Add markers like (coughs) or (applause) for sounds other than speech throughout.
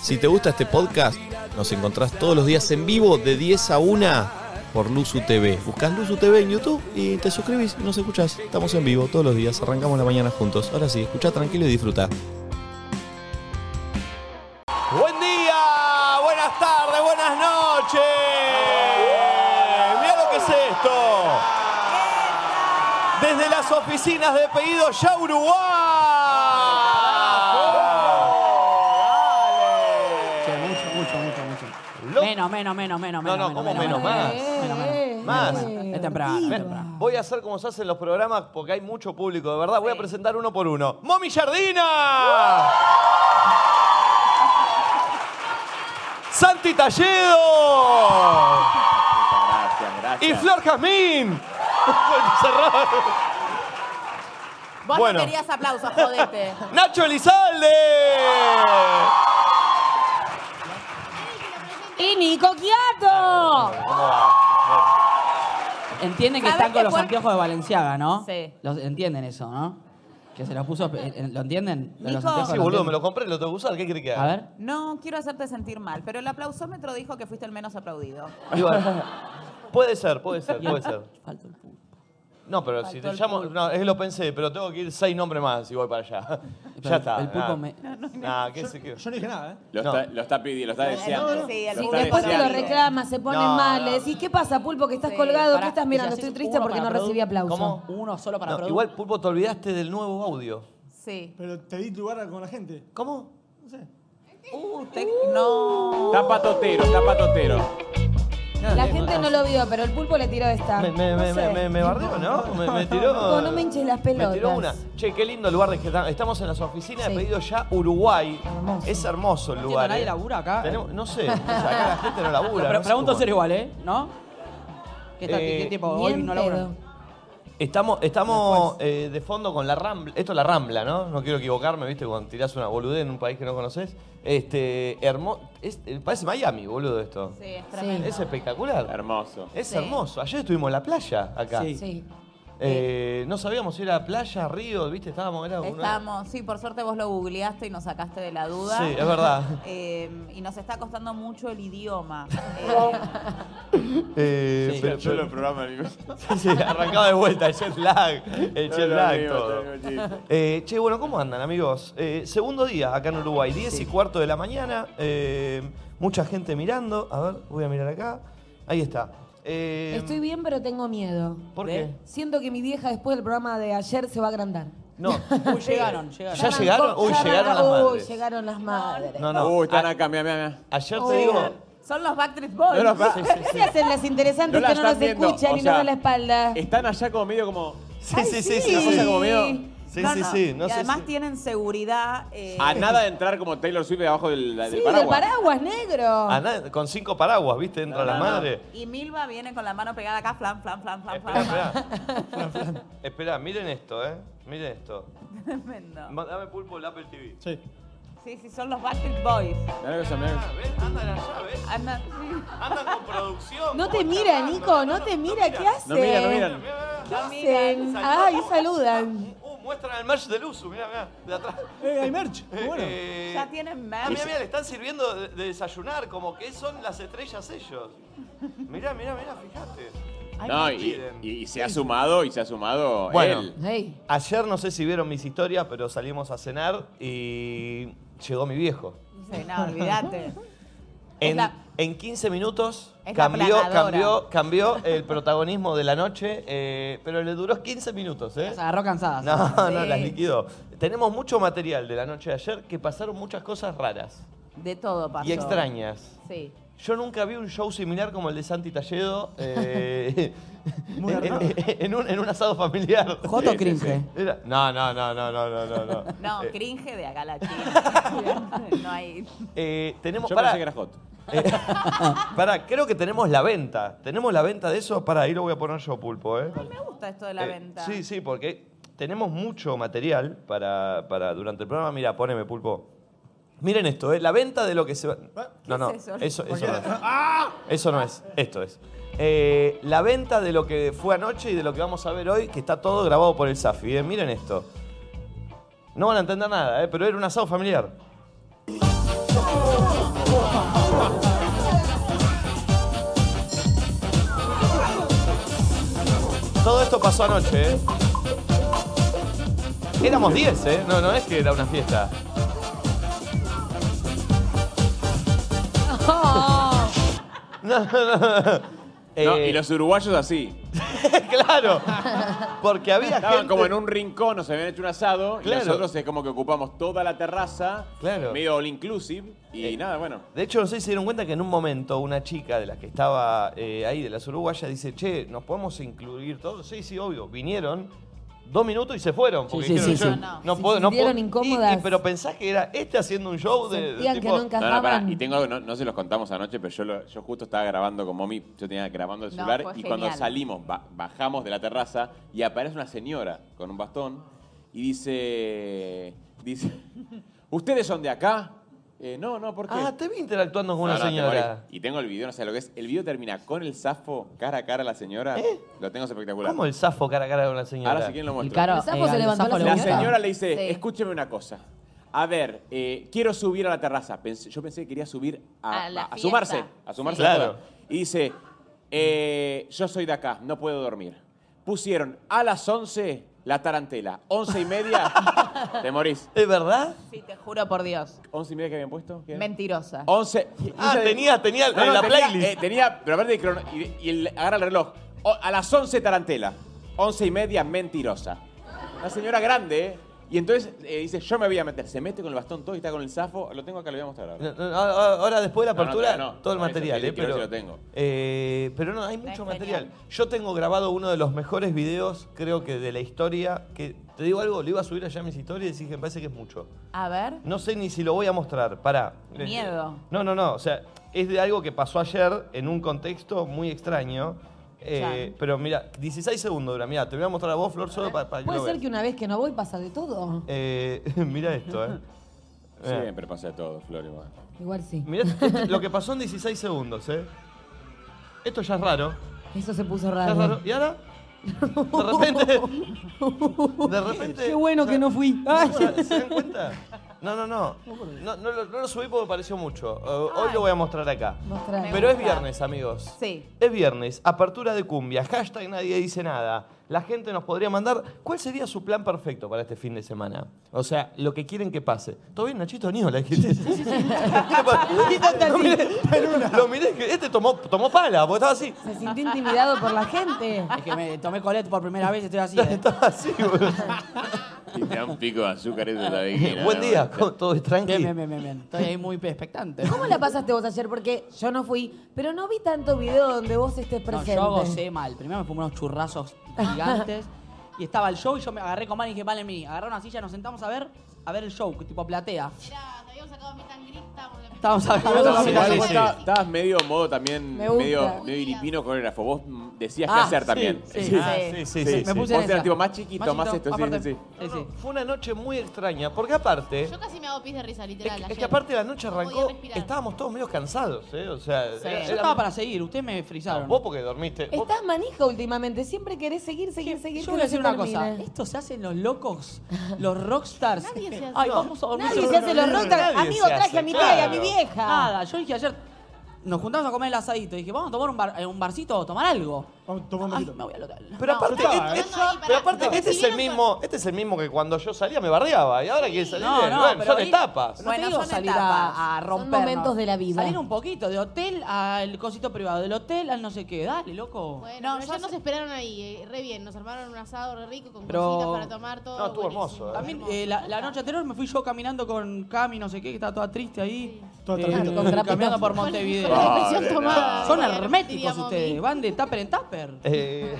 Si te gusta este podcast, nos encontrás todos los días en vivo de 10 a 1 por Luzu TV. Buscás Luzu TV en YouTube y te suscribís y nos escuchás. Estamos en vivo todos los días, arrancamos la mañana juntos. Ahora sí, escucha tranquilo y disfruta. Buen día, buenas tardes, buenas noches. Mira lo que es esto. Desde las oficinas de pedido ya Uruguay. Che, mucho, mucho, mucho, mucho. Lo- Menos, menos, menos, menos, menos. No, no, menos, Eh, ¿cómo menos? Más. Menos, menos. Más. Menos, menos. Es temprano, es Ven, temprano. Voy a hacer como se hacen los programas porque hay mucho público, de verdad. Voy a presentar uno por uno. ¡Momi Jardina! ¡Santi Talledo! Gracias, gracias. ¡Y Flor Jazmín! (laughs) Cerrado. Vos Bueno. no querías aplausos, jodete. ¡Nacho Elizalde! Y Nico Quiato. ¿Cómo va? Entienden que ¿Sabés están qué con los fue? anteojos de Valenciaga, ¿no? Sí. Los, entienden eso, ¿no? Que se los puso. eh, eh, ¿Lo entienden? Lo de los Nico. anteojos, Sí, ¿lo boludo, me entienden? lo compré, lo tengo que usar. ¿Qué crees que haga? A ver. No quiero hacerte sentir mal, pero el aplausómetro dijo que fuiste el menos aplaudido. Y bueno, (laughs) puede ser, puede ser, puede ser. Falta el punto. No, pero si Faltó te el llamo. pulpo. No, es que lo pensé, pero tengo que ir seis nombres más si voy para (laughs) allá. ya está. el pulpo nah. me- Nah, qué sé qué. Yo no dije nada, ¿eh? Lo, No. está, lo está pidiendo, lo está deseando. Sí, el Lo Sí, está público después te lo deseando. reclamas, se ponen No, mal. no. Le decís, ¿qué pasa, Pulpo, que estás Sí, colgado? pará. ¿Qué estás mirando? Estoy triste porque no recibí aplauso. ¿Cómo? Uno solo para No, producto. igual, Pulpo, te olvidaste del nuevo audio. Sí. Pero te di lugar con la gente. ¿Cómo? No sé. Uh, te- no. Está patotero, está patotero. La gente no lo vio, pero el Pulpo le tiró esta. Me, me, Ah, No me, sé. me, me, me bardeó, ¿no? Me, me tiró. No, no me hinches las Me tiró pelotas. una. Che, qué lindo lugar de que estamos. Estamos en las oficinas de Sí. pedido ya Uruguay. Hermoso. Es hermoso el entiendo, lugar. nadie eh. labura acá. Tenemos- no sé, o sea, acá la gente no labura. Pero no sé pregunto cómo. ser igual, ¿eh? (laughs) ¿No? ¿Qué, está, Eh, qué tipo? Ni Hoy en no pedo. laburan. Estamos, estamos eh, de fondo con la Rambla. Esto es la Rambla, ¿no? No quiero equivocarme, ¿viste? Cuando tirás una boludez en un país que no conoces. Este, hermo- es- eh, parece Miami, boludo, esto. Sí, es Sí. tremendo. Es espectacular. Hermoso. Es Sí. hermoso. Ayer estuvimos en la playa acá. Sí. Sí. Eh, no sabíamos si era playa, río, ¿viste? Estábamos, era una- Estamos, sí, por suerte vos lo googleaste y nos sacaste de la duda. Sí, es verdad. (laughs) Eh, y nos está costando mucho el (laughs) idioma. Eh, Eh, Sí. pero- Yo pero- lo programa (laughs) el mismo. Sí, sí, arrancaba de vuelta, el jet lag, el No, jet lo lag, mismo, todo. lo mismo chiste. Eh, che, bueno, ¿cómo andan, amigos? Eh, segundo día acá en Uruguay, 10 y cuarto de la mañana. eh, mucha gente mirando. A ver, voy a mirar acá. Ahí está. Eh, Estoy bien, pero tengo miedo. ¿Por ¿De? qué? Siento que mi vieja después del programa de ayer se va a agrandar. No. Uy, (laughs) llegaron, llegaron. ¿Ya llegaron? Uy, Ya llegaron las arranca- Uy, madres. llegaron las madres. No, no. Uy, están A- acá, mira, mira, mira. ayer te Oh. digo. Son los Backstreet Boys. No, no, pará. ¿Qué se hacen las interesantes No la que no nos están viendo, escuchan o y sea, nos dan la espalda? Están allá como medio como. Sí, sí, sí, Una cosa sí. como medio. Sí, No, sí, no. sí. No y sé además si- tienen seguridad. eh, A (laughs) nada de entrar como Taylor Swift debajo del, del Sí, del paraguas. paraguas negro. a nadie- con cinco paraguas, ¿viste? Entra No, la no, no. madre. Y Milva viene con la mano pegada acá, flan, flan, flan, flan, Espera, flan. espera. Espera, miren esto, ¿eh? Miren esto. Tremendo. Ma- Dame pulpo el Apple TV. Sí. Sí, sí, son los Backstreet Boys. Mirá la cosa, mirá la cosa. Ah, ¿ves? Andan allá, ¿ves? Anda, sí. Andan con producción. No te ¿cómo mira, están? Nico, no te mira. ¿Qué haces? No miran, no miran. ¿Qué No miran. hacen? Ay, (laughs) saludan. Uh, muestran el match de Luzu, mirá, mirá, de atrás. Eh, hay (laughs) merch. Qué bueno. Eh, Ya tienen Ah, mirá, merch. mirá, le están sirviendo de, de desayunar, como que son las estrellas ellos. Mirá, mirá, mirá, fíjate. No, y, miren. y- y se ha sumado, y se ha sumado Bueno. él. Hey. Ayer no sé si vieron mis historias, pero salimos a cenar y llegó mi viejo. Sí, no, olvídate. Es En, la- en 15 minutos Es la cambió, aplanadora. cambió, (laughs) cambió el protagonismo de la noche, eh, pero le duró 15 minutos, ¿eh? Las agarró cansadas. No, no, Sí. las (laughs) liquidó. Tenemos mucho material de la noche de ayer que pasaron muchas cosas raras De todo pasó. y extrañas. Sí. Yo nunca vi un show similar como el de Santi Talledo (laughs) eh, Muy en, raro. en un, en un asado familiar. Joto cringe. Era- no, no, no, no, no, no, no, no. No, Eh, cringe de acá a la China. (laughs) No hay. eh, tenemos, Yo pará, pensé que era (laughs) hot. pará, creo que tenemos la venta. Tenemos la venta de eso. Para ahí lo voy a poner yo, Pulpo, ¿eh? Me gusta esto de la Eh, venta. Sí, sí, porque tenemos mucho material para, para durante el programa. Mira, poneme pulpo. Miren esto, eh, la venta de lo que se va. No, no, es eso? ¡Ah! eso, (laughs) eso no es. Eso no es, esto es. Eh, la venta de lo que fue anoche y de lo que vamos a ver hoy, que está todo grabado por el Safi. eh. Miren esto. No van a entender nada, eh, pero era un asado familiar. Todo esto pasó anoche, ¿eh? Éramos 10, ¿eh? No, no es que era una fiesta. (laughs) No, no, no. No, Eh, y los uruguayos así. (laughs) claro. Porque había Estaban gente... como en un rincón, nos habían hecho un asado Claro. y nosotros es como que ocupamos toda la terraza, Claro. Eh, medio all inclusive y nada, bueno. De hecho, no sé si se dieron cuenta que en un momento una chica de las que estaba eh, ahí, de las uruguayas, dice, che, ¿nos podemos incluir todos? Sí, sí, obvio. Vinieron dos minutos y se fueron. Porque Sí, sí, dijeron, sí, "Yo sí. No, Se puedo, no puedo". sintieron Y- incómodas. y- pero pensás que era este haciendo un show de, de Sentían que tipo- no No, no, pará, encajaban. Y tengo algo, no, no se los contamos anoche, pero yo, lo- yo justo estaba grabando con Momi, yo tenía grabando el No, celular fue y cuando genial. salimos, ba- bajamos de la terraza y aparece una señora con un bastón y dice, dice, (laughs) ¿ustedes son de acá? Eh, no, no, ¿por qué? Ah, te vi interactuando con No, una no, tengo señora. el- y tengo el video, no sé lo que es. El video termina con el zafo cara a cara a la señora. Lo tengo espectacular. ¿Eh? ¿Cómo el zafo cara a cara de una señora? Ahora sí quién lo El muestro. caro, eh, El sapo se al levantó sapo la le La gusta. señora le dice, Sí. escúcheme una cosa. A ver, eh, quiero subir a la terraza. Pensé- yo pensé que quería subir a, A la a fiesta. sumarse. A sumarse. Sí. a la Claro. joda. Y dice, eh, yo soy de acá, no puedo dormir. Pusieron a las 11 la tarantela. 11 y (laughs) media, te morís. ¿Es verdad? Sí, te juro por Dios. 11 y media que habían puesto. ¿Qué era? Mentirosa. 11. Ah, Ella- tenía- tenía en la tenía, playlist. eh, tenía, pero aparte, de crono- y, y el- agarra el reloj. O- a las 11 Tarantela, 11 y media mentirosa. Una señora grande, ¿eh? Y entonces eh, dice, yo me voy a meter. Se mete con el bastón todo y está con el zafo. Lo tengo acá, lo voy a mostrar ahora. No, no, no, Ahora, después de No, la no, apertura, todavía no. todo el Todavía material, yo ¿eh? quiero Pero, ver si lo tengo. eh, pero no, hay mucho genial. material. Yo tengo grabado uno de los mejores videos, creo que de la historia, que te digo algo, lo iba a subir allá a mis historias y dije, me parece que es mucho. A ver. No sé ni si lo voy a mostrar, pará. Miedo. No, no, no, o sea, es de algo que pasó ayer en un contexto muy extraño. Eh, Ya. pero mira, 16 segundos dura, mira, te voy a mostrar a vos, Flor, solo para, para que Puede lo ser veas. que una vez que no voy pasa de todo. (laughs) mira esto, eh. Siempre pasa de todo, Flor. igual. (laughs) Igual sí. Mirá lo que pasó en 16 segundos, ¿eh? Esto ya es raro. Eso se puso ya es raro. raro. ¿Y (laughs) ahora? De repente. este, De repente. Qué bueno que no fui. Ay. ¿Se dan cuenta? No, no, no. No, no lo, no lo subí porque me pareció mucho. Eh, hoy lo voy a mostrar acá. Mostrá. Pero es gusta. viernes, amigos. Sí. Es viernes, apertura de cumbia, hashtag nadie dice nada. La gente nos podría mandar. ¿Cuál sería su plan perfecto para este fin de semana? O sea, lo que quieren que pase. ¿Todo bien, Nachito? Ni hola. dijiste. (laughs) No, miré, Lo miré, que este tomó, tomó pala, porque estaba así. Se sintió intimidado por la gente. Es que me tomé colet por primera vez y (laughs) estoy así. ¿eh? Estaba así, boludo. Y te da un pico de azúcar eso de la (laughs) vejiga, Buen ¿no? día, ¿cómo- todo es tranqui. Bien, bien, bien, bien, bien. Estoy ahí muy (laughs) expectante. ¿Cómo la pasaste vos ayer? Porque yo no fui, pero no vi tanto video donde vos estés No, presente. yo gocé mal. Primero me fumé unos churrazos gigantes. y estaba el show y yo me agarré con mal y dije, vale mí. Agarré una silla, nos sentamos a ver, a ver el show, que tipo platea. Mirá, te habíamos sacado meet and greet, estábamos en- Estábamos a Vos Vamos a igual sí, vos sí. estabas- Estabas medio modo también, Me gusta. medio, medio iripino coreógrafo. Vos mm, decías Ah, qué hacer sí, también. sí. Ah, sí, sí, sí. Me sí. puse Vos en eras esa. tipo más chiquito, más esto, sí, aparte- sí, sí, No, no, sí. Fue una noche muy extraña, porque aparte. Yo casi me hago pis de risa, Es literal. que, es ayer. que aparte la noche No podía arrancó, respirar. estábamos todos medio cansados, ¿eh? O sea, era- Yo Yo era- estaba para seguir, ustedes me frizaron. Vos porque dormiste. vos- Estás manija últimamente, siempre querés seguir, seguir, seguir. Yo que voy a no se decir una termine. cosa. Esto se hacen los locos, los rockstars. Nadie se hace. Ay, No. vamos a dormir. Nadie sobre se una hace los mesa. rotas. Nadie Amigo, se traje hace, a mi tía y a mi claro. vieja. Nada, yo dije ayer, nos juntamos a comer el asadito. Dije, vamos a tomar un, bar- eh, un barcito o tomar algo. Vamos, toma un Ay, poquito. me voy al local. Pero No, aparte, yo estaba, et- ¿eh? et- No, no, ahí, pará. pero aparte No, este es el recibieron mismo, este es el mismo que cuando yo salía me bardeaba y ahora que salir No, eh, no, bueno, pero son ahí- etapas. No Bueno, te digo son salir etapas. a, a Son romper. momentos de la vida. Salir un poquito, de hotel al cosito privado, del hotel al no sé qué. Dale, loco. Bueno, No, pero yo ya nos sé- esperaron ahí, eh, re bien. Nos armaron un asado re rico con Pero- cositas para tomar todo. No, estuvo buenísimo. hermoso, eh. También eh, la, la noche anterior me fui yo caminando con Cami, no sé qué, que estaba toda triste ahí. Toda Eh, trapito. Con trapitos. caminando por Con- Montevideo. con la depresión Pobre, tomada, Son diría- herméticos diríamos ustedes, mi- van de tupper en tupper. (laughs) Eh,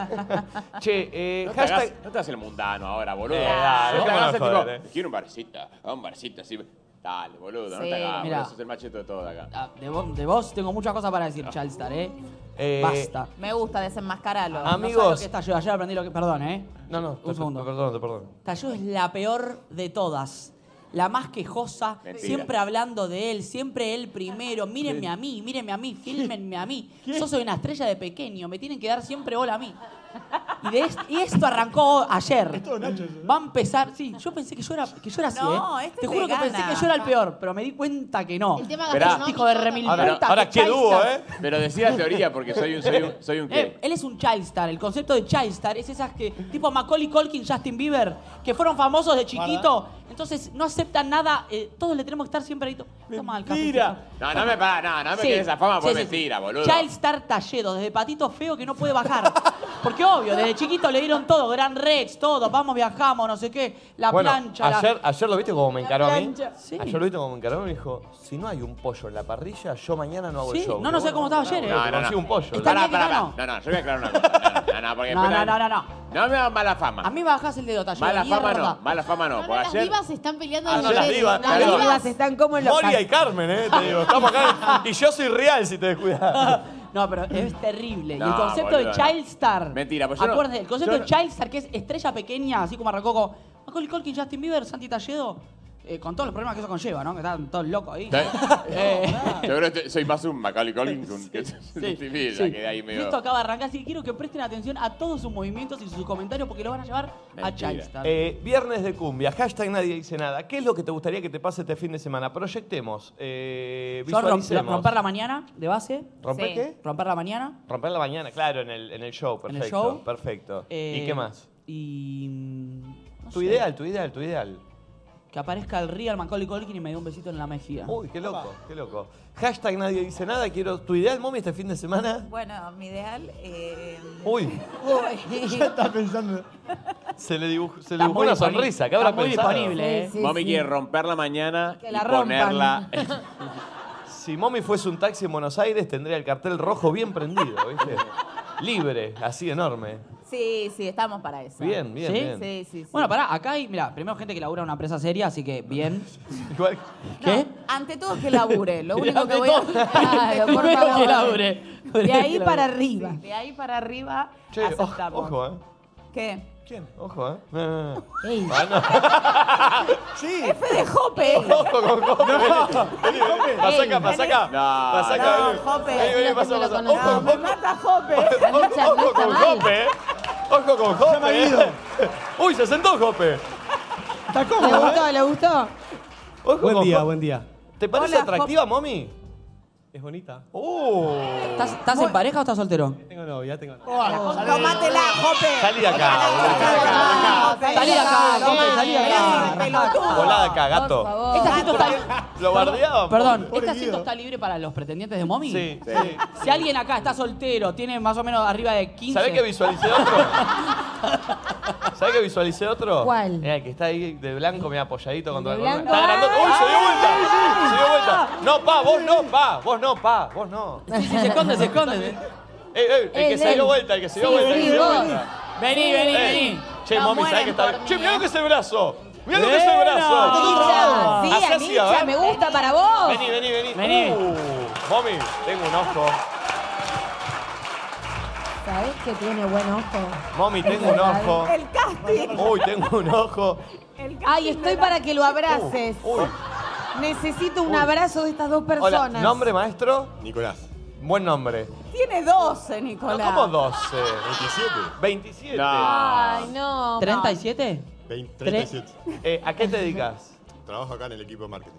che, eh, No te, hashtag... hagas, no te hagas el mundano ahora, boludo. Eh, dale, no te ¿cómo hagas no el joder, tipo, quiero un barcito, ah, un barcito así. Dale, boludo, no Sí. te hagas, Mirá. boludo, sos el macheto de todo de acá. Ah, de, vos, de vos tengo muchas cosas para decir, Charlestar, ¿eh? Eh, Basta. Me gusta desenmascararlo. Ah, No sabes amigos. lo que es Tayo, ayer aprendí lo que... Perdón, ¿eh? No, no, Un segundo. Perdón, perdón. Tayo es la peor de todas. La más quejosa, Mentira. siempre hablando de él, siempre él primero. Mírenme a mí, mírenme a mí, fílmenme a mí. Yo soy una estrella de pequeño, me tienen que dar siempre bola a mí. Y, de est- y esto arrancó ayer. Es todo Nacho eso, ¿no? Va a empezar. Sí, yo pensé que yo era, que yo era así, No, ¿eh? este Te te juro que gana. pensé que yo era el peor, pero me di cuenta que no. El tema Esperá. Ah, gastronómico. Hijo de remil también. Ahora- puta, Ahora, qué child dúo, star. ¿eh? Pero decía teoría porque soy un, soy un, soy un Eh, qué. él es un child star. El concepto de child star es esas que, tipo Macaulay Culkin, Justin Bieber, que fueron famosos de chiquito. Entonces no aceptan nada. eh, todos le tenemos que estar siempre ahí. to- Toma el café, Mentira. No, no me para, no, no me quieres esa fama pues pues mentira, boludo. Child Star Talledo, desde patito feo que no puede bajar. Porque obvio, desde chiquito le dieron todo, Gran Rex, todo, vamos, viajamos, no sé qué, la bueno, plancha. la- ayer, ayer lo viste como me encaró a mí. plancha. Sí. Ayer lo viste como me encaró y me dijo, si no hay un pollo en la parrilla, yo mañana no hago Sí, el show. no, no sé cómo estaba ayer, eh. Ah, No, no, no. un pollo. Está Pará, bien, pará, no, pará. No, no, yo voy a aclarar una cosa. No, no, no, porque (laughs) No, después- no, no, no, no. No me hagan mala fama. A mí bajás el dedo, Talledo. Mala fama mierda. no, mala fama no. No, no, Por las ayer. divas se están peleando Ah, de no, las billetes. divas, Las Las perdón. divas divas están como en los Moria y can- Carmen, eh, te digo. Estamos acá. Y yo soy real si te (laughs) descuidas. No, pero es terrible. y el No, concepto de boludo, no. Child Star. Mentira, pues yo no- Acuérdate, el concepto yo de no- Child Star, que es estrella pequeña, así como arrancó con Macaulay Culkin, Justin Bieber, Santi Talledo, eh, con todos los problemas que eso conlleva, ¿no? Que están todos locos ahí. (laughs) Eh, Yo creo que soy más un Macaulay Culkin que (laughs) un que sí, civil, sí. que ahí Y medio. Esto acaba de arrancar, así que quiero que presten atención a todos sus movimientos y sus comentarios porque los van a llevar a Mentira. Child Star. Eh, viernes de cumbia, hashtag nadie dice nada. ¿Qué es lo que te gustaría que te pase este fin de semana? Proyectemos, eh, Yo romp- visualicemos. romper la mañana de base. ¿Romper Sí. qué? Romper la mañana. Romper la mañana, claro, en el, en el show, En el perfecto. show. Perfecto. eh, ¿Y qué más? Y. mm, no Tu sé. ideal, tu ideal, tu ideal. Que aparezca el Real Macaulay Culkin y me dé un besito en la mejilla. Uy, qué loco, qué loco. Hashtag nadie dice nada, quiero tu ideal, mommy, este fin de semana. Bueno, mi ideal. eh, (laughs) Uy, (laughs) Ya está pensando. se le dibujó, se le Está dibujó muy una disponible, sonrisa, ¿qué está habrá muy pensado? disponible. Sí, eh. sí, Mami sí. quiere romper la mañana Que y la rompan. ponerla. (laughs) Si mommy fuese un taxi en Buenos Aires, tendría el cartel rojo bien prendido, ¿viste? Libre, así enorme. sí, sí, estamos para eso. Bien, bien, ¿Sí? bien. Sí, sí, sí. Bueno, pará, acá hay, mira, primero gente que labura en una empresa seria, así que bien. (laughs) Igual, No, ¿Qué? Ante Ah, todo (laughs) que labure. Lo único Ante que voy a. todo. (laughs) Claro, por Primero favor. que labure. De Primero que ahí labure. para arriba. De ahí para arriba che, o- aceptamos. ojo, ¿eh? ¿Qué? ¿Quién? Ojo, ¿eh? No, no, no. Ah, Ey. F de Jope. Ojo con Jope. Vení, vení. Pasá acá, pasá acá. No, Pasá acá, no, vení. Jope, Vení, vení, no pasá, te lo pasá. conozco. Ojo, Me ojo, mata Jope. ojo, ojo con Jope. eh. Ojo con Jope. me ha eh. Uy, se sentó Jope. Está ¿Le cómodo, ¿eh? gustó? ¿Le gustó? Ojo Buen con día, Jope. buen día. ¿Te parece Hola, atractiva, mami? Es bonita. Uh. ¿Estás, estás en pareja o estás soltero? Tengo novia, tengo novia. Tomátela, Jope. Salí de acá. Ah, Salí de acá, Jope, salí de acá. Pelotudo. Volá de acá, gato. Por favor. Esta Este asiento está, (laughs) Lo bardeaba. perdón, Pobre este asiento Guido. está libre para los pretendientes de Momi. Sí, Sí. (laughs) Si alguien acá está soltero, tiene más o menos arriba de 15. ¿Sabés que visualicé (laughs) otro? ¿Sabés que visualicé otro? ¿Cuál? Mira, el que está ahí de blanco, mira, apoyadito contra ¿De la columna. blanco? Está grandote. ¡Uy, se dio vuelta! Se dio vuelta. No, pa, vos no, pa. Vos no, pa. Vos no. Sí, sí, se esconde, se esconde. Ey, ey, el que Él, se dio él. vuelta, el que se dio Sí, vuelta, el que sí, se dio vos. vuelta. Vení, vení, Ey. vení. Che, No mami, ¿sabés mueren que está? por Che, mí, mirá lo eh. que es el brazo. Mirá lo que es el brazo. Anicha, Hacé sí, así, a Anicha, ver. me gusta para vos. Vení, vení, vení. Vení. Uh, mami, tengo un ojo. ¿Sabés que tiene buen ojo? Mami, tengo un ojo. El casting. (laughs) Uy, tengo un ojo. El casting. Ay, estoy para que lo abraces. Uy. Necesito un abrazo de estas dos personas. Hola, ¿nombre, maestro? Nicolás, Buen nombre. Tiene 12, No, Nicolás. ¿Cómo 12? 27, 27. No. Ay, no. ¿37? 20, 37. Eh, ¿A qué te dedicas? Trabajo acá en el equipo de marketing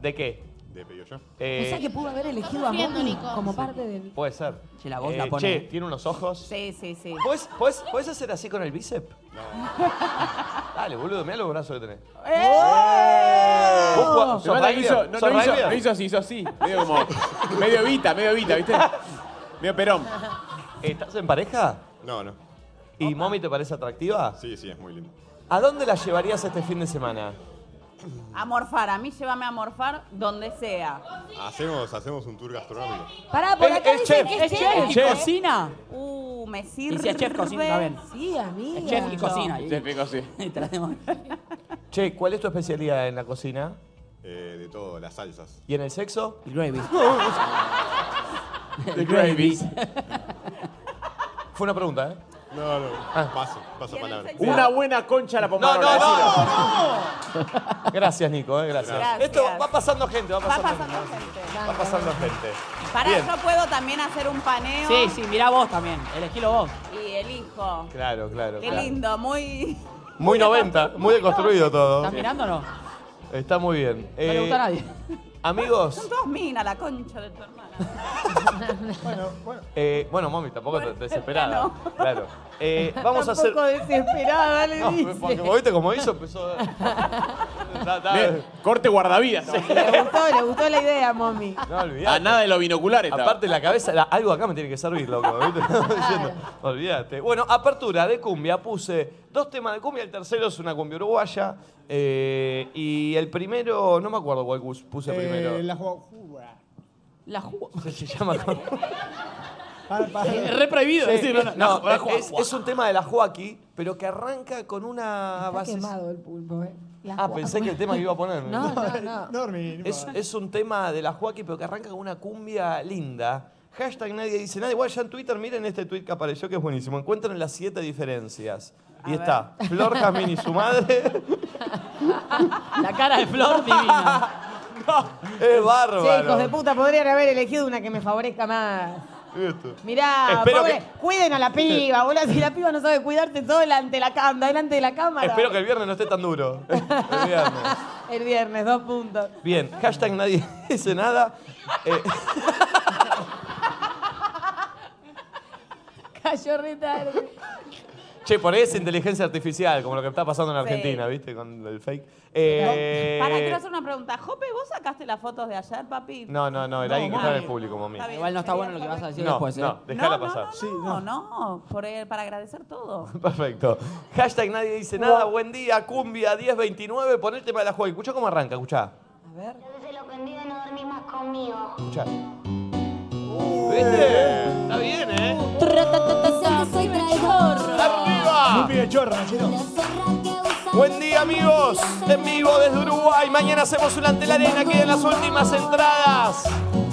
¿De qué? de Pedido Yo. Eh, O sea que pudo haber elegido a sufriendo, Moni Nico. como parte del... Puede ser. Eh, Che, la voz la pone. Che, tiene unos ojos. Sí, sí, sí. ¿Puedes, puedes, puedes hacer así con el bíceps? No. (laughs) Dale, boludo, mirá los brazos que tenés. ¡Eh! ¿Vos jugás- Lo sos que pasa es que hizo- rugby? No, ¿Sos no hizo, no rugby? hizo así, hizo así. Medio como. (laughs) medio vita, medio vita, (laughs) ¿viste? Medio perón. ¿Estás en pareja? No, no. ¿Y mommy te parece atractiva? Sí, sí, es muy lindo. ¿A dónde la llevarías este fin de semana? A morfar. A mí llévame a morfar donde sea. Hacemos, hacemos un tour gastronómico. Pará, por Es- acá Eh, es chef, dicen que ¿Es chef y Chef. cocina? Uh, me Y sirve. si es chef, cocina también. Sí, amiga. Es chef y cocina. Se explicó así. (laughs) Y te la hacemos. Che, ¿cuál es tu especialidad en la cocina? Eh, de todo, las (laughs) salsas. ¿Y en el sexo? (laughs) El gravy. The Gravies. Fue una pregunta, ¿eh? No, no. Paso, paso ¿Quién palabra. es el- Una buena concha a la No, pomada. no, no. Gracias, Nico, eh, gracias. Gracias. Esto va pasando gente, va Va pasando, pasando gente. gente. Va pasando gente. Pará, Bien. yo puedo también hacer un paneo. Sí, sí, mirá vos también. Elegilo vos. Y elijo. Claro, claro. Qué claro. lindo, muy. Muy 90, muy deconstruido todo. ¿Estás mirando o no? No Está muy bien. le Eh, gusta a nadie. Amigos, Dos minas, la concha de tu (laughs) hermana. Bueno, bueno. eh, bueno, mami, tampoco te- desesperada. ya (laughs) Claro. Eh, vamos a hacer. Tampoco desesperada, (laughs) le No, dice. porque vos viste cómo hizo, empezó. (laughs) Da- da- Bien, corte guardavidas. Le gustó, le gustó la idea, mami. No A olvidate. nada de los binoculares. estaba. Aparte la cabeza, la- algo acá me tiene que servir, loco. ¿viste? (laughs) Diciendo, Olvídate. Bueno, apertura de cumbia. Puse dos temas de cumbia. El tercero es una cumbia uruguaya. eh, y el primero, no me acuerdo cuál pus- puse primero. Eh, la jugada. La ju- (laughs) Se, se (laughs) llama. Para, para. Es re prohibido decirlo. No, No, es, es un tema de la Joaquí, pero que arranca con una Está base. quemado el pulpo, ¿eh? Ah, pensé que el tema que iba a poner. (laughs) No, no, No, no. dormí, no Es, pasa. es un tema de la Joaquín, pero que arranca con una cumbia linda. Hashtag nadie dice nada. Igual ya en Twitter, miren este tweet que apareció que es buenísimo. Encuentran las siete diferencias. Y está Flor Jasmine y su madre. (laughs) La cara de Flor (laughs) divina. es Sí, hijos de bárbaro. puta, podrían haber elegido una que me favorezca más. Mirá, Espero pobre, que- cuiden a la piba, boludo. Si la piba no sabe cuidarte todo delante de la, cam- delante de la cámara. Espero que el viernes no esté tan (laughs) duro. El viernes. El viernes, dos puntos. Bien, hashtag nadie (laughs) dice nada. Eh, Cayó re tarde. Che, por ahí es inteligencia artificial, como lo que está pasando en Argentina, ¿viste? Con el fake. Eh, Para, quiero hacer una pregunta. Jope, ¿vos sacaste las fotos de ayer, papi? No, no, no, era alguien que mami. estaba en el público, mami. Está bien, Igual no está sería bueno lo que vas a decir No, después, ¿eh? no, No, dejala no, pasar. No, Sí, no. no, no, por el- para agradecer (laughs) todo. Perfecto. Hashtag nadie dice nada. Buen día, cumbia 1029. Pon el tema de la juega. Escucha cómo arranca, escuchá. A ver. Desde lo prendido no dormís más conmigo. Escuchá. Uh. ¿Viste? Está bien, ¿eh? soy traidor. Un ¡Arriba! pibe chorra, ¿sí no? Buen día, amigos. En vivo desde Uruguay. Mañana hacemos un ante la arena. Quedan las últimas entradas.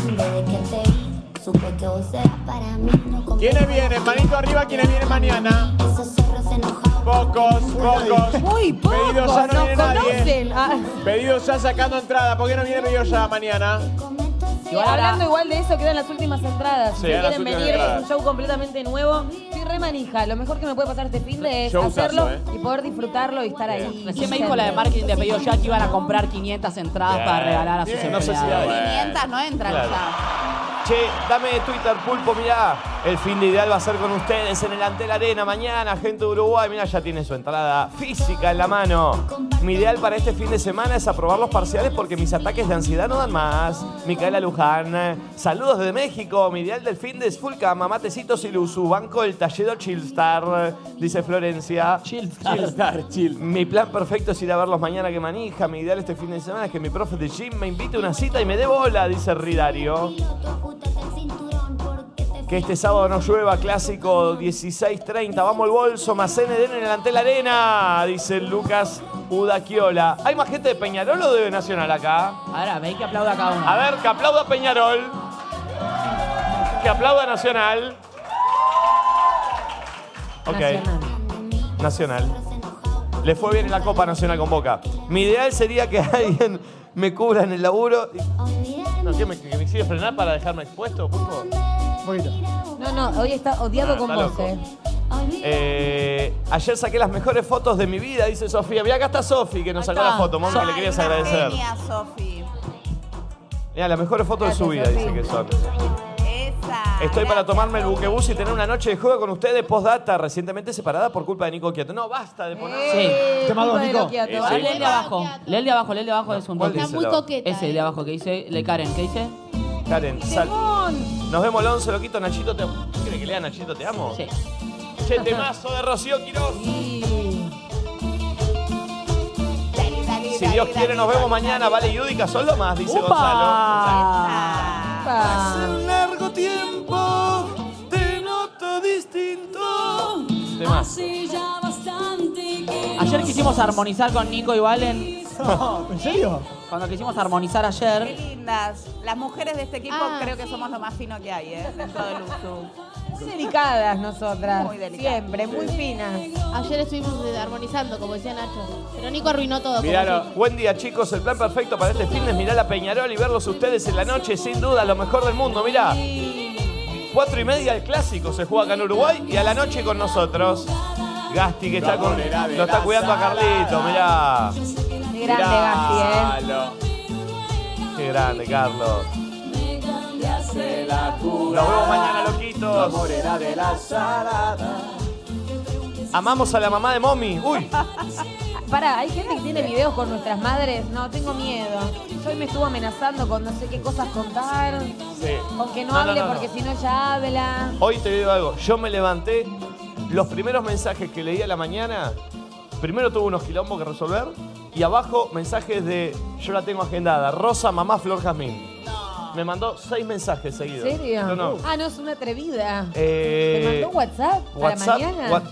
Desde que te vi, supe que vos eras para mí. No conmigo. ¿Quiénes vienen? Manito arriba, ¿quiénes vienen mañana? Esos zorros enojados. Pocos, pocos. Muy poco, Pedido ya no nos viene nadie. conocen. Ah, Pedidos ya sacando entrada. ¿Por qué no viene pedido ya mañana? Cometo ese Igual ahora- hablando igual de eso, quedan las últimas entradas. Sí, si quedan las quieren últimas venir, es entradas. un show completamente nuevo. Soy re manija. Lo mejor que me puede pasar este fin de es Showzazo, hacerlo ¿eh? y poder disfrutarlo y estar ahí. Recién me dijo la de marketing de pedido ya que iban a comprar 500 entradas para regalar a sus Bien. No sé si empleados. hay. 500 no entran Claro. ya. Che, dame de Twitter, pulpo, mirá. El fin de ideal va a ser con ustedes en el Antel Arena mañana, gente de Uruguay. Mirá, ya tiene su entrada física en la mano. Mi ideal para este fin de semana es aprobar los parciales porque mis ataques de ansiedad no dan más. Micaela Luján, eh, saludos desde México. Mi ideal del fin de es Fulca, Mamatecitos y Luzu, Banco del Talledo Chillstar, eh, dice Florencia. Chill, Star, chill. Mi plan perfecto es ir a verlos mañana que manija. Mi ideal este fin de semana es que mi profe de gym me invite a una cita y me dé bola, dice Ridario. piloto, ajustate el cinturón porque te Que este sábado no llueva, clásico 16.30. Vamos el bolso, más NDN en el Antel Arena, dice Lucas Udaquiola. ¿Hay más gente de Peñarol o de Nacional acá? Ahora, veis que aplauda a cada uno. A ver, que aplauda Peñarol. Que aplauda Nacional. Ok. Nacional. Nacional. Le fue bien en la Copa Nacional con Boca. Mi ideal sería que (laughs) alguien me cubra en el laburo. No, ¿qué, me, que me sigue frenar para dejarme expuesto, pulpo? Un poquito. No, no, hoy está odiado Ah, con está vos, loco. eh. Eh, ayer saqué las mejores fotos de mi vida, dice Sofía. Mirá, acá está Sofi, que nos Ahí sacó la está. foto, mami, que le querías Ay, una agradecer. Genia, Sofi. Mirá, las mejores fotos de su vida, Gracias, dice Sofi. que son. Esa. Estoy para gracias, tomarme el Sofi. buquebús y tener una noche de juego con ustedes postdata, recientemente separada por culpa de Nico Quieto. No, basta de poner. Eh, Tema culpa dos, de Nico. Loquiato. Eh, Ahora sí. lee el de abajo. Lee el de abajo, lee el de abajo de su ¿Cuál toque. Está dice muy la- coqueta. Ese, el de eh. abajo que dice, le Karen, ¿qué dice? Karen, sal. Nos vemos el 11, loquito. Nachito, te amo. ¿Qué ¿Quiere que lea Nachito, te amo? Sí. Che, temazo de Rocío Quiroz. Dale, dale, Si dale, Dios dale, quiere, nos dale, dale. vemos mañana. Vale, Yudica, son lo más, dice Gonzalo. ¡Upa! Ah. Hace un largo tiempo te noto distinto. Temazo. (laughs) Ayer quisimos armonizar con Nico y Valen. ¿En serio? Cuando quisimos armonizar ayer. Qué lindas. Las mujeres de este equipo Ah, creo que sí. somos lo más fino que hay, ¿eh? Dentro del uso. Muy delicadas nosotras. Muy delicadas. Siempre, muy finas. Ayer estuvimos eh, armonizando, como decía Nacho. Pero Nico arruinó todo. como Míralo. siempre. Buen día, chicos. El plan perfecto para este fin es mirar a Peñarol y verlos ustedes en la noche. Sin duda, lo mejor del mundo. Mirá. Cuatro y media el clásico se juega acá en Uruguay y a la noche con nosotros. Gasti que está con. Lo está cuidando a Carlito, mirá. Qué grande Gassi, ¿eh? Qué grande, Carlos. la cura. Nos vemos mañana, loquitos. morena de la salada. Amamos a la mamá de Momi. Uy. Pará, hay gente que tiene videos con nuestras madres. No, tengo miedo. Hoy me estuvo amenazando con no sé qué cosas contar. Sí. Con que No, no, no, hable no, no. porque si no ya habla. Hoy te digo algo, yo me levanté, los primeros mensajes que leí a la mañana, primero tuve unos quilombos que resolver y abajo mensajes de, yo la tengo agendada, Rosa, mamá, Flor, Jazmín. Me mandó seis mensajes ¿En seguidos. serio? No, no. Ah, no, es una atrevida. Eh, ¿Te mandó WhatsApp para WhatsApp, mañana? what-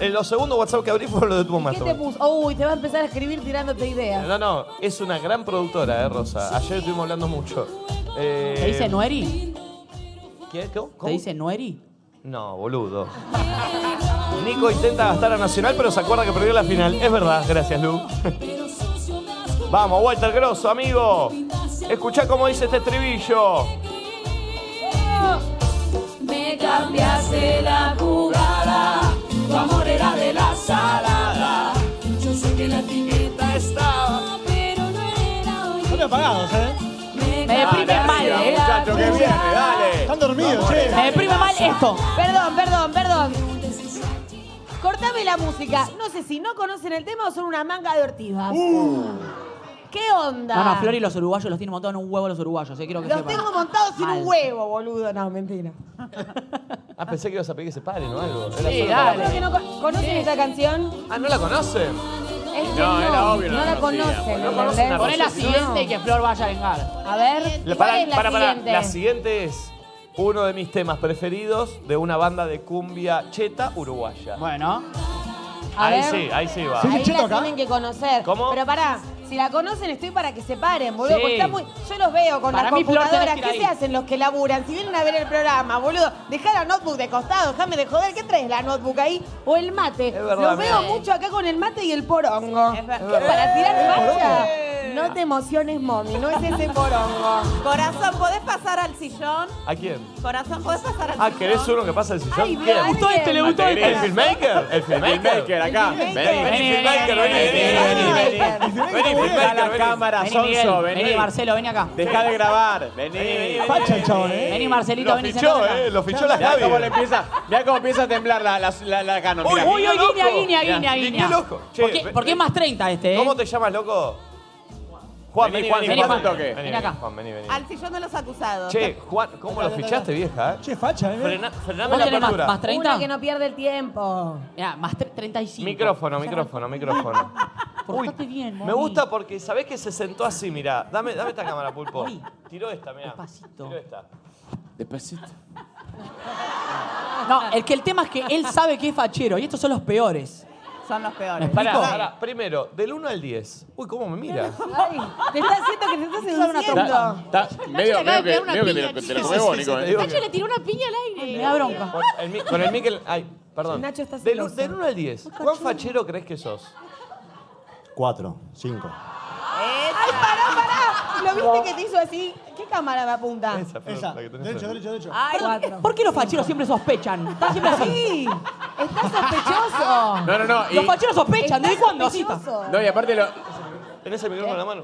eh, los segundos WhatsApp que abrí fueron los de tu mamá. ¿Qué te puso? Uy, te va a empezar a escribir tirándote ideas. No, no, es una gran productora, eh, Rosa. Ayer estuvimos hablando mucho. Eh, ¿Te dice Nueri? ¿Qué? ¿Cómo? ¿Te dice Nueri? No, boludo. Nico intenta gastar a Nacional, pero se acuerda que perdió la final. Es verdad, gracias, Lu. (laughs) Vamos, Walter Grosso, amigo. Escuchá cómo dice este estribillo. Me cambiaste la jugada, tu amor era de la salada. Yo sé que la etiqueta estaba, pero no era hoy. Son apagados, ¿eh? Me deprime mal, ¿eh? Muchacho, que viene, dale. Están dormidos, che. Me deprime mal esto. Perdón, perdón, perdón. Cortame la música. No sé si no conocen el tema o son una manga de ortivas. Uh. ¿Qué onda? No, no, Flor y los uruguayos los tienen montados en un huevo los uruguayos, eh, quiero que Los sepan. tengo montados en Mal. un huevo, boludo. No, mentira. Ah, pensé que ibas a pedir que se paren o algo. Era Sí, solo para- dale. Creo que no con- ¿Conocen esta canción? Ah, ¿no la conocen? Es que No, no, era obvio, no no la la conocen. no conocen ¿entendés? a Poné la No. y que Flor vaya a vengar. A ver, La- ¿cuál pará, es la pará, pará. siguiente? La siguiente es uno de mis temas preferidos de una banda de cumbia cheta uruguaya. Bueno. A ahí ver. sí, ahí sí va. Sí. Ahí Cheto la acá? tienen que conocer. ¿Cómo? Pero pará, si la conocen estoy para que se paren, boludo. Sí. porque está muy- Yo los veo con Para las mí, Flor, tenés computadoras. que ir ¿Qué ahí. se hacen los que laburan? Si vienen a ver el programa, boludo, dejá la notebook de costado, déjame de joder. ¿Qué traes la notebook ahí? O el mate. Es verdad, los veo mira. mucho acá con el mate y el porongo. Es verdad. Que para tirar marcha. Eh. No te emociones, mami, no es ese porongo. Corazón, ¿podés pasar al sillón? ¿A quién? Corazón, ¿podés pasar al Ah, sillón? ¿querés uno que pasa el sillón? Ay, ¿Quién? veo a alguien. este, le gustó este. ¿El filmmaker? ¿El El filmmaker? maker acá. Vení, Vení, vení, filmmaker, vení, vení, vení, vení. Vení, Deja filmmaker, la vení. cámara, Vení, Miguel. Sonso, Vení, vení. Marcelo, vení acá. Deja de grabar, vení. Facha el chabón, ¿eh? Vení, Marcelito, Lo vení. fichó, sentate acá. eh, lo fichó la Mirá cómo, le Javi. empieza, mirá cómo empieza a temblar la, la, la, la Canon, mirá. Uy, uy, Guiñó guiña, loco. guiña, guiña, Guiñó guiña. loco. Che, ¿Por qué, ve- por qué es más 30 este, eh? ¿Cómo te llamas, loco? Juan, Vení, vení, Juan, vení, Juan, Juan, vení, toque. Vení, Vení acá. Juan, vení, vení. Al sillón de los acusados. Che, Juan, ¿cómo lo fichaste, vieja? eh? Che, facha, ¿eh? Frena- Frename ¿Vos la tenés más, apertura. más 30? Uno que no pierde el tiempo. Mirá, más tre- 35. Micrófono, micrófono, micrófono. Portate bien, me Moni. gusta porque sabés que se sentó así, mirá. Dame, dame esta cámara, Pulpo. Moni. Tiró esta, mirá. Despacito. Tiró esta. Despacito. No, el que el tema es que él sabe que es fachero y estos son los peores. Son los ¿Me peores. Pará, explico? pará. Primero, del 1 al 10. Uy, cómo me mira. Ay, te (laughs) está haciendo que te estás seduciendo una trompa. Está, está- medio, le medio acaba de que, pegar una medio que te piña, lo, te chico. lo Sí, comés sí, vos, sí, Nico. te eh. digo Nacho que- le tiró una piña al Me aire. da bronca. Con el, mi- con el Miquel. Ay, perdón. Nacho está del, celoso. del 1 al 10, ¿cuán fachero crees que sos? Cuatro, cinco. ¡Ay, pará, pará! ¿Lo viste que te hizo así? ¿Qué cámara me apunta? fue Esa. la que tenés Derecho, ahí. derecho, derecho. Ay, ¿Por qué- ¿Por qué los facheros siempre sospechan? Están siempre así. (laughs) ¡Está sospechoso! No, no, no. Los Y, facheros sospechan. ¿Desde cuándo? Así está. Sospechoso. no, y aparte lo. ¿Tenés el micrófono en la mano?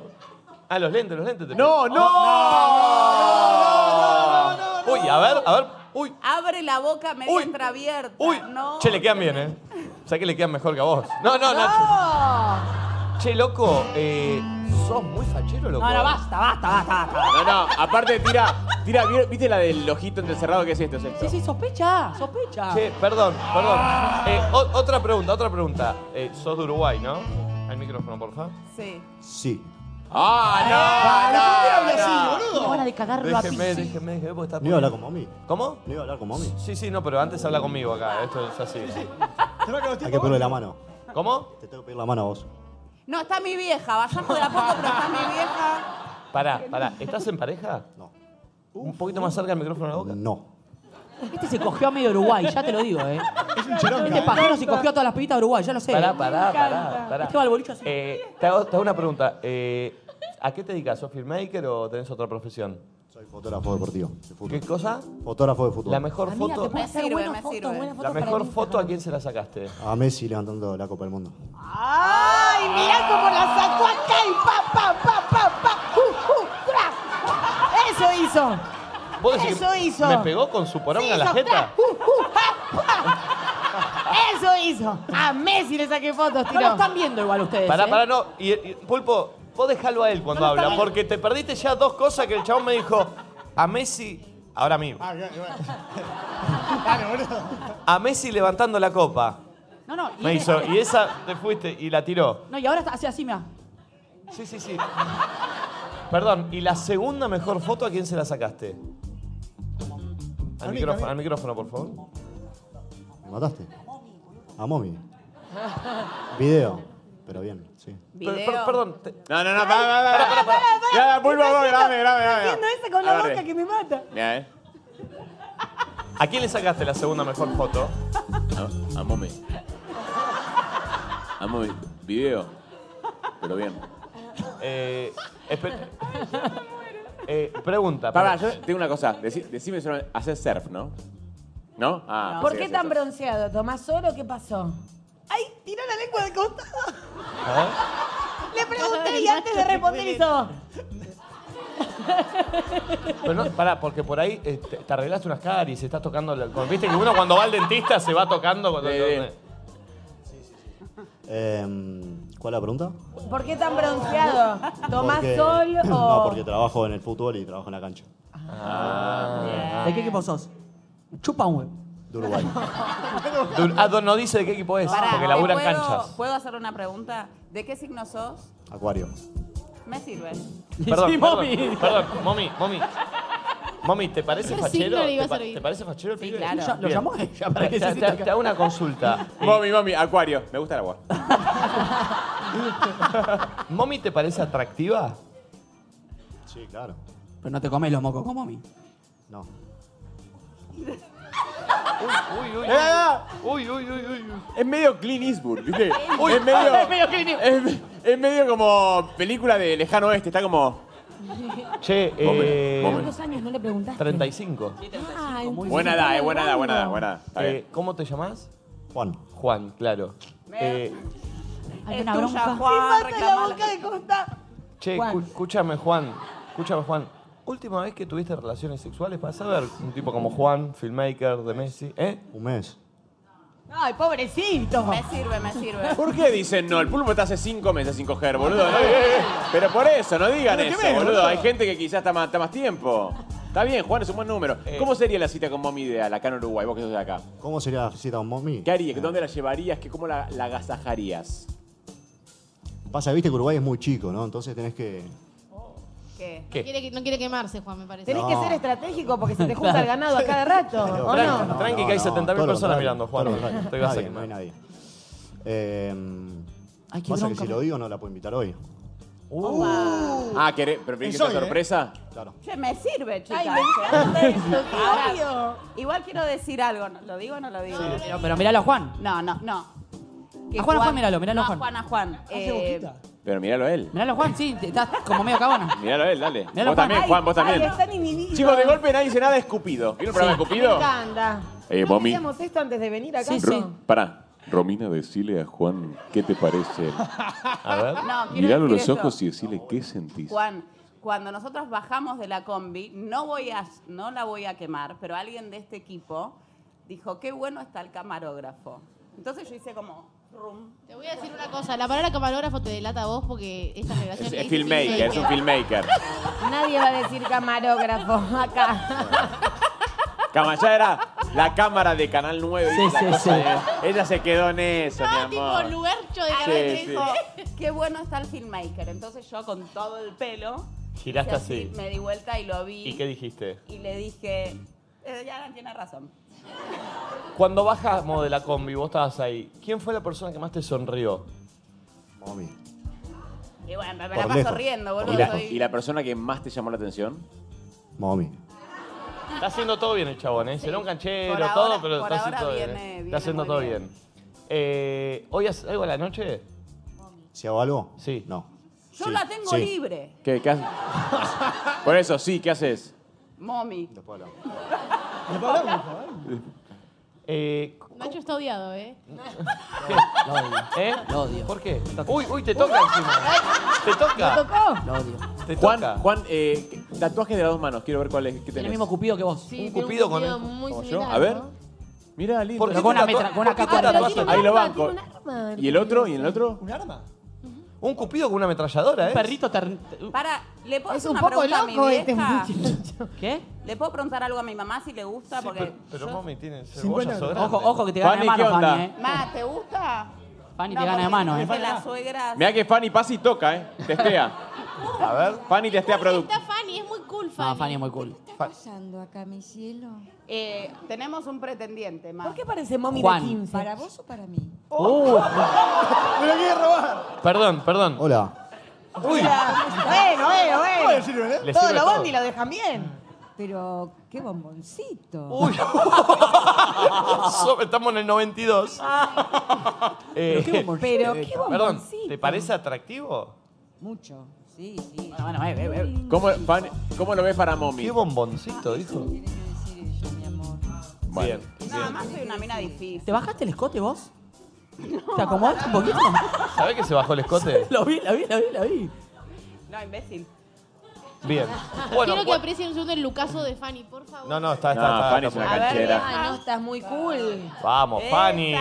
Ah, los lentes, los lentes. te Ah, ¡No, no! pido. Uy, a ver, a ver. Uy, abre la boca medio Uy. entreabierta. uy. No. Che, le quedan bien, ¿eh? O sea que le quedan mejor que a vos. No, no, Nacho. Che, loco, eh, sos muy fachero, loco. No, no, basta, basta, basta, basta. No, no. Aparte tira. Tira, ¿viste la del ojito entrecerrado que es esto? Es esto? Sí, sí, sospecha, sospecha. Che, perdón, perdón. Eh, o- otra pregunta, otra pregunta. Eh, sos de Uruguay, ¿no? Al micrófono, por favor. Sí. Sí. Eh, ¡Ah, no! no, así, boludo? Tengo ganas de cagarlo a Déjeme, piso. Eh, déjeme, déjeme, porque está No iba a hablar con mami. ¿Cómo? No iba a hablar con mami. Sí, sí, no, pero antes habla conmigo Ah. acá, esto es así. Hay que pedirle la mano. ¿Cómo? Te tengo que pedir la mano a vos. No, está mi vieja. Vayamos de a poco, pero está mi (laughs) vieja. Pará, pará. ¿Estás en pareja? No. Un poquito más cerca el micrófono a la boca. No. Este se cogió a medio Uruguay, ya te lo digo, (laughs) ¿eh? (laughs) Es un cheronca, Este ¿eh? pajero se cogió a todas las pibitas de Uruguay, ya lo sé. Pará, ¿eh? pará, pará, pará. Este va al boliche así. Eh, te, hago, te hago una pregunta. Eh, ¿A qué te dedicas? ¿Sos filmmaker o tenés otra profesión? Soy fotógrafo deportivo. de fútbol. ¿Qué cosa? Fotógrafo de fútbol. La mejor Amiga, te foto. puedo Me hacer sirve, buenas me fotos, sirve. buenas La fotos para mejor el foto, ¿a quién se la sacaste? A Messi levantando la Copa del Mundo. ¡Ay! Mirá cómo la sacó acá y pa, pa, pa, pa, pa. Uh, uh, tra. Eso hizo. ¿Vos decís que Eso hizo. ¿Me pegó con su poronga en la Hizo tra, jeta? uh, uh, pa, pa. Eso hizo. A Messi le saqué fotos, No lo tiró. están viendo igual ustedes. Pará, ¿eh? pará, no. Y, y, Pulpo, vos dejalo a él cuando No, no, habla, está bien. porque te perdiste ya dos cosas que el chabón me dijo. A Messi, ahora mismo. (laughs) A Messi levantando la copa. No, no. y Me él- hizo. Y esa te fuiste y la tiró. No, y ahora está- hace así, mira. Sí, sí, sí. Perdón, ¿y la segunda mejor foto a quién se la sacaste? Al micrófono, al micrófono, por favor. ¿Me mataste? A Momi. Video. Pero bien, sí. Per- per- Video. perdón, te- No, no, no, para, para, para. Ya, pulpo, grave, grave, grave. Haciendo ese con la boca que me mata. Mira, eh. ¿a quién le sacaste la segunda mejor foto? A- Amome. Amome, video. Pero bien. Eh, espe- Eh, pregunta. Pará, pará. yo tengo una cosa. Decí- decime, solo- hacer surf, ¿no? ¿No? Ah, ¿Por pensé qué que hacías tan surf. bronceado? ¿Tomás solo? ¿Qué pasó? ¡Ay! Tiró la lengua del costado. ¿Eh? Le pregunté y antes de responder hizo. Pero no, pará, porque por ahí eh, te, te arreglaste unas caries, estás tocando. la- como- Viste que uno cuando va al dentista se va tocando. Cuando, Sí, sí. Em, ¿Cuál es la pregunta? ¿Por qué tan bronceado? ¿Tomás Porque- sol o.? (laughs) No, (laughs) porque trabajo en el fútbol y trabajo en la cancha. Ah. ¿De qué equipo sos? Chupa un huevo. De Uruguay. (laughs) Du- Ah, no dice de qué equipo es, Pará, porque ¿te laburan puedo- canchas. ¿Puedo hacer una pregunta? ¿De qué signo sos? Acuario. Me sirve. (laughs) Perdón, Sí, perdón, mami. perdón, mami, mami. Mami, ¿te parece Cualquier fachero? signo le iba ¿Te, a pa- servir. te parece fachero el Sí, pibe? claro. Ya- lo Bien. llamó ella (laughs) para que Te, se te- sienta te (laughs) hago una consulta. Mami, mami, acuario. Me gusta el agua. ¿Mami te parece atractiva? Sí, claro. Pero no te comes los mocos como a mí. No. Uy, uy, Eh, eh, uy, uy, uy, uy, uy. Es medio Clint Eastwood, (laughs) ¿viste? es (laughs) medio. Es medio Es medio como película de lejano oeste, está como. Che, eh, Momi, momi. ¿Cuántos años no le preguntaste? 35. Buena Ay, entonces edad, está eh, buena edad, buena edad, buena edad. Está bien. Eh, ¿Cómo te llamás? Juan. Juan, claro. Eh, Hay Es una tuya, bronca. Juan, Me mata la reclamala. boca de costa. Che, Juan. cu- escúchame, Juan. Escúchame, Juan. Última vez que tuviste relaciones sexuales, para saber, un tipo como Juan, filmmaker de Messi, ¿eh? Un mes. Ay, pobrecito. Me sirve, me (laughs) sirve. ¿Por qué dicen no? El pulpo está hace cinco meses sin coger, boludo. ¿no? Pero por eso, no digan eso, boludo. Hay gente que quizás está más, está más tiempo. Está bien, Juan, es un buen número. Eh. ¿Cómo sería la cita con mami ideal acá en Uruguay, vos que sos de acá? ¿Cómo sería la visita con Momi? ¿Qué harías? ¿Dónde la llevarías? ¿Qué, ¿Cómo la, la agasajarías? Pasa, viste que Uruguay es muy chico, ¿no? Entonces tenés que. ¿Qué? No quiere, que- no quiere quemarse, Juan, me parece. Tenés que ser estratégico porque se (laughs) te junta el ganado a cada rato, ¿o Tranqui, no? tranqui que hay 70.000 todo lo personas contrario, mirando, Juan. todo lo contrario. Te ibas a Nadie, quemar. no hay nadie. Eh, Ay, qué pasa que bronca. si lo digo no la puedo invitar hoy. Uh. Ah, ¿querés, ¿preferís que sea ¿eh? sorpresa? Claro. Che, me sirve, chicas. ¿eh? Ay, me encanta esto, qué Ahora, obvio. Igual quiero decir algo. ¿Lo digo o no lo digo? Pero, pero miralo a Juan. No, no, no. Que A Juan, a Juan, míralo, míralo a no, Juan. a Juan. Eh, a Juan. Eh, Pero míralo a él. Miralo a Juan, sí. te- Estás como medio cabona. Míralo a él, dale. Míralo a vos Juan. también, Juan, vos también. Ay, están inhibidos. Chicos, de golpe nadie dice nada, escupido. ¿Vieron el programa de Me escupido? encanta. Eh, ¿No Momi. hacíamos esto antes de venir acá? Sí, sí. Ru- Pará. Romina, decile a Juan qué te parece. A ver. no, quiero Míralo a decir los esto. ojos y decile qué sentís. Juan, cuando nosotros bajamos de la combi, no, voy a, no la voy a quemar, pero alguien de este equipo dijo, qué bueno está el camarógrafo. Entonces yo hice como... rum. Te voy a decir una cosa. La palabra camarógrafo te delata a vos porque esta generación Es, es filmmaker, es un filmmaker. Nadie va a decir camarógrafo acá. Camaya era la cámara de Canal 9. Sí, ¿viste? La sí, cosa sí. de- Ella se quedó en eso, Ah, mi tipo amor. lubercho de Sí, canal tres, sí. dijo. Qué bueno está el filmmaker. Entonces yo con todo el pelo... Giraste hice así. Me di vuelta y lo vi. ¿Y qué dijiste? y le dije, eh, Yaran tiene razón. Cuando bajamos de la combi, vos estabas ahí, ¿quién fue la persona que más te sonrió? Momi. Y bueno, me Por la paso lejos. riendo, boludo. ¿Y la, soy- y la persona que más te llamó la atención? Mami. Está haciendo todo bien el chabón, ¿eh? Será un canchero, Por ahora- todo, pero por está haciendo ahora todo bien. viene- ¿eh? viene Está haciendo muy todo bien. bien. Eh, ¿Hoy haces algo a la noche? ¿Si hago algo? Sí. No. Yo Sí, la tengo sí. libre, (laughs) ¿Qué, qué haces? Por eso, sí, ¿qué haces? mommy. Después hablamos. Eh, Nacho está odiado, ¿eh? Lo odio. ¿Eh? Lo odio. ¿Por qué? toca. Uy, uy, te toca encima. Te toca. ¿Tocó? Lo odio. Te toca. Juan, Juan eh, tatuajes de las dos manos. Quiero ver cuál es. ¿Qué Tiene el tenés. mismo cupido que vos. Sí, Un tiene cupido con él. muy Como yo. similar, A ver. ¿no? Mira, listo. ¿Por qué Pero te con una tatu- metra- con una por qué K te cuatro. Pero tatuaste? tiene un Ahí lo arma, banco. tiene un arma. ¿Y el otro? ¿Y el otro? ¿Un arma? Un cupido con una ametralladora, ¿eh? Un perrito ter- Para, ¿le puedo Es hacer un una poco pregunta a loco mi este vieja? (laughs) muchacho. ¿Qué? ¿Le puedo preguntar algo a mi mamá si le gusta? Porque Pero, pero yo- mami tiene Cincuenta- cebollas sobradas. Ojo, ojo que te gana de Fanny, ¿qué mano, onda? Fanny, eh. Ma, ¿te gusta? Fanny No, te gana de porque mano, eh. dicen que La suegra... Mira que Fanny pasa y toca, ¿eh? Testea. A ver. Fanny testea producto. Está Fanny, es muy cool, Fanny. No, Fanny es muy cool. ¿Qué está pasando acá, mi cielo? Eh, tenemos un pretendiente, ma. ¿Por qué parece mommy Juan. de 15? ¿Para vos o para mí? Oh. Uh, ¡Me lo quiere robar! Perdón, perdón. Hola. (laughs) Uy, Bueno, bueno, bueno. Le Todo sirve lo todo. bondi lo dejan bien. Pero qué bomboncito. uy. (laughs) So- Estamos en el (laughs) 92. Eh, Pero qué perdón, bomboncito. ¿te parece atractivo? Mucho. Sí, sí. Bueno, bueno, eh, eh, ¿Cómo, Fanny, cómo lo ves para mommy? Qué bomboncito, dijo. Tiene que decir ella, mi amor. Bueno. Nada más soy una mina difícil. ¿Te bajaste el escote vos? ¿Te acomodaste un poquito? ¿Sabés que se bajó el escote? (laughs) Lo vi, lo vi, lo vi, lo vi. No, imbécil. Bien. Quiero Bueno, que bueno. aprecien un segundo el lucaso de Fanny, por favor. No, no, está, No, está, está, Fanny es está una A ver, canchera. vieja. Ah, no, estás muy cool. Vamos, Esa. Fanny.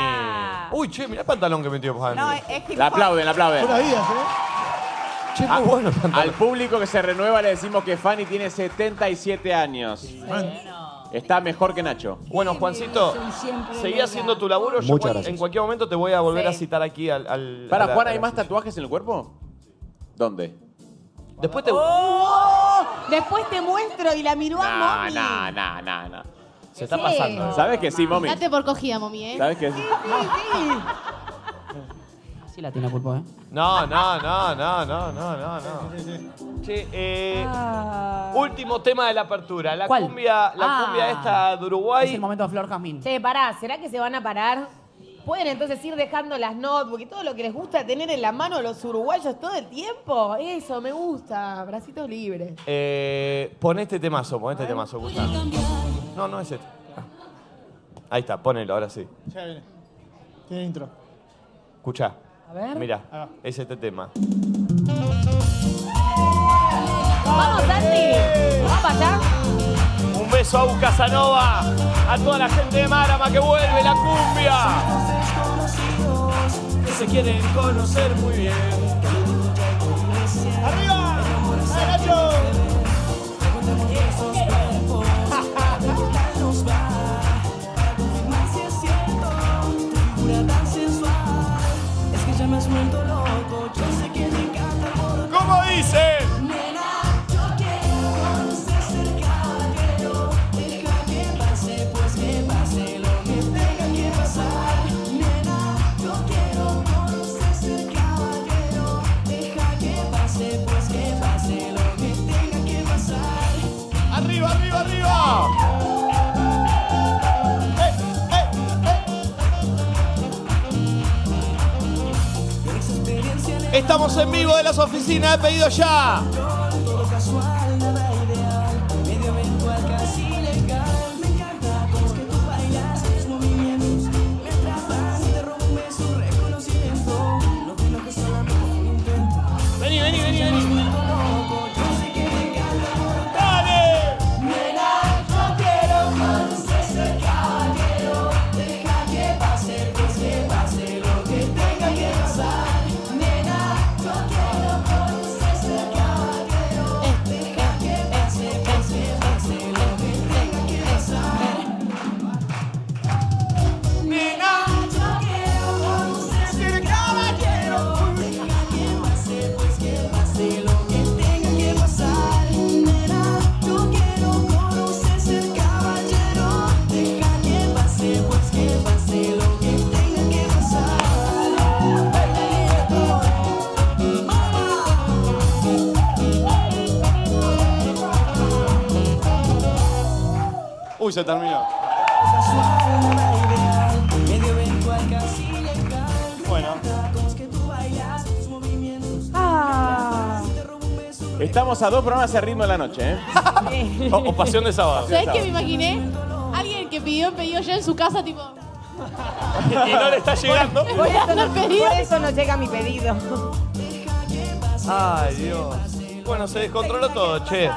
Uy, che, mirá el pantalón que metió Fanny. No, es, es hip La hop. aplauden, la aplauden. Buenos días, ¿eh? che, A- muy bueno el pantalón. Al público que se renueva le decimos que Fanny tiene 77 años. Está mejor que Nacho. Bueno, Juancito, Soy siempre seguí legal. haciendo tu laburo. Yo Muchas voy- gracias. en cualquier momento te voy a volver a Sí. citar aquí al. al- a Para, la- Juan, a ¿hay la- más tatuajes en el cuerpo? ¿Dónde? Después te. ¡Oh! Después te muestro y la miró a No, mommy. no, no, no, no. Se está pasando. ¿Sabes que sí, mami? Date por cogida, mami, ¿eh? ¿Sabes que sí? Así la tiene pulpo, eh. No, no, no, no, no, no, no, no. Che, eh, último tema de la apertura. La ¿Cuál? cumbia, la Ah. cumbia esta de Es Uruguay. el este momento de Flor Jazmín. Che, pará, ¿será que se van a parar? ¿Pueden entonces ir dejando las notebooks y todo lo que les gusta tener en la mano los uruguayos todo el tiempo? Eso, me gusta. Bracitos libres. Eh, pon este temazo, pon este temazo, Gustavo. No, no es este. Ah. Ahí está, ponelo, ahora sí. Ya viene. Tiene intro. Escuchá. A ver. Mirá, Ah. es este tema. ¡Vamos, Santi! ¡Vamos para allá! Un beso a Agus Casanova, a toda la gente de Marama que vuelve la cumbia. Que se quieren conocer muy bien. ¡Arriba! ¡Dale, Nacho! ¿Cómo dice? ¡Arriba, arriba, arriba! Estamos en vivo de las oficinas, he pedido ya. Vení, vení, vení, vení. ¡Dale! Deja que pase, pues que pase lo que tenga que pasar. Nena, yo quiero conocerse el caballero. Deja que pase, pues que pase lo que tenga que pasar. Nena, yo quiero conocerse el caballero. Deja que pase, pues que pase lo que tenga que pasar. Nena, yo quiero conocerse el caballero. Deja que pase, pues que pase lo que tenga que pasar. Nena, yo quiero conocerse el caballero. Deja que pase, pues que pase lo que tenga que pasar. Nena, yo quiero conocerse el caballero. Deja que pase, pues que pase lo que tenga que pasar. Nena, yo quiero conocerse el caballero. Deja que pase, pues que pase lo que tenga que pasar. Uy, se terminó. Bueno. Ah. Eh. Estamos a dos programas a ritmo de la noche, ¿eh? O, o pasión de sábado. ¿Sabes qué me imaginé? Alguien que pidió un pedido ya en su casa, tipo. (laughs) Y no le está llegando. Por (laughs) eso, no, No pedí. por eso no llega mi pedido. Ay, Dios. Bueno, se descontroló todo, che.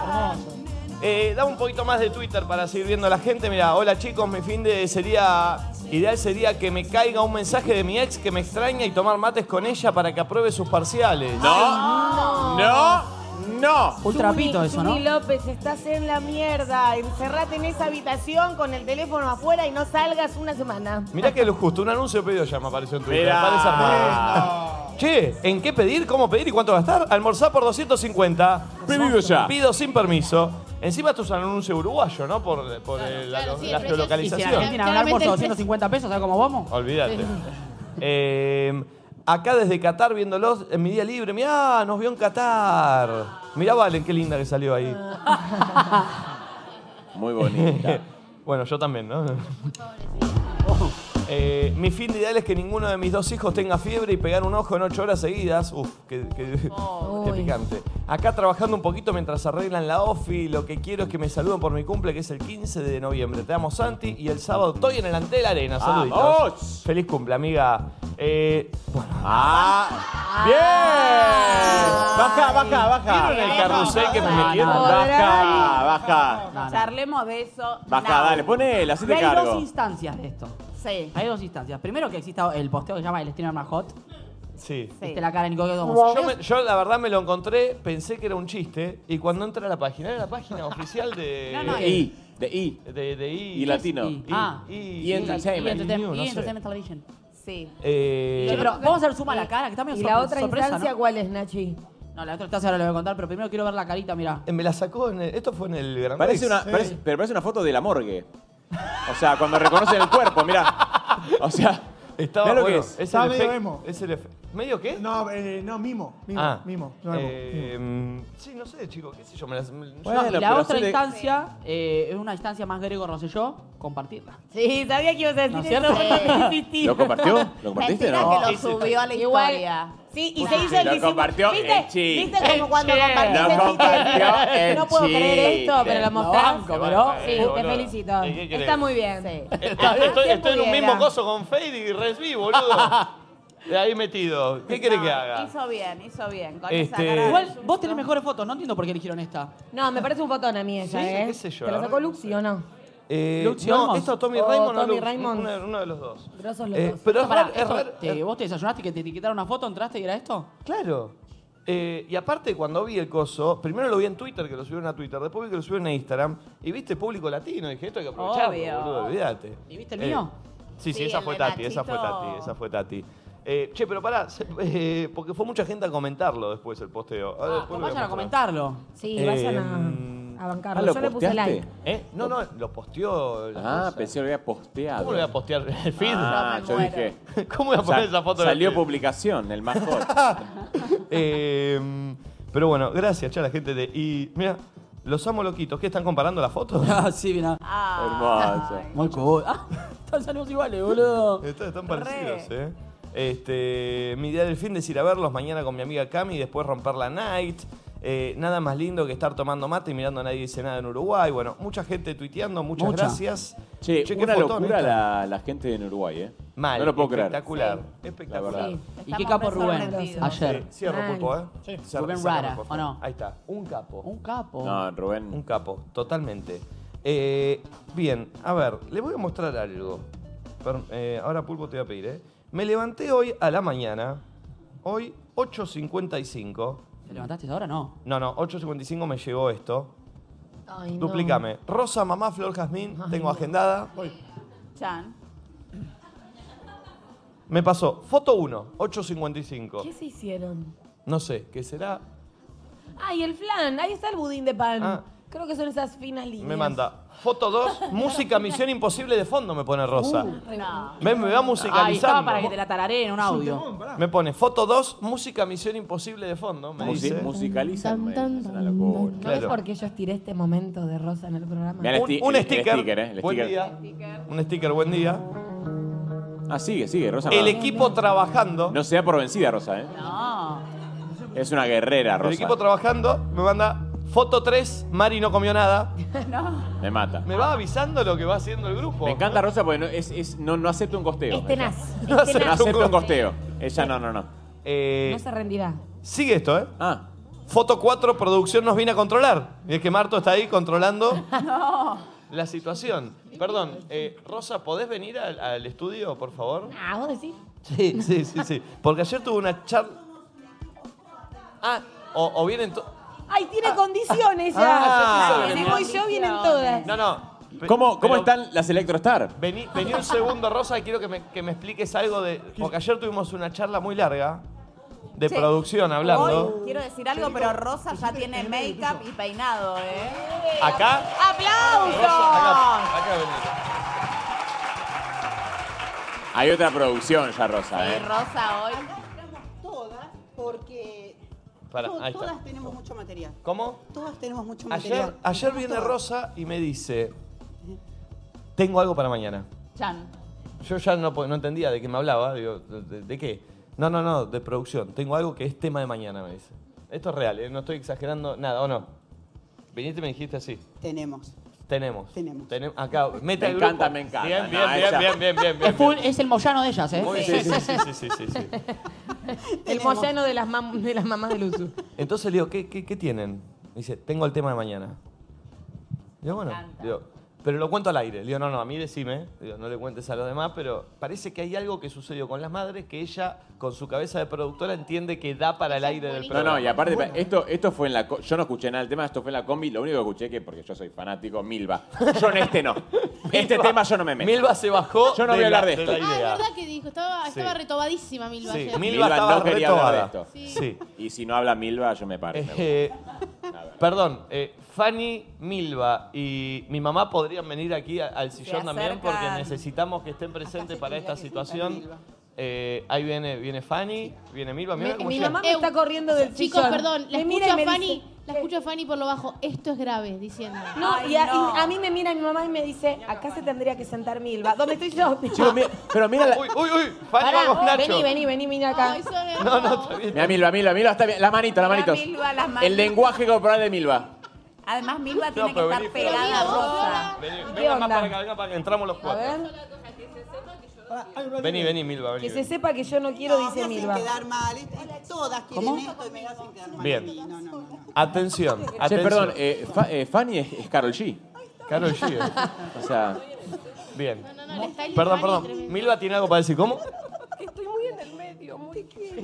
Eh, da un poquito más de Twitter para seguir viendo a la gente. Mira, hola chicos, mi fin de sería. Ideal sería que me caiga un mensaje de mi ex que me extraña y tomar mates con ella para que apruebe sus parciales. No, no, no. Un trapito eso, ¿no? Juli López, estás en la mierda. Encerrate en esa habitación con el teléfono afuera y no salgas una semana. Mirá que lo justo, un anuncio de pedido ya me apareció en Twitter. Mirá. Parece hermoso. Che, ¿en qué pedir? ¿Cómo pedir y cuánto gastar? Almorzar por 250. Pedido ya. Pido sin permiso. Encima esto es un anuncio uruguayo, ¿no? Por, por el- la, sí, el la precio es- Y si geolocalización. en Argentina un Claramente almuerzo de el precio. 250 pesos, ¿sabes cómo vamos? Olvídate. Eh, acá desde Qatar viéndolos en mi día libre. Mirá, nos vio en Qatar. Mirá, Valen, qué linda que salió ahí. Muy bonita. (laughs) Bueno, yo también, ¿no? (laughs) Eh, mi fin de ideal es que ninguno de mis dos hijos tenga fiebre y pegar un ojo en ocho horas seguidas. Uf, qué, qué- qué picante. Acá trabajando un poquito mientras arreglan la ofi. Lo que quiero es que me saluden por mi cumple, que es el 15 de noviembre. Te amo, Santi. Y el sábado estoy en el Antel Arena. Saluditos. ¡Vamos! Feliz cumple, amiga. Eh, bueno, Ah, bien. Baja, baja, baja. ¿vieron el carrusel que me metieron? Baja, (laughs) baja. Charlemos de eso. Baja, now. dale, ponela, Y hacete hay dos cargo. instancias de esto. Sí. Hay dos instancias. Primero que exista el posteo que se llama el streamer más hot. Sí. Sí. Viste la cara de Nico que como... Yo, me- yo, la verdad me lo encontré, pensé que era un chiste y cuando entré a la página, era la página oficial de... No, no, De I, de I. de, de I- Y latino. I- eh. Ah. I- Y entertainment. Y I- no entertainment, y sé. entertainment television. Sí. Eh, Che, pero vamos a hacer suma a la cara, que está medio ¿Y sorpre- la otra sorpresa, instancia ¿no? cuál es, Nachi? No, la otra instancia ahora la voy a contar, pero primero quiero ver la carita, mira. eh, me la sacó en el- Esto fue en el Gran Parece Rex. una, parece- pero parece una foto de la morgue. O sea, cuando reconocen el cuerpo, mira. O sea, Estaba mirá lo que bueno, es. el Estaba medio efect- emo. Es el efe- ¿Medio qué? No, eh, no, mimo. Mimo, Ah. mimo. No, emo, Eh, mimo. Sí, no sé, chico, qué sé yo. Me las- me- yo- Bueno, y la pero otra hacele- instancia eh, es una instancia más Grego Rosselló, compartirla. Sí, sabía que ibas a decir ¿No es cierto? eso, porque (laughs) insistí. ¿Lo compartió? ¿Lo compartiste o Mentira no? que lo subió a la Igual. historia. Sí, y se hizo el Lo que hicimos. compartió ¿Viste? el chiste. ¿Viste como cuando El chiste. Lo compartiste el chiste? compartió el (laughs) No puedo creer esto, chiste. pero lo Lo mostrás. banco, pero- Sí, Eh, te boludo. felicito. Eh, ¿qué querés? Está muy bien. Estoy, estoy- estoy en un pudiera. mismo coso con Fade y Resby, boludo. (laughs) De ahí metido. ¿Qué querés No, que haga? Hizo bien, hizo bien. Con Este- esa cara de Igual, Igual vos tenés mejores fotos, no entiendo por qué eligieron esta. No, me parece un fotón a mí ella, Sí, ¿eh? qué sé yo, ¿Te la lo sacó verdad que Luxi o no? Eh, Luxi no, Olmos. esto Tommy Oh, Raymond o Tommy Lux, Raymond. Uno, uno de los dos. Grosos los Eh, dos. Pero es Esto, pará, raro, es esto, raro- te- ¿Vos te desayunaste que te etiquetaron una foto, entraste y era esto? Claro. Eh, y aparte, cuando vi el coso, primero lo vi en Twitter, que lo subieron a Twitter, después vi que lo subieron a Instagram, y viste público latino, dije, esto hay que aprovecharlo, Obvio. boludo, olvídate. Eh, ¿Y viste el mío? Sí, sí, Sí, esa el fue de Tati, esa fue Nachito. Tati, esa fue Tati. Eh, che, pero pará, se- eh, porque fue mucha gente a comentarlo después el posteo. Ahora Ah, después pues lo voy vayan a mostrar. comentarlo. Sí, Eh, vayan a, a Ah, bancarlo. ¿lo Yo le puse posteaste? like. ¿Eh? No, no, lo posteó. la Ah, cosa. pensé que lo había posteado. ¿Cómo lo voy a postear en el feed? Ah, Yo me yo muero. dije. (laughs) ¿Cómo voy a poner Sa- esa foto en el Salió feed? publicación, el más (laughs) hot. Eh, pero bueno, gracias, ya la gente de. Y mira, los amo loquitos. ¿Qué están comparando las (laughs) fotos? Ah, sí, mira. (laughs) Hermoso. Muy cool. Ah, están salimos iguales, boludo. Están, están parecidos, ¿eh? Este, mi idea del fin es ir a verlos mañana con mi amiga Cami y después romper la night. Eh, nada más lindo que estar tomando mate y mirando a nadie dice nada en Uruguay. Bueno, mucha gente tuiteando, muchas Mucha. gracias. Che, qué una fotón ¿eh? locura esta. la, la gente en Uruguay, ¿eh? Mal, no lo puedo creer. espectacular. La Espectacular. verdad. ¿Y qué Estamos capo Rubén? resorprendidos. Ayer. Sí, cierro, Mal. pulpo, ¿eh? Cierro, Rubén cierro, Rara, por ¿o favor. no? Ahí está, un capo. Un capo. No, Un Rubén. capo, totalmente. Eh, bien, a ver, les voy a mostrar algo. Per- eh, ahora Pulpo te voy a pedir, ¿eh? Me levanté hoy a la mañana, hoy 8.55. ¿Te levantaste ahora? No. No, no, 8.55 me llegó esto. Ay, no. Duplícame. Rosa, mamá, Flor, Jazmín, tengo agendada. (laughs) Chan. Me pasó, foto 1, 8.55. ¿Qué se hicieron? No sé, ¿qué será? Ay, el flan. Ahí está el budín de pan. Ah, Creo que son esas finas líneas. Me manda foto 2, música Misión Imposible de fondo, me pone Uh, Rosa. Me, me va Ahí Uh. estaba musicalizando. para que te la tararé en un audio. Me pone foto 2, música Misión Imposible de fondo. Me Musi- dice. musicaliza. Tan, tan, tan, tan. No es Claro. porque yo estiré este momento de Rosa en el programa. Mirá el Un, sti- un el- el sticker. sticker, eh, el buen sticker. día. Un sticker, buen día. Ah, sigue, sigue, Rosa. El no- equipo trabajando. No se da por vencida, Rosa, ¿eh? Es una guerrera, Rosa. El equipo trabajando me manda foto 3, Mari no comió nada. Me mata. Me va avisando lo que va haciendo el grupo. Me encanta Rosa porque no, es, es- no, no acepta un costeo. Es tenaz. No Este es acepta, no tenaz. acepta un costeo. Ella no, (laughs) no, no. Eh, No se rendirá. sigue esto, ¿eh? Ah. Foto 4, producción nos viene a controlar. Y es que Marto está ahí controlando la situación. Perdón, eh, Rosa, ¿podés venir al, al estudio, por favor? Ah, vos decís. Sí, sí, sí, sí. Porque ayer tuve una charla. Ah, o, o vienen. to- Ay, tiene condiciones ya. Ah, Ay, sí, si sí, voy yo, vienen todas. No, no. Pe- ¿Cómo, cómo pero- están las Electrostar? Vení, vení un segundo, Rosa, y quiero que me, que me expliques algo de. Porque ayer tuvimos una charla muy larga de Sí. producción hablando. Hoy quiero decir algo, pero Rosa ya tiene make-up y peinado, ¿eh? Acá. ¡Aplausos! Acá, acá vení. Hay otra producción ya, Rosa, Sí, ¿eh? Rosa hoy. Todas, porque Pará, to- ahí está. todas tenemos mucho material. ¿Cómo? Todas tenemos mucho Ayer, material. ayer viene Rosa y me dice: Tengo algo para mañana. Chan. Yo ya no, po- no entendía de qué me hablaba. Digo, ¿de, de- de qué? No, no, no, de producción. Tengo algo que es tema de mañana, me dice. Esto es real, ¿eh? no estoy exagerando nada, ¿o no? Viniste y me dijiste así. Tenemos. Tenemos. Tenemos. Tenem- acá, mete Me al encanta, grupo. me encanta. Bien, bien, No, bien, esa- bien, bien, bien, bien, Es, full- es el Moyano de ellas, ¿eh? Muy- sí, sí, sí, sí, sí, sí, sí. El Tenemos. moyano de las, mam- de las mamás de Luzu. Entonces le digo, ¿qué, qué, qué tienen? Me dice, tengo el tema de mañana. Digo, bueno, digo, pero lo cuento al aire. Le digo, no, no, a mí decime, Digo, no le cuentes a los demás, pero parece que hay algo que sucedió con las madres que ella, con su cabeza de productora, entiende que da para el aire del No, programa. no, y aparte, esto, esto fue en la. co- Yo no escuché nada del tema, esto fue en la combi. Lo único que escuché que, porque yo soy fanático, (laughs) Milva. Yo en este no. Este tema yo no me meto. Milva se bajó Yo no de voy a la- hablar de esto. la Ah, es idea. verdad que dijo, estaba, Sí. estaba retobadísima Milva Sí, ayer. Milva Milva estaba no quería hablar de retobada. esto. Sí. Y si no habla Milva, yo me paro. y me voy. Eh, perdón, eh, Fanny Milva y mi mamá podrían venir aquí a- al sillón también acercan. porque necesitamos que estén presentes para esta situación. Eh, ahí viene, viene Fanny, viene Milva. Mirá Me- cómo mi llega. mamá me está corriendo del Eh, Chicos, sillón. perdón, la Me mira y escucho a me Fanny, dice- la escucho a Fanny por lo bajo. Esto es grave, diciendo. No, Ay, y a, y no. a mí me mira mi mamá y me dice, acá se tendría que sentar Milva. ¿Dónde estoy (laughs) yo? Chicos, mi- pero mira la. Uy, uy, uy, Fanny Pará, va con Nacho. vení, vení, vení, mira acá. Ay, son No, no, hermosos. está bien. Mira, Milva, Milva, Milva está bien. La manito, la Mira, manito. Milva, las manitos. El lenguaje corporal de Milva. Además, Milva tiene que pero estar vení, pero pegada a vení, vos, Rosa. Vení, ¿Qué venga más onda? para acá, venga para acá, entramos los A cuatro. ver, Vení, vení, Milva, vení. que se vení. sepa que yo no quiero, dice me Milva. hacen quedar mal. eh, eh, Todas quieren esto y me hacen quedar mal. Bien. Sí, no, no, no, no. Atención, Che, atención. perdón, eh, Fa- eh, Fanny es, es Carol G. Carol G. eh. O sea, Bien. No, no, el style Perdón, de Fanny es perdón. tremendo. Milva tiene algo para decir. ¿Cómo?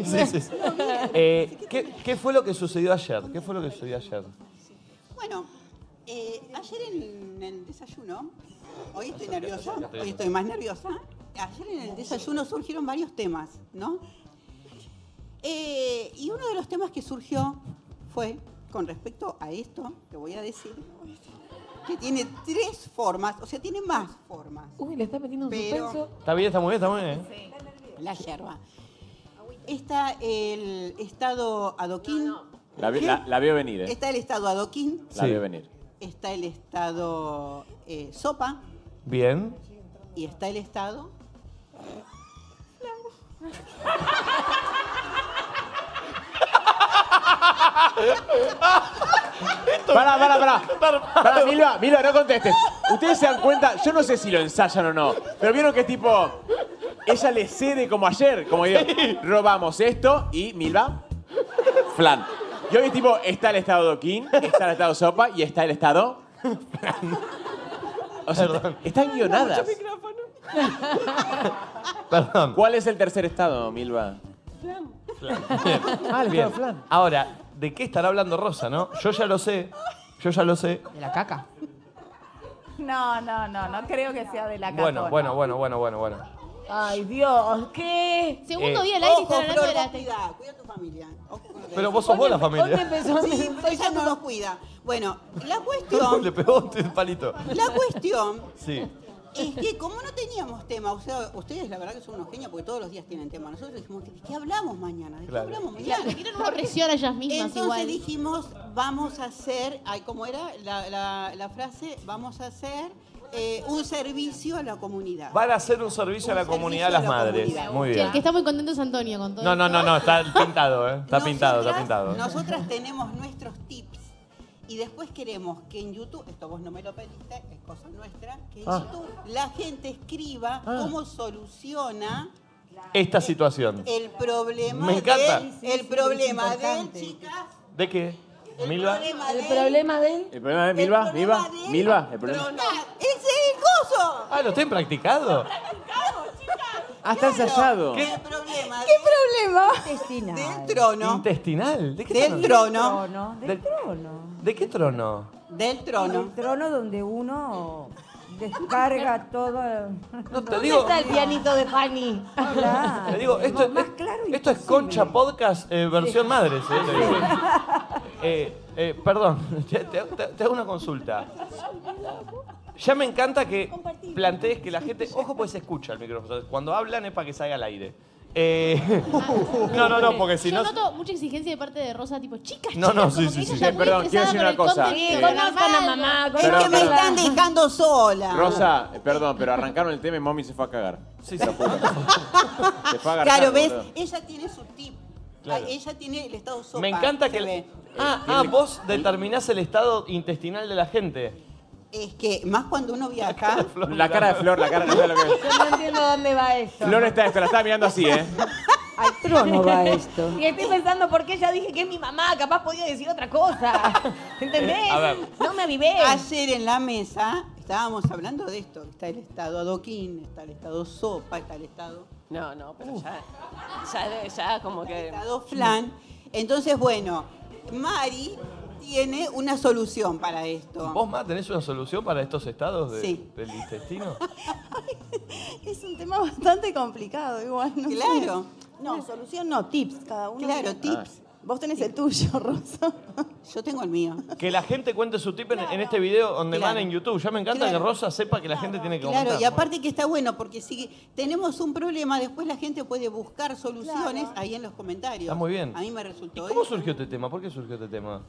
Sí, sí, sí. Eh, ¿qué, qué fue lo que sucedió ayer? ¿Qué fue lo que sucedió ayer? Bueno, eh, ayer en el desayuno, hoy estoy nerviosa, hoy estoy más nerviosa. Ayer en el desayuno surgieron varios temas, ¿no? Eh, y uno de los temas que surgió fue con respecto a esto que voy a decir, que tiene tres formas, o sea, tiene más formas. Uy, le está metiendo un Pero- suspenso. Está bien, está muy bien, está muy bien. ¿eh? La yerba. Está el estado adoquín. la, vi- la- la veo venir, eh. Está el estado adoquín. La Sí. veo venir. Está el estado eh, sopa. Bien. Y está el estado. Pará, pará, pará. Pará, Milva, Milva, no contestes. Ustedes se dan cuenta, yo no sé si lo ensayan o no, pero vieron que es tipo. Ella le cede como ayer, como digo, robamos esto y Milva, flan. Y hoy es tipo, está el estado doquín, está el estado sopa y está el (laughs) estado. O sea, están guionadas. Perdón. ¿Cuál es el tercer estado, Milva? Ah, el Bien. estado flan. Ahora, ¿de qué estará hablando Rosa, no? Yo ya lo sé. Yo ya lo sé. De la caca. No, no, no, no creo que sea de la cacona. Bueno, bueno, bueno, bueno, bueno, bueno. Ay, Dios, ¿qué? Segundo Eh, día al aire Ojo, están hablando Flor, de la vos cuidá, cuida tu familia. Ojo con lo que Pero decís. vos sos vos la ¿Dónde familia. empezó? Sí, pero ella no los cuida. Bueno, la (laughs) cuestión, Le pegó el palito. la cuestión Sí. es que como no teníamos tema, o sea, ustedes la verdad que son unos genios porque todos los días tienen tema. Nosotros dijimos, ¿de qué hablamos mañana? ¿De qué Claro. hablamos mañana? Claro, tienen una presión a ellas mismas Entonces igual. dijimos, vamos a hacer, ay, ¿cómo era la, la- la frase? Vamos a hacer eh, un servicio a la comunidad. Van a hacer un servicio a la comunidad las madres. Muy Que el bien. que está muy contento es Antonio con todo. No, no, no, no, está pintado, ¿eh? Está pintado, está Nosotras- pintado. Nosotras tenemos nuestros tips y después queremos que en YouTube, esto vos no me lo pediste, es cosa nuestra, que en Ah. YouTube la gente escriba cómo soluciona Esta situación. el problema Me encanta. del- Sí, el problema es del importante. chicas, ¿De qué? ¿Milva? problema El del- problema de él. ¿El problema es Milva? ¿Milva? ¿Milva? ¿El No, problema? no, ¡Ese es el coso! Ah, ¿lo tienen practicado? Ah, está ensayado. El problema ¿Qué problema? de- del Intestinal. trono, ¿Intestinal? ¿De qué trono? Del tro- trono. trono. Del Del- trono. ¿De qué trono? del Del trono. trono donde uno descarga todo. No, te ¿Dónde digo, está el pianito de Fanny? Claro. te digo, esto, Más claro esto es Concha Podcast eh, versión madres. eh, te digo. (laughs) Eh, eh, perdón, (laughs) te, te- te- te hago una consulta. Ya me encanta que plantees que la gente, ojo, pues se escucha el micrófono. Cuando hablan es para que salga al aire. Eh, (laughs) no, no, no, porque si Yo no... noto mucha exigencia de parte de Rosa, tipo, chicas, No, no, chicas, sí, como sí, que ella sí. ya Eh, muy perdón, quiero estresada decir una con el cosa. contenido, Eh, Conozcan a mamá, Es conozcan que me a papá. están dejando sola. Rosa, eh, perdón, pero arrancaron el tema y mommy se fue a cagar. Sí, Te sí. lo juro. Se fue a agarrar. Claro, ¿ves? boludo. Ella tiene su tip. Claro. Ah, Ella tiene el estado sopa. Me encanta se que... ve. Ah, ah, vos determinás el estado intestinal de la gente. Es que más cuando uno viaja, La cara de Flor, la cara de Flor. lo que- Yo no entiendo dónde va esto. Flor está esto, la estaba mirando así, (laughs) ¿eh? Al trono (laughs) va esto. Y estoy pensando por qué ya dije que es mi mamá, capaz podía decir otra cosa. ¿Entendés? Eh, a ver. No me avivé. ayer en la mesa estábamos hablando de esto. Está el estado adoquín, está el estado sopa, está el estado, No, no, pero ya, ya, ya como que... estado flan. Entonces, bueno, Mari tiene una solución para esto. ¿Vos, más tenés una solución para estos estados de- Sí. del intestino? Es un tema bastante complicado igual, ¿no? sé. Claro. No, solución no, tips, cada uno. Claro, tips. Vos tenés el tuyo, Rosa. Yo tengo el mío. Ah, Que la gente cuente su tip en, en este video on demand Claro. en YouTube. Ya me encanta Claro. que Rosa sepa que la gente tiene que Claro, comentar. y aparte que está bueno porque si tenemos un problema, después la gente puede buscar soluciones ahí en los comentarios. Está muy bien. A mí me ¿Y resultó cómo eso. surgió este tema? ¿Por qué surgió este tema?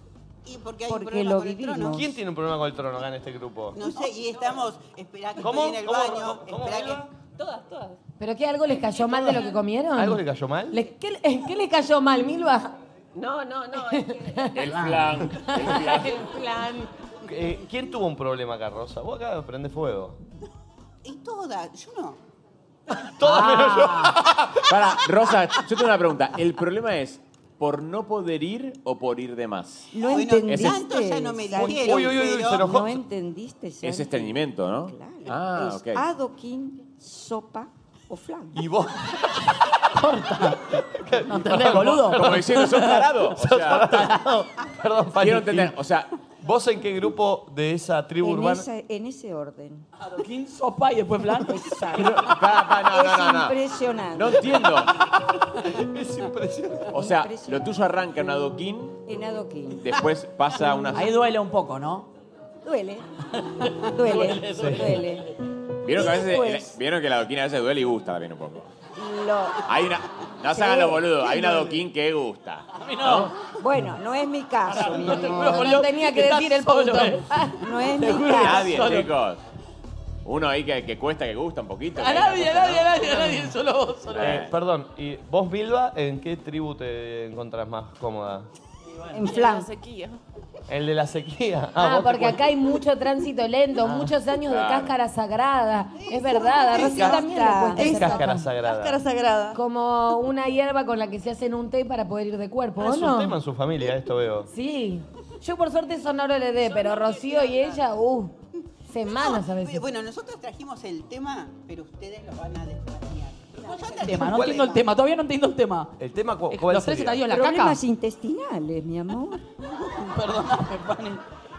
Y porque hay Porque un problema lo con el trono. vivimos. ¿Quién tiene un problema con el trono acá en este grupo? No sé, y estamos, esperá que ¿Cómo? estoy en el ¿Cómo? baño, ¿Cómo? esperá Elba? que... Todas, todas. ¿Pero qué algo les cayó mal de lo que comieron? ¿Algo le cayó mal? ¿Les- qué, eh, qué les cayó mal, Milva? No, no, (laughs) no. es que- El flan. El plan. Eh, ¿Quién tuvo un problema acá, Rosa? Vos acá prende (laughs) fuego. Y todas, yo (laughs) no. Todas menos yo. Para, Rosa, yo tengo una pregunta. ¿El problema es por no poder ir o por ir de más? No Bueno, entendiste. tanto ya no me Santi. dijeron, Uy, uy, uy, uy, pero- se enojó. No entendiste. Santi. Es estreñimiento, ¿no? Claro. Ah, es ok. adoquín, sopa o flan. (laughs) Y vos. No entendés, boludo. Como diciendo, sos tarado. O sea, Perdón, Fanny. quiero entender. O sea, ¿Vos en qué grupo de esa tribu En, urbana? esa- en ese orden. Adoquín, sopa y después plan. (laughs) Exacto. para, para, Ah, no, es no, no, no. impresionante. No (laughs) entiendo. Es impresionante. O sea, lo tuyo arranca en un adoquín, En adoquín. después pasa a una... Ahí duele un poco, ¿no? Duele. Duele. Duele. Vieron que, a veces, Después. vieron que la adoquín a veces duele y gusta también un poco. Lo- Hay una. No se hagan los boludos, hay una adoquín que gusta. Bueno, no es mi Ah, caso, mi amor. No tenía que decir el punto. eh. (laughs) No es mi caso. Nadie, chicos. Uno ahí que, que cuesta que gusta un poquito. ¿eh? A que hay una nadie, a cosa, nadie, a nadie, a nadie, solo vos, solo vos. Eh, perdón, ¿y vos, Bilba, en qué tribu te encontrás más cómoda? En flan. sequía. ¿El de la sequía? Ah, vos te Ah, porque acá hay mucho tránsito lento, muchos años de Claro. cáscara sagrada. Es verdad, a Rosy Cáscara. también le cuesta ¿Qué hacer es cáscara sopa. sagrada? Cáscara sagrada. Como una hierba con la que se hacen un té para poder ir de cuerpo, Ah, ¿o es no? un tema en su familia, esto veo. Sí. Yo por suerte eso no lo le dé, pero Rocío y ella, uh, semanas a No, veces. Bueno, nosotros trajimos el tema, pero ustedes lo van a desplanear. El tema, no entiendo el tema, todavía no entiendo el tema. El tema, cu- Eh, ¿cuál Los tres se sería? te dio la caca. Problemas intestinales, mi amor. Perdóname, Fanny.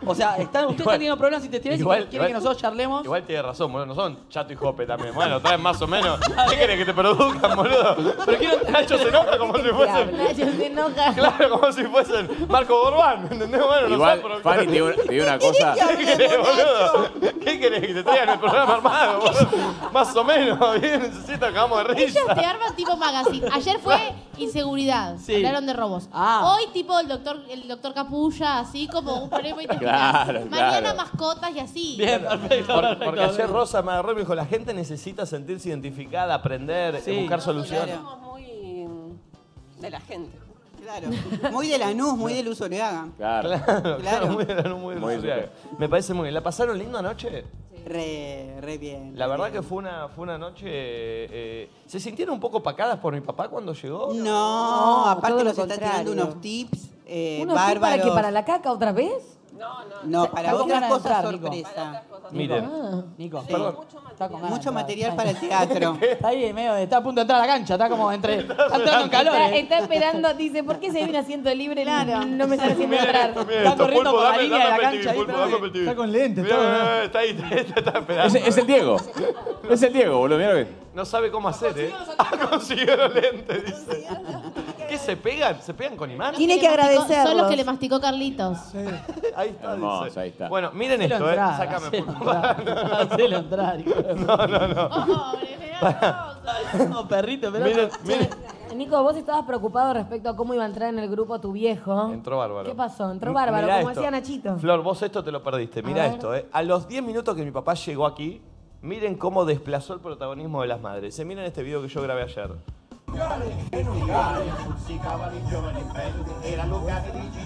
O sea, están, Igual- ustedes están teniendo problemas intestinales y igual- quieren igual- que nosotros charlemos. Igual tiene razón, boludo. No son chato y jope también. Bueno, traen más o menos. ¿Qué querés que te produzcan, boludo? Pero quiero Nacho se enoja como si fuesen. Nacho se enoja. Claro, como si fuesen Marco Borbán, ¿entendés? Bueno, Igual, no sé, pero- Fanny, te digo- te digo una cosa. ¿Qué querés, boludo? ¿Qué querés que te traigan el programa armado, boludo? Más o menos, (laughs) bien, necesito que hagamos de risa. Ellos te arman tipo magazine. Ayer (laughs) fue inseguridad. Sí. Hablaron de robos. Ah. Hoy tipo el doctor, el doctor Capulla, así como un problema intestinal. Claro, Mañana claro. mascotas y así. Bien, perfecto. Porque, perfecto. ayer Rosa me agarró y me dijo, la gente necesita sentirse identificada, aprender, Sí. buscar soluciones. Somos muy mm, de la gente. Claro. Muy de Lanús, muy de Luz Oreaga. Claro. Claro, (laughs) Claro. muy bien, muy bien. Muy Luciano. Me parece muy bien. ¿La pasaron lindo anoche? Re, re bien. La re verdad bien. que fue una, fue una noche... eh, ¿Se sintieron un poco pacadas por mi papá cuando llegó? No, No, todo aparte nos lo está tirando contrario. unos tips eh, ¿Unos tips bárbaros. para que para la caca otra vez? No, para Está con otras ganas de cosas entrar, Nico. sorpresa. Miren. Nico, Sí. perdón. Mucho material para el (laughs) teatro. (laughs) Está ahí, medio, de- está a punto de entrar a la cancha, está como entre. Está entrando en calor. Está, eh. está esperando, dice, ¿por qué se viene asiento libre? No me están haciendo Miren entrar. esto, miren Está esto. corriendo Pulpo, por la dame- línea de dame la el cancha ahí, Pulpo, pero- dame el TV. Está con lentes, Mirá, todo, mirá, ¿no? Está ahí, está, está, está esperando. Es, es el Diego. Es el Diego, boludo. Mira lo que. No sabe cómo hacer, ¿eh? (laughs) Ah, consiguió los lentes, dice. ¿Qué se pegan? ¿Se pegan con imán? Los le masticó- Son los agradecerlos. que le masticó Carlitos. (laughs) Ahí está, Hermoso, dice. ahí está. Bueno, miren Hacelo esto, ¿eh? entrar, Sácame, hacelo Pulpo. (laughs) entrar, Hacelo entrar, hijo de No, no, no. No, perrito, pero. Miren, miren. Nico, vos estabas preocupado respecto a cómo iba a entrar en el grupo tu viejo. Entró bárbaro. ¿Qué pasó? Entró M- bárbaro, mirá como esto. hacía Nachito. Flor, vos esto te lo perdiste. Mira ver. esto, ¿eh? A los 10 minutos que mi papá llegó aquí, miren cómo desplazó el protagonismo de las madres. Se miren este video que yo grabé ayer.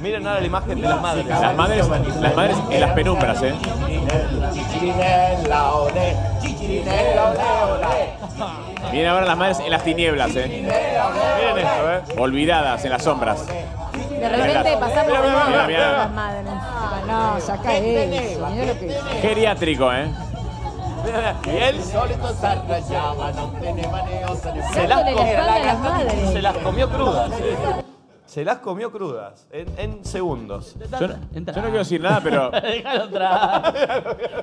Miren ahora la imagen de las madres. Las madres, las madres en las penumbras, ¿eh? Vienen ahora las madres en las tinieblas, ¿eh? Miren esto, ¿eh? Olvidadas, en las sombras. De repente pasamos Mirá, de mirá, mirá, nuevo mirá. a las madres. No, no, saca Este eso. Mirá lo que Geriátrico, ¿eh? Y él se las, Dándole la comió, espalda a las madres. se las comió crudas. ¿eh? Se las comió crudas en, en segundos. Yo no, yo no quiero decir nada, pero (laughs) Déjalo entrar.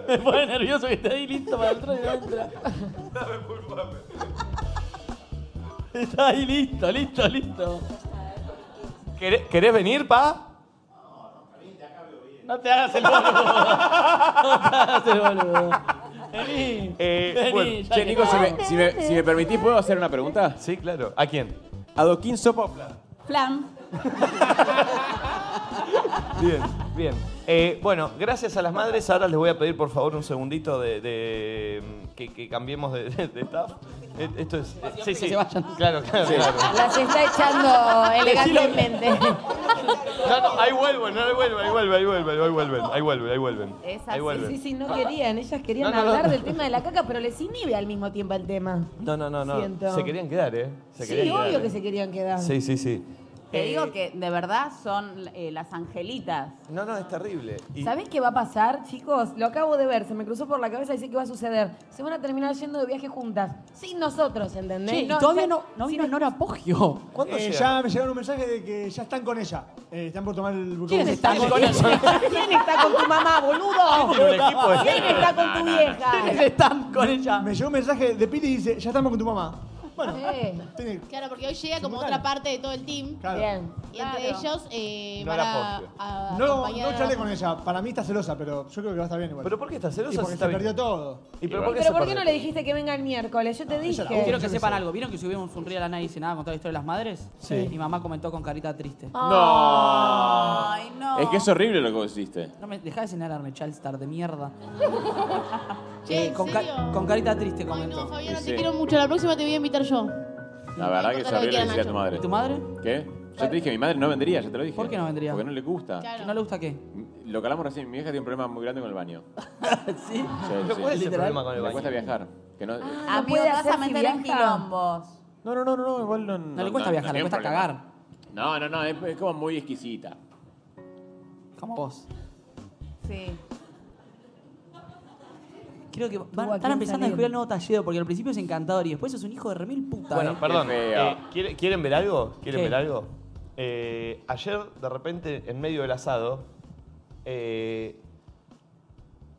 Me pone nervioso que está ahí listo para entrar y no entra. Está ahí listo, listo, listo. ¿Querés, querés venir, pa? No te hagas el boludo. No te hagas el boludo. Vení. Eh, Vení, bueno, ya Che, que Nico, si estamos. me, si me- si me permitís, ¿puedo hacer una pregunta? Sí, claro. ¿A quién? Adoquín Sopopla. Plan. Bien, bien. Eh, bueno, gracias a las madres. Ahora les voy a pedir, por favor, un segundito de, de, mm, que, que cambiemos de, de- de staff. Eh, Esto es. eh, sí, sí. se vayan. Claro, claro, claro. Las (laughs) está echando elegantemente. No, no, ahí vuelven, no, ahí vuelven, ahí vuelven, ahí vuelven, ahí vuelven, ahí vuelven, ahí vuelven. Es Ahí así, vuelven. Sí, sí, no querían. Ellas querían No, no, no. hablar del tema de la caca, pero les inhibe al mismo tiempo el tema. No, no, no, no. Siento. Se querían quedar, ¿eh? Se Sí, querían obvio quedar, que ¿eh? se querían quedar. Sí, sí, sí. Te Eh, digo que de verdad son eh, las angelitas. No, no, es terrible. Y- ¿Sabés qué va a pasar, chicos? Lo acabo de ver, se me cruzó por la cabeza y sé que va a suceder. Se van a terminar yendo de viaje juntas, sin nosotros, ¿entendés? Che, y todavía o sea, no, no vino Nora Poggio. ¿Cuándo Eh, llega? ya me llegaron un mensaje de que ya están con ella. Eh, están por tomar el ¿Quién bucabús. está con (laughs) ¿Quién está con tu mamá, boludo? Tiene un equipo de- ¿Quién está con tu vieja? ¿Quiénes están con ella? Me llegó un mensaje de Pili y dice, ya estamos con tu mamá. Bueno, Eh, tiene- Claro, porque hoy llega como otra parte de todo el team. claro. Bien. Y entre ellos eh, No van la a, postre. Ah, a No, acompañar no a- charlé con ella. Para mí está celosa, pero yo creo que va a estar bien igual. ¿Pero por qué estás Y celosa? porque si se está bien? perdió todo. ¿Y pero Igual. por qué, ¿Pero se por qué no perdió? le dijiste que venga el miércoles? Yo te ella la- dije. Yo Quiero qué que sepan sé. algo. ¿Vieron que subimos un reel a Nadie Dice Nada contar la historia de las madres? Sí. Mi mamá comentó con carita triste. No. Ah. Ay, no. Es que es horrible lo que vos hiciste. No me dejá de señalarme, Charlestar, de mierda. Che, Eh, ¿en con, ca- serio? con carita triste Ay, comentó. no, Fabiana, Sí, te sí. quiero mucho. La próxima te voy a invitar yo. La verdad que es horrible Claro, lo que hiciste a Nacho. tu madre. ¿Y tu madre? ¿Qué? Yo te dije, mi madre no vendría, ya te lo dije. ¿Por qué no vendría? Porque no le gusta. Claro. ¿No le gusta qué? Lo que hablamos recién, mi vieja tiene un problema muy grande con el baño. sí. Sí, ¿Pero sí. cuál es el Literal. problema con el Le cuesta baño? viajar. Que no... Ah, Amigo, puede te vas hacer a si meter en viaja. quilombos. no, no, no, no, no, igual no. No le cuesta viajar, le tiene un cuesta problema. cagar. No, no, no, es, es como muy exquisita. ¿Cómo vos? Sí. Creo que van, a están quién empezando a salir. descubrir el nuevo talledo, porque al principio es encantador y después es un hijo de remil puta. Bueno, ¿eh? perdón. Qué feo. eh, ¿quiere- ¿Quieren ver algo? ¿Quieren ¿Qué? ver algo? Eh, ayer, de repente, en medio del asado, eh,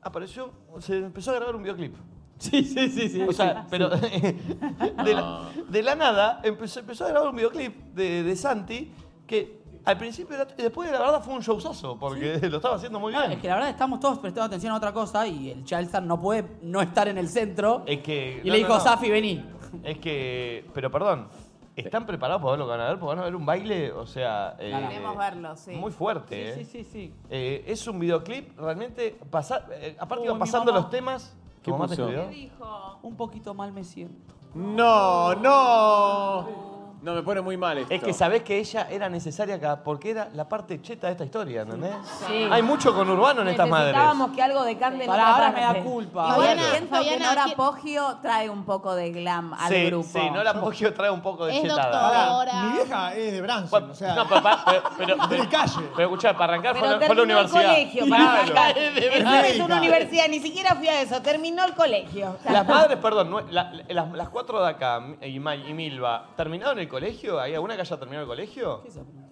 apareció, se empezó a grabar un videoclip. Sí, sí, sí, sí. O sea, pero (laughs) de, la, de la nada empezó, empezó a grabar un videoclip de, de Santi que al principio era- y después la verdad fue un showzazo porque (laughs) lo estaba haciendo muy bien. Ah, Es que la verdad estamos todos prestando atención a otra cosa y el Childstar no puede no estar en el centro. Es que. Y le dijo, "Safi, vení. Es que. Pero perdón, ¿están preparados para ver lo que van a ver? Porque van a ver un baile, o sea. eh, Queremos verlo, sí. Muy fuerte, Sí, sí, ¿eh? sí, sí. Eh, es un videoclip realmente. pasa- eh, aparte, Uy, iban mi pasando mamá. los temas. ¿Qué ¿Tu mamá te puso? escribió? dijo? Un poquito mal me siento. No, no. No, me pone muy mal esto. Es que sabés que ella era necesaria acá porque era la parte cheta de esta historia, ¿entendés? Sí. Hay mucho conurbano en estas madres. Necesitábamos que algo decante en Pará, otra ahora me da parte. culpa. Igual Fabiana, siento que Nora Poggio trae un poco de glam al sí, grupo. sí, Nora Poggio trae un poco de Es chetada. doctora. Mi vieja es de Branson, o sea. No, pero, pa- pero, pero, pero, pero escuchá, para arrancar fue, Pero la- fue la terminó el universidad. colegio, para Claro. arrancar. Es de Encima verdad. es una universidad, ni siquiera fui a eso, terminó el colegio. O sea, Las madres, perdón, no- la- la- las, las cuatro de acá y, Ma- y Milva, ¿terminaron el colegio? ¿Hay alguna que haya terminado el colegio?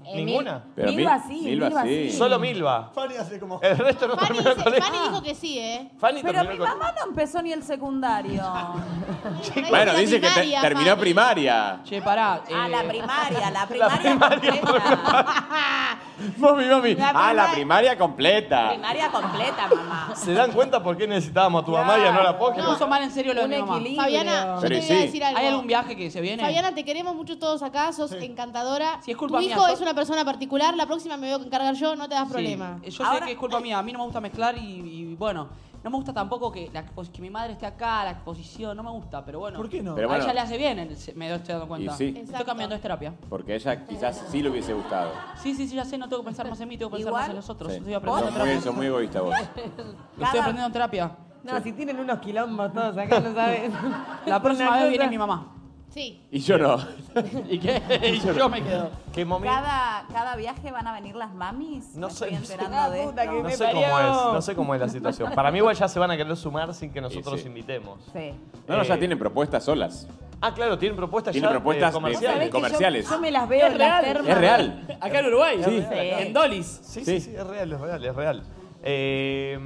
Eh, ¿Ninguna? Mil- Pero Milva Mil- sí, Milva Milva sí. sí. Solo Milva. Fanny hace como. El resto no terminó el colegio. Fanny dijo que sí, ¿eh? Fanny Pero terminó mi el colegio. mamá no empezó ni el (laughs) secundario. Bueno, dice que te- primaria, terminó Fanny. primaria. Che, pará. Ah, la eh, (laughs) primaria, la primaria. (laughs) Mami, mami. La ah, la primaria- primaria completa. Primaria completa, mamá. ¿Se dan cuenta por qué necesitábamos a tu mamá y a Nora Poggio? No, puso mal en serio lo de Un mi mamá. equilibrio. Fabiana, yo Pero te y voy a sí. decir algo. ¿Hay algún viaje que se viene? Fabiana, te queremos mucho todos acá, sos encantadora. es culpa tu mía, hijo yo- es una persona particular, la próxima me voy a encargar yo, no te das Sí. problema. Eh, Yo sé que es culpa mía, a mí no me gusta mezclar y, y, bueno, no me gusta tampoco que, la expo- que mi madre esté acá, la exposición, no me gusta, pero bueno. ¿Por qué no? Pero a ella bueno. le hace bien, el- se- me doy- estoy dando cuenta. Y sí. Estoy cambiando, es terapia. Porque a ella quizás sí le hubiese gustado. Sí, sí, sí, ya sé, no tengo que pensar más en mí, tengo que pensar Igual, más en los otros. Sí. Estoy aprendiendo Sos en muy, terapia. sos muy egoísta vos. (laughs) Lo estoy aprendiendo en terapia. No, si tienen unos quilombos todos acá, no sabes. (laughs) La próxima Una vez viene cosa- mi mamá. Sí. Y yo no. (laughs) (laughs) ¿Y qué? Y yo, me quedo. ¿Qué momento? Cada, cada viaje van a venir las mamis. No me sé. Estoy enterando de esto. No sé cómo es, no sé cómo es la situación. Para mí igual ya se van a querer sumar sin que nosotros sí. los invitemos. Sí. No, no, Eh, ya tienen propuestas solas. Ah, claro, tienen propuestas Tienen ya propuestas eh, comerciales. de- de comerciales. Yo, me las veo en las termas. Es real. Acá en Uruguay, Sí. en Dolis. Sí, sí, sí, es real, es real, es real. Eh,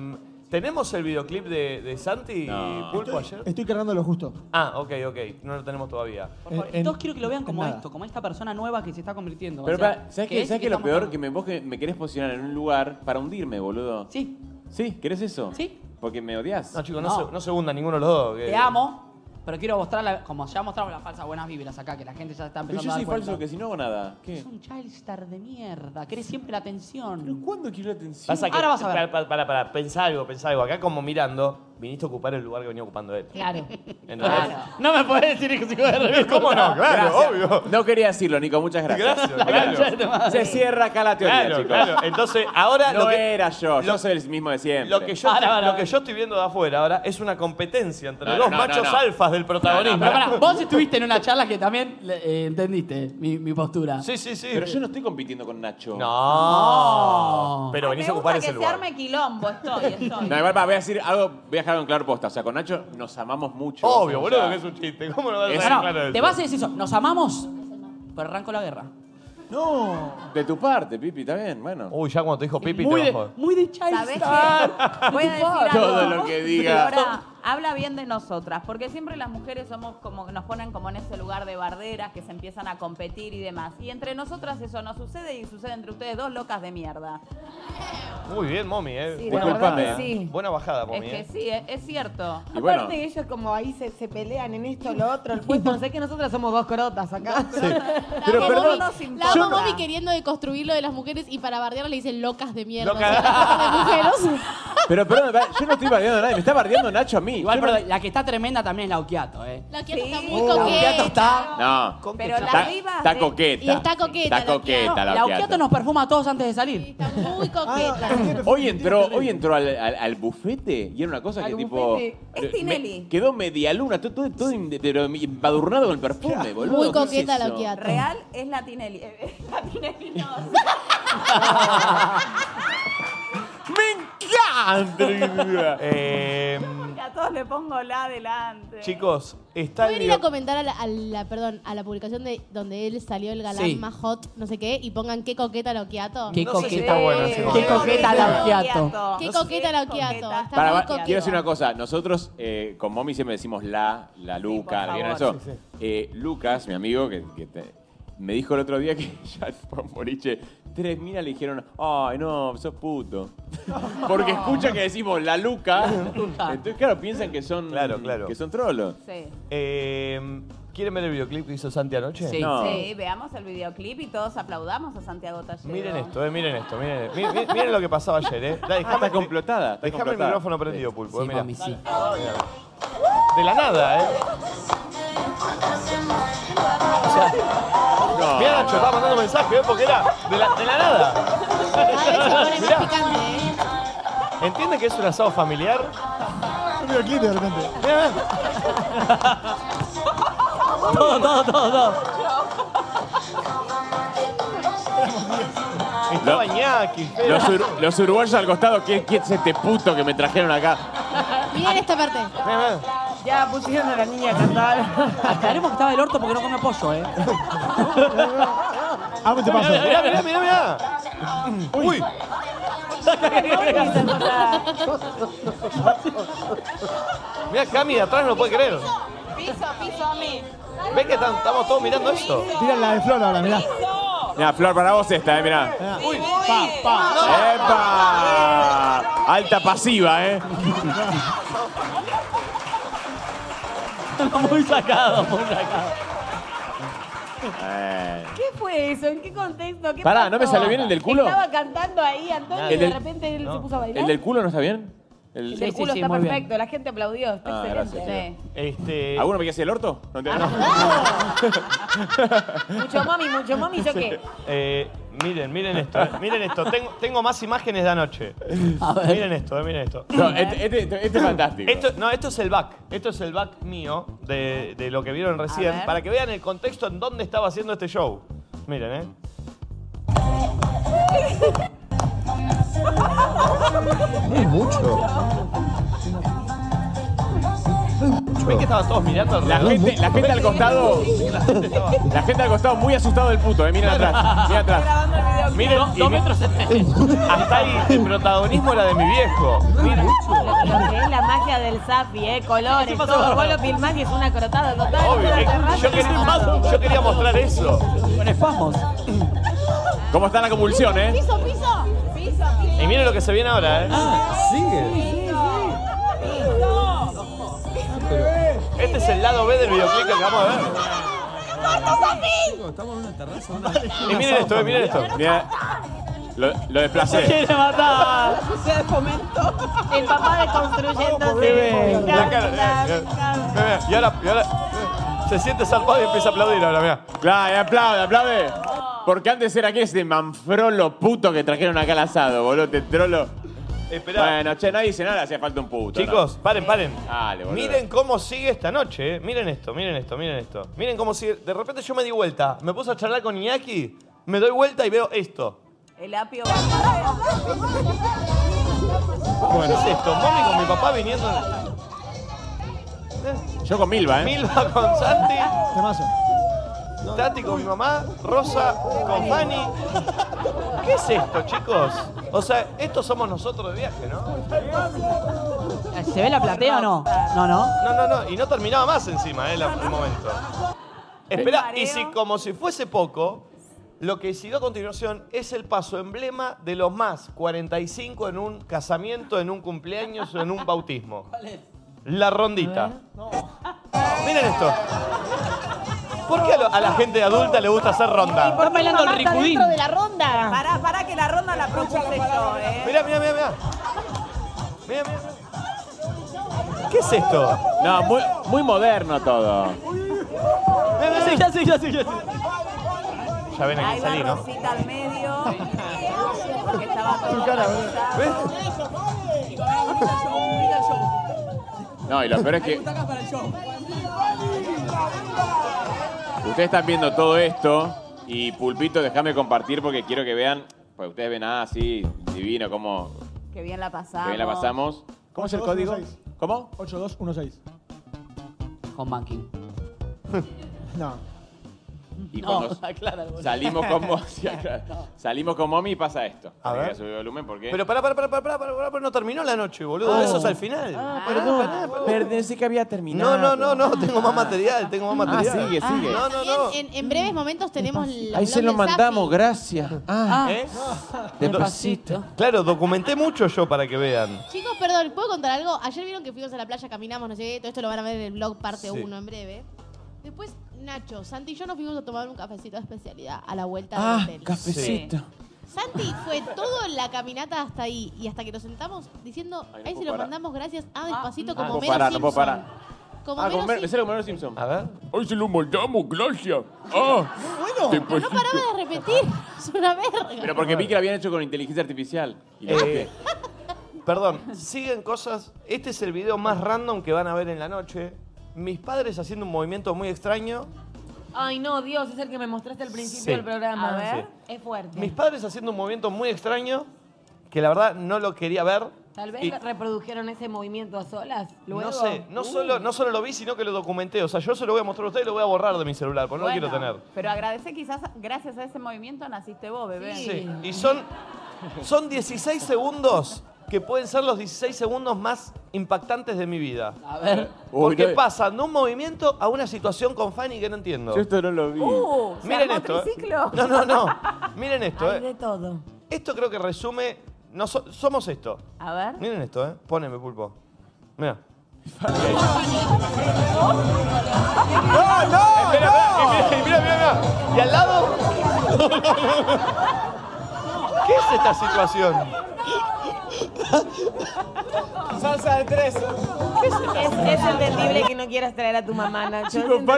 ¿Tenemos el videoclip de, de Santi y Pulpo ayer? Estoy cargando lo justo. Ah, ok, ok, no lo tenemos todavía. Eh, Por favor, En- todos quiero que lo vean como nada. esto, como esta persona nueva que se está convirtiendo. Pero, o sea, pará, ¿sabes que qué? es ¿Sabes y qué es lo estamos peor? todos. Que me, vos que me querés posicionar en un lugar para hundirme, boludo. Sí. ¿Sí? ¿Querés eso? Sí. Porque me odias. No, chicos, no, No. Se, no se hunda ninguno de los dos. Eh. que- Te amo, pero quiero mostrar, la- como ya mostramos las falsas buenas vibras acá, que la gente ya está Pero empezando yo a soy dar cuenta. falso, que si no hago nada. ¿Qué? Es un childstar de mierda, querés siempre la atención. ¿Pero cuándo quiero atención? Pasa que, Ahora vas a ver. Para, para, para, pensá algo, pensá algo. Acá como mirando, viniste a ocupar el lugar que venía ocupando él. Claro. ¿Entendés? Claro. No me podés decir que sigo (laughs) de ¿Cómo no? Claro, Gracias. obvio. No quería decirlo, Nico, muchas gracias. Gracias, claro. (laughs) Gracias. Se cierra acá la teoría, Claro, chicos. claro. Entonces, ahora No lo que... era yo, yo soy el mismo de siempre. Lo que, yo, lo que yo estoy viendo de afuera ahora es una competencia entre No, los no, no, machos no. alfas del protagonista. Pero pará, vos estuviste en una charla que también eh, entendiste mi, mi postura. Sí, sí, sí. Pero yo no estoy compitiendo con Nacho. No. Pero venís Me a ocupar gusta ese que se lugar. arme quilombo, (laughs) estoy, estoy. No, igual, va, voy a decir algo, voy a dejarlo en claro posta. O sea, con Nacho nos amamos mucho. Obvio, O sea, boludo, que es un chiste. ¿Cómo no vas a Es- dejar No, claro eso? Te vas a decir eso, nos amamos, pero arranco la guerra. No. De tu parte, Pipi, está bien, bueno. Uy, ya cuando te dijo Pipi muy, te de, bajó. muy de ¿Sabés qué? childstar. Voy a decir algo. Todo lo que diga. Ahora, habla bien de nosotras, porque siempre las mujeres somos como nos ponen como en ese lugar de barderas que se empiezan a competir y demás. Y entre nosotras eso no sucede y sucede entre ustedes dos locas de mierda. Muy bien, Momi, eh. Sí, Buena la verdad bajada. que sí. Buena bajada, Momi, es que eh. sí, es, es cierto. Y bueno, Aparte ellos como ahí se, se pelean en esto, lo otro, (laughs) el puesto. sé que nosotras somos dos corotas acá. (laughs) Pero la perdón, amo Bobby, la amo Bobby queriendo deconstruir lo de las mujeres y para bardear le dicen locas de mierda. Locas. (laughs) o sea, locas de (laughs) mujeres. pero perdón, va, yo no estoy bardeando a nadie, me está bardeando Nacho a mí. Igual, Yo no- pero la que está tremenda también es la Okiato, eh. La Okiato está muy La Okiato coqueta. está... No. Pero Está, las vivas está de- coqueta. Y está coqueta, Está la Occhiato. coqueta, la La Okiato Occhiato. nos perfuma a todos antes de salir. Está muy coqueta. Hoy entró, hoy entró al, al- al bufete y era una cosa que Al tipo. bufete. me- Es Tinelli. quedó media luna, todo, todo, todo im- pero embadurnado con el perfume, boludo. Muy ¿qué es coqueta la eso? Okiato. Real es la Tinelli. Eh, (laughs) La Tinelli (laughs) no. ¡Me encanta! Eh, Porque a todos le pongo la adelante. Chicos, está el ¿Pueden ir a video. comentar a la, a la- perdón, a la publicación de donde él salió el galán Sí. más hot, no sé qué, y pongan qué coqueta loquiato? Qué No sé coqueta, si- bueno, sí. Qué coqueta Lauquiato. Qué No coqueta loquiato. Está Para, muy va- coqueta. quiero decir una cosa. Nosotros eh, con Mommy siempre decimos la, la Luca, ¿la vieron eso? favor. Sí, Eh, Lucas, mi amigo, que, que te- me dijo el otro día que (laughs) ya por boliche, tres minas le dijeron, ay, no, sos puto. (laughs) Porque escuchan que decimos la Luca. Entonces, claro, piensan que son, Que son trolos. Sí. Eh, ¿Quieren ver el videoclip que hizo Santi anoche? Sí, veamos el videoclip y todos aplaudamos a Santiago Tallero. Miren esto, eh, miren esto, miren, mi- mi- miren, lo que pasaba ayer, eh. Da, dejame- Ah, Está complotada. está Dejame el complotada. micrófono prendido, Pulpo, eh, mirá. mami, sí. De la nada, eh. O sea, mirá Nacho, estaba mandando mensaje, eh, porque era de la, de la nada. Pone más Mirá, picante, ¿eh? ¿entiende que es un asado familiar? Yo miro el clip de repente. Todo, todo, todo, todo. Estaba Iñaki, Fede. Los, ur- los uruguayos al costado, ¿quién, quién es este puto que me trajeron acá? Miren esta parte. Ya pusieron a la niña a cantar. Aclaremos que estaba del orto porque no come pollo, ¿eh? Ah, te paso. Mirá, mirá, mirá, mirá, mirá. Uy. Mirá, Cami de atrás no lo puede creer. Piso, (laughs) piso a mí. ¿Ves que están- estamos todos mirando esto? Tira la de Flor ahora, mirá. Mirá, Flor, para vos esta, eh, mirá. Uy, pa, pa. ¡Epa! Ah, Alta pasiva, ¿eh? muy sacado, muy sacado. Eh, ¿Qué fue eso? ¿En qué contexto? ¿Qué Pará, ¿no pasó? me salió bien el del culo? Estaba cantando ahí, Antonio, El y de del- repente él se no. puso a bailar. ¿El del culo no está bien? El El- del culo está muy bien. perfecto, la gente aplaudió, está Ah, excelente. Este... Ah, ¿Alguno me quiere hacer el orto? No te... Mucho mami, mucho mami, (laughs) ¿yo qué? Eh, miren, miren esto, eh, miren esto. Tengo, tengo más imágenes de anoche. Miren esto, eh, miren esto. No, este, este- este es fantástico. Esto, no, esto es el back. Esto es el back mío de, de lo que vieron recién. ver. Para que vean el contexto en donde estaba haciendo este show. Miren, ¿eh? No es mucho. ¿Ven que estaban todos mirando La alrededor? gente, la gente al costado. La gente al costado muy asustado del puto, eh. Miren atrás. Miren atrás. Miren, y mi- Hasta ahí el protagonismo era de mi viejo. Miren. Lo que es la magia del Zapi, ¿eh? Colores, Encima todo. todo. Vos lo filmás y es una crotada total. Obvio, eh, yo, quería, yo quería mostrar eso. Con espasmos. ¿Cómo está la convulsión, eh? Ah. Piso, piso. Piso, piso. Y miren lo que se viene ahora, ¿eh? Ah, Sigue. Este es el lado B del videoclip que acabamos de ver. Estamos en una terraza. Y miren esto, eh, miren esto. Miren. Lo, lo (laughs) desplacé. Ah, matar. Se descomentó. El papá deconstruyéndose. Ah, La cara, eh, eh, eh, Y ahora, y ahora, eh, se siente zarpado y empieza a aplaudir ahora, mirá. Claro, eh, aplaude, aplaude. Porque antes era que ese manfrolo puto que trajeron acá al asado, boludo, te trolo. Esperá. Bueno, che, nadie dice nada, hacía falta un puto. Chicos, paren, paren. ¿no? Dale, boludo. Miren cómo sigue esta noche, eh. Miren esto, miren esto, miren esto. Miren cómo sigue. De repente yo me di vuelta, me puse a charlar con Iñaki, me doy vuelta y veo esto. El apio. ¿Qué es esto? Mami con mi papá viniendo. Yo con Milva, eh. (laughs) Milva con Santi, Temazo. Tati con mi mamá, Rosa con Fanny. ¿Qué es esto, chicos? O sea, estos somos nosotros de viaje, ¿no? ¿Se ve la platea o no? No, no. No, no, no. Y no terminaba más encima, ¿eh? la- el momento. Espera, y si como si fuese poco, lo que siguió a continuación es el paso emblema de los más 45 en un casamiento, en un cumpleaños o en un bautismo. La rondita. Miren esto. ¿Por qué a, lo- a la gente adulta le gusta hacer ronda? Está bailando el ricudín. de la ronda. Pará, pará, que la ronda la propuse yo, ¿eh? Mirá, mirá, mirá, mirá. Mirá, mirá, mirá. ¿Qué es esto? No, muy, muy moderno todo. Sí, ya sí, ya sí, ya sí. Ya ven a Ahí va quién salí, ¿no? Rosita al medio. Porque estaba todo organizado. No, y lo peor es que butacas para el show. ustedes están viendo todo esto y Pulpito, déjame compartir porque quiero que vean, pues ustedes ven ah, sí, divino, cómo Que bien la pasamos. que bien la pasamos. ¿Cómo es el código? ¿Cómo? 8216. Homebanking. No. Y No, cuando aclara, boludo. salimos (laughs) con Momi, (laughs) sí, aclara. salimos con Momi y pasa esto. A Voy ver. a subir el volumen porque... Pero pará, pará, pará, pará, pará, pará, pará, no terminó la noche, boludo. Ah. Eso es al final. Ah, perdón. Pensé que había terminado. No, no, no, no, tengo más material, tengo más Ah, material. sigue, sigue. No, no, no. En, en breves momentos tenemos los Ahí se lo blogs de mandamos, gracias. Ah, ¿Eh? Despacito. Claro, documenté mucho yo para que vean. Safi. Chicos, perdón, ¿puedo contar algo? Ayer vieron que fuimos a la playa, caminamos, no sé qué. Todo esto lo van a ver en el blog Sí. parte 1 en breve. Después, Nacho, Santi y yo nos fuimos a tomar un cafecito de especialidad a la vuelta Ah, del hotel. cafecito. Santi fue toda la caminata hasta ahí y hasta que nos sentamos diciendo, Ay, no ahí se puedo lo parar. Ah, mandamos gracias a despacito no como puedo menos parar, no puedo Simpson. parar. Como Ah, menos con Mer- es el Homero Simpson. A ver. Hoy se lo mandamos, gracias. Ah, bueno. Pero no paraba de repetir. (laughs) Es una verga. Pero porque vi que lo habían hecho con inteligencia artificial. Y lo Eh, (laughs) copié. Perdón, siguen cosas. Este es el video más random que van a ver en la noche. Mis padres haciendo un movimiento muy extraño. Ay, no, Dios, es el que me mostraste al principio Sí. del programa. ¿eh? A ver. Es fuerte. Mis padres haciendo un movimiento muy extraño que la verdad no lo quería ver. Tal vez Y- reprodujeron ese movimiento a solas. Luego. No sé, no Uh. solo, no solo lo vi, sino que lo documenté. O sea, yo se lo voy a mostrar a ustedes y lo voy a borrar de mi celular, porque no lo Bueno, quiero Pero agradece quizás, gracias a ese movimiento naciste vos, bebé. tener. Sí. Y son, son 16 segundos que pueden ser los 16 segundos más impactantes de mi vida. A ver. Uy, Porque no- pasan de un movimiento a una situación con Fanny que no entiendo. Yo esto no lo vi. Uh, se Miren armó esto. eh. triciclo. No, no, no. Miren esto. Hay eh. de todo. Esto creo que resume. no so- somos esto. A ver. Miren esto, ¿eh? Póneme, pulpo. Mira. ¡No, no! Espera, espera, y mira, y mira, mira, mira. ¿Y al lado? (laughs) ¿Qué es esta situación? Salsa de tres. Es, es entendible que no quieras traer a tu mamá, Nacho. es entendible.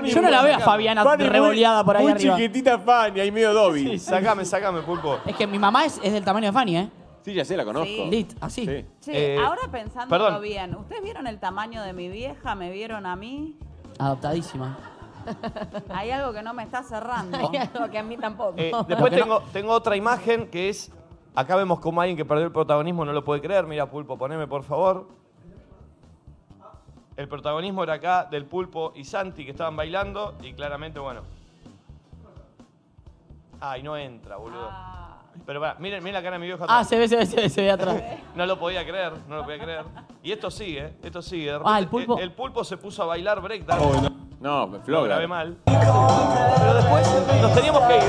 Fanny muy- revoleada por ahí muy arriba. chiquitita Fanny, ahí medio Dobby. Sí, sacame, sacame, pulpo. Es que mi mamá es, es del tamaño de Fanny, ¿eh? Sí, Ah, ya sé, la conozco. Sí. Lit, así. Che, Eh, ahora pensándolo perdón. bien, ¿ustedes vieron el tamaño de mi vieja? ¿Me vieron a mí? Adoptadísima. Hay algo que no me está cerrando. Hay algo que a mí tampoco. (laughs) Eh, después tengo, tengo otra imagen que es. Acá vemos como alguien que perdió el protagonismo no lo puede creer. Mira, pulpo, poneme por favor. El protagonismo era acá del pulpo y Santi que estaban bailando y claramente, bueno. Ay, no entra, boludo. Pero pará, miren, miren la cara de mi viejo. Ah, atrás. se ve, se ve, se ve, se ve atrás. (laughs) No lo podía creer, no lo podía creer. Y esto sigue, esto sigue. De repente, Ah, el pulpo. El, el pulpo se puso a bailar breakdance. Oh, No, me Lo flogra. grabé mal. Pero después nos teníamos que ir.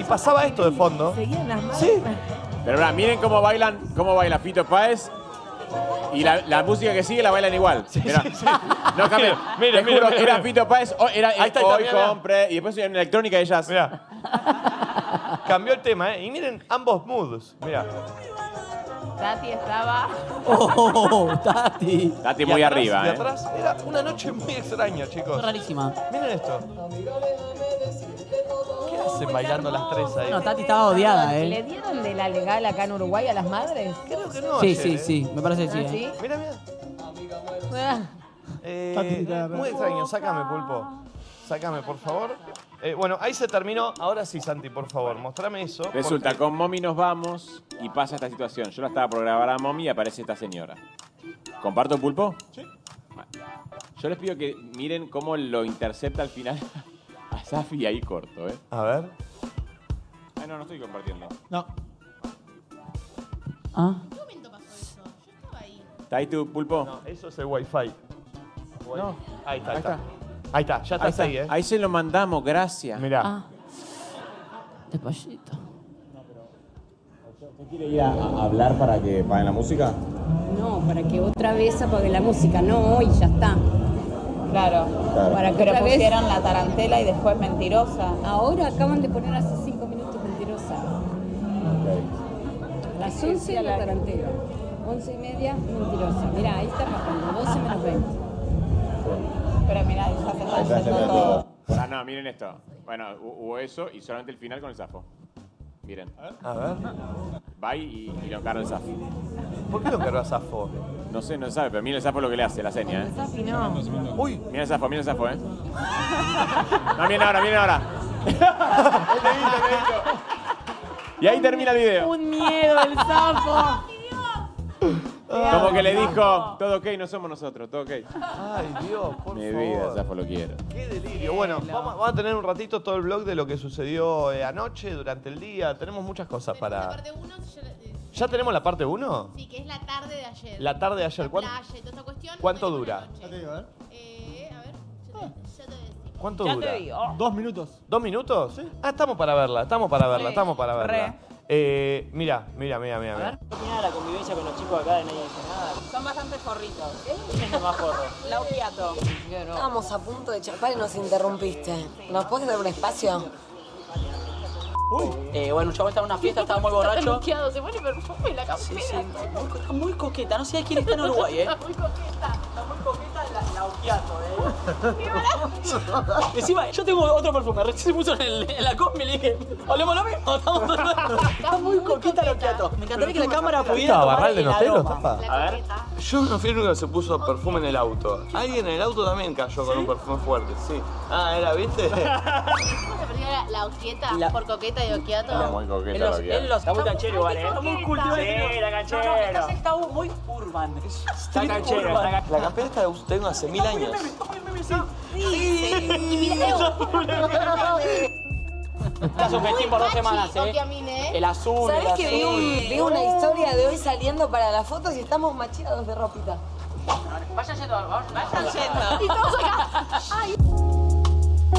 Y pasaba esto de fondo. Sí. Pero verdad, miren cómo bailan, cómo baila Fito Páez. Y la, la música que sigue la bailan igual. Mirá. (laughs) No cambia. Miren, Te miren, juro, miren, era miren. Fito Páez, o- era Ahí está, ahí está, hoy mirá, mirá. compre. Y después en electrónica ellas. Mira. (laughs) Cambió el tema, ¿eh? Y miren ambos moods. Mira. Tati estaba. Oh, Tati. Tati muy arriba, De eh. atrás era una noche muy extraña, chicos. Rarísima. Miren esto. ¿Qué hacen bailando las tres ahí? No, Tati estaba odiada, ¿Le ¿eh? dieron de la legal acá en Uruguay a las madres? Creo que no. Sí, ayer, sí, ¿eh? sí. Me parece que sí, ¿Ah, ¿eh? Mira, mira. Ah, Eh, Tati, guitarra. muy extraño, sácame, pulpo. Sácame, por favor. Eh, bueno, ahí se terminó. Ahora sí, Santi, por favor, mostrame eso. Resulta, con Momi nos vamos y pasa esta situación. Yo la estaba por grabar a Momi y aparece esta señora. ¿Comparto pulpo? Sí. Yo les pido que miren cómo lo intercepta al final (laughs) a Safi y ahí corto, ¿eh? A ver. Ay, Ah, no, no estoy compartiendo. No. Ah. ¿Está ahí tu pulpo? No, eso es el wifi. No. Ahí está, Ahí ahí está. está. Ahí está, ya estás ahí, ¿eh? Ahí se lo mandamos, gracias. Mirá. Ah. Despacito. ¿Quiere ir a, hablar para que paguen la música? No, para que otra vez apague la música. No, hoy ya está. Claro. Claro. Para que Pero otra vez. pusieron la tarantela y después mentirosa. Ahora acaban de poner hace cinco minutos mentirosa. A las 11 la tarantela. 11 y media mentirosa. Mirá, ahí está pasando. 12 menos 20. Pero mirá, ya se está está, ya yendo está todo. Ah, no, miren esto. Bueno, hu- hubo eso y solamente el final con el zafo. Miren. A ver. Va y, y lo encarga el zafo. ¿Por qué lo encaró a Safo? No sé, no se sabe, pero miren el zafo lo que le hace, la seña, ¿eh? Safi, no. Uy, Miren el zafo, miren el zafo, ¿eh? No, miren ahora, miren ahora. Y ahí termina el video. Un miedo el sapo. Como que le dijo, todo ok, no somos nosotros, todo ok. Ay, Dios, por Mi favor. vida, Zafo lo quiero. Qué delirio. Bueno, vamos, vamos a tener un ratito todo el blog de lo que sucedió eh, anoche, durante el día. Tenemos muchas cosas para. ¿Ya tenemos la parte Ah. 1? eh, Sí, que es la tarde de ayer. La tarde de ayer. ¿Cuán- playa y toda esa cuestión. ¿Cuánto dura? Eh, a ver, yo te, yo te voy a decir. ¿Cuánto Ya te dura? digo. Dos minutos. ¿Dos minutos? Ah, estamos para verla, estamos para verla, Sí, estamos para re. verla. Eh, mira, mira, mira, mira. ¿Qué opinás de la convivencia con los chicos acá de Nadie Dice Nada? Son bastante forritos. ¿Quién es el más forro? Laureato. Estábamos a punto de charlar y nos interrumpiste. ¿Nos puedes dar un espacio? Eh, bueno, un chabón estaba en una fiesta, estaba muy borracho. se pone (laughs) perfume en la campera. Muy co- Muy coqueta, no sé quién está en Uruguay, ¿eh? muy coqueta, está muy coqueta la, la eh. (laughs) (laughs) Encima, yo tengo otro perfume, recién se puso en, el- en la cosme y le dije, olemos lo mismo, (laughs) estamos Está muy coquita la Occhiato. Me encantaría que la cámara pudiera ¿Estaba tomar Barral de el Notelo, aroma. Zafa? A ver. Yo no fui el único que se puso perfume en el auto. Alguien en el auto también cayó con un perfume fuerte, sí. Ah, era, (laughs) ¿viste? ¿Cómo se perdió la, la oquieta La- por coqueta y oquiato? Era muy coqueta Él los, la él los- está muy canchero igual, ¿eh? Está muy cultivado. Sí, está canchero. No, no, estás- está muy urban. Está Street canchero, urban. está La campera está de uso, tengo hace mil años. Y eh, video. Está sufetín por dos semanas, ¿eh? El azul, el ¿Sabes que vi, azul. un- vi una historia de hoy saliendo para las fotos y estamos macheados de ropita? Vayan yendo, vayan yendo. Y todos acá. Ay. Vente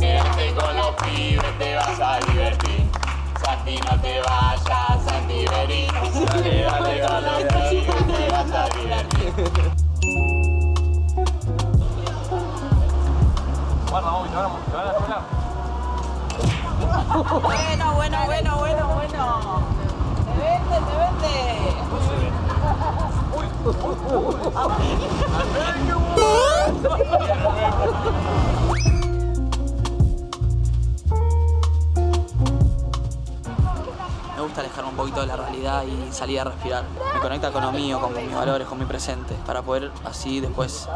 Este con los pibes, te vas a divertir. Santi, no te vayas, Santi, vení. Dale, dale, dale, los pibes, te vas a divertir. Guarda, mami, te van a- te van a despegar. Bueno, bueno, bueno, bueno, bueno. Te vende, te (laughs) vende. Me gusta alejarme un poquito de la realidad y salir a respirar. Me conecta con lo mío, con mis valores, con mi presente, para poder así después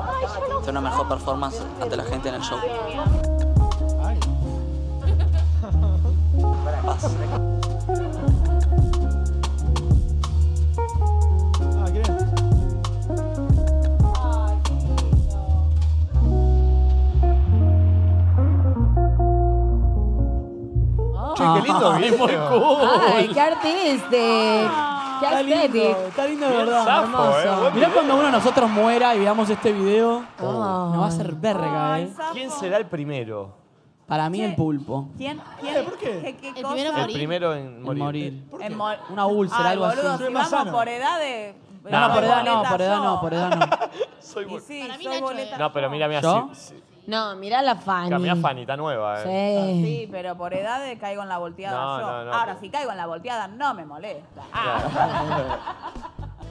hacer una mejor performance ante la gente en el show. Paz. Ah, Che, qué lindo Ah. Ay, video. muy cool. Ay, qué artista. Qué Está lindo, aesthetic. está lindo de verdad. eh, eh, Hermoso. Mirá cuando uno de nosotros muera y veamos este video. Oh. Nos va a hacer verga, eh. ¿Quién será el primero? Para mí el pulpo. ¿Quién? ¿Quién? ¿Por qué? ¿Qué, qué cosa? El primero en morir. En mor- Una úlcera, Ay, algo así. boludo, Soy Si más vamos sano. por edades. No, por edad no, boleta por edad yo. no, por edad no. Soy Y sí, Para mí soy Nacho boleta. (laughs) No, pero mira, mira, ¿Yo? sí, sí. No, mirá la Fanny. Mirá, mirá, Fanny, está nueva, eh. Sí. Sí, pero por edades caigo en la volteada No, yo. no, no, Ahora, pero- si caigo en la volteada, no me molesta. Ah.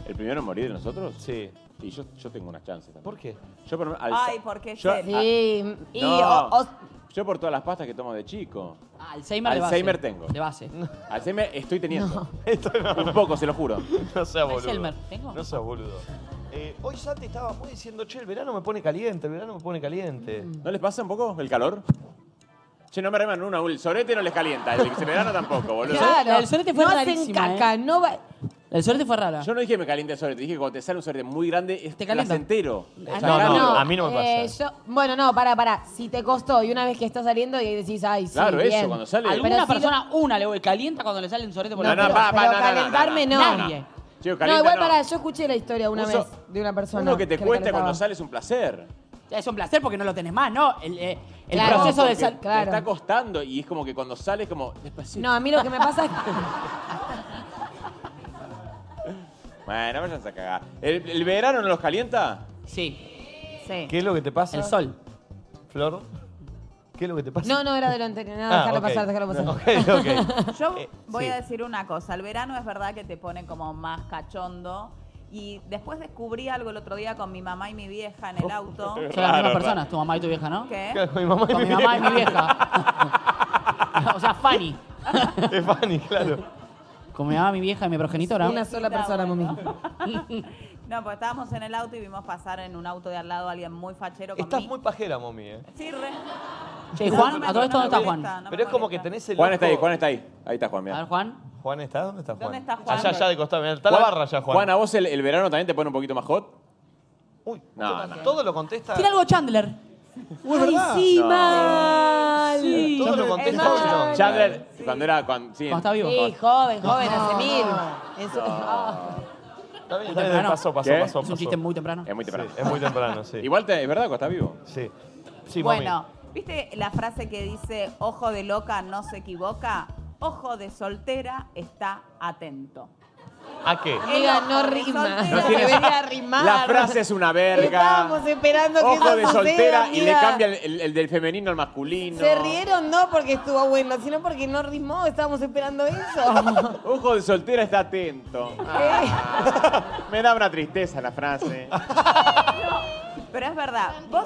¿El primero en morir de nosotros? Sí. Y yo, yo tengo unas chances también. ¿Por qué? Yo por, al- Ay, porque yo- es él. a- Sí, y No, o- yo por todas las pastas que tomo de chico. Alzheimer de base. Alzheimer tengo. De base. Alzheimer estoy teniendo. (laughs) Un poco, se lo juro. (laughs) No seas boludo. Alzheimer, tengo. No seas boludo. Eh, hoy Santi estaba muy diciendo, che, el verano me pone caliente, el verano me pone caliente. Mm. ¿No les pasa un poco el calor? Che, no me reman una. El sorete no les calienta. El verano tampoco, boludo. Claro. La del sorete fue no rarísima, Hacen caca, no va- El sorete fue rara. Yo no dije que me caliente el sorete. Dije que cuando te sale un sorete muy grande es calienta. placentero. Ah, No, no, a mí no me pasa. Eh, yo- bueno, no, para, para. Si te costó y una vez que está saliendo y decís, ay, sí, Claro, eso, bien. cuando sale- Pero Alguna si Una lo- persona, una, le calienta cuando le sale un sorete por No, la no, boca. pa, pa, Pero no, no, no, no, calentarme no, no. no. Chico, No, calienta igual no. para, Ah, yo escuché la historia una Uso- vez de una persona. Uno que te le cuesta calentaba. cuando sale es un placer. Es un placer porque no lo tenés más, ¿no? El, eh, el Claro, proceso de porque sal. Te está costando y es como que cuando sale es como despacito. No, a mí lo que me pasa es que. Bueno, vayan a cagar. ¿El, el verano no los calienta? Sí. Sí. ¿Qué es lo que te pasa? El sol. Flor, ¿qué es lo que te pasa? No, no, era de lo anterior. No, Ah, déjalo ok. pasar, déjalo (laughs) pasar. Ok, (laughs) ok. Yo voy Eh, sí. a decir una cosa. El verano es verdad que te pone como más cachondo. Y después descubrí algo el otro día con mi mamá y mi vieja Oh, en el auto. Son las mismas personas, tu mamá y tu vieja, ¿no? ¿Qué? Claro, con mi mamá y Con mi mi mamá y vieja. mi vieja. o sea, Fanny. Es Fanny, claro. Con mi mamá, mi vieja y mi progenitora. Una sola persona, mami. (laughs) No, pues estábamos en el auto y vimos pasar en un auto de al lado a alguien muy fachero con Estás mi- muy pajera, mommy, eh. Sí, re. Che, Juan, me- ¿a todo esto dónde me está Juan? molesta, no me Pero es como que tenés el Juan está ahí, ojo- Juan está ahí. Ahí está Juan, mira. A ver, Juan. ¿Juan está? ¿Dónde está Juan? ¿Dónde está Juan? Allá, allá de costado. mirá, Está la barra ya, Juan. Juan, ¿a vos el, el verano también te pone un poquito más hot? Uy, no, no. Todo lo contesta. Tira algo Chandler. es verdad. sí, No. mal. Sí. Todo lo Es contesta. joven. Chandler. Chandler, cuando era. Cuando, sí, Cuando está vivo. Sí, joven, joven, hace No. mil. Eso- Está bien, Muy está bien, temprano. Pasó, pasó, ¿Qué? pasó. Es un pasó. chiste muy temprano. Es muy temprano. Sí, es muy temprano, sí. Igual te, es verdad que está vivo. Sí. Sí, mami. bueno, ¿viste la frase que dice, ojo de loca no se equivoca? Ojo de soltera está atento. ¿A qué? Amiga, no El ojo de rima. soltera- tiene- Debería rimar. La frase es una verga. Estábamos esperando que Ojo eso de suceda, soltera y le amiga. cambia el, el- el del femenino al masculino. Se rieron no porque estuvo bueno, sino porque no rimó, estábamos esperando (laughs) (laughs) eso. Ojo de soltera está atento. Eh. Ah, (laughs) me da una tristeza la frase. Pero es verdad, vos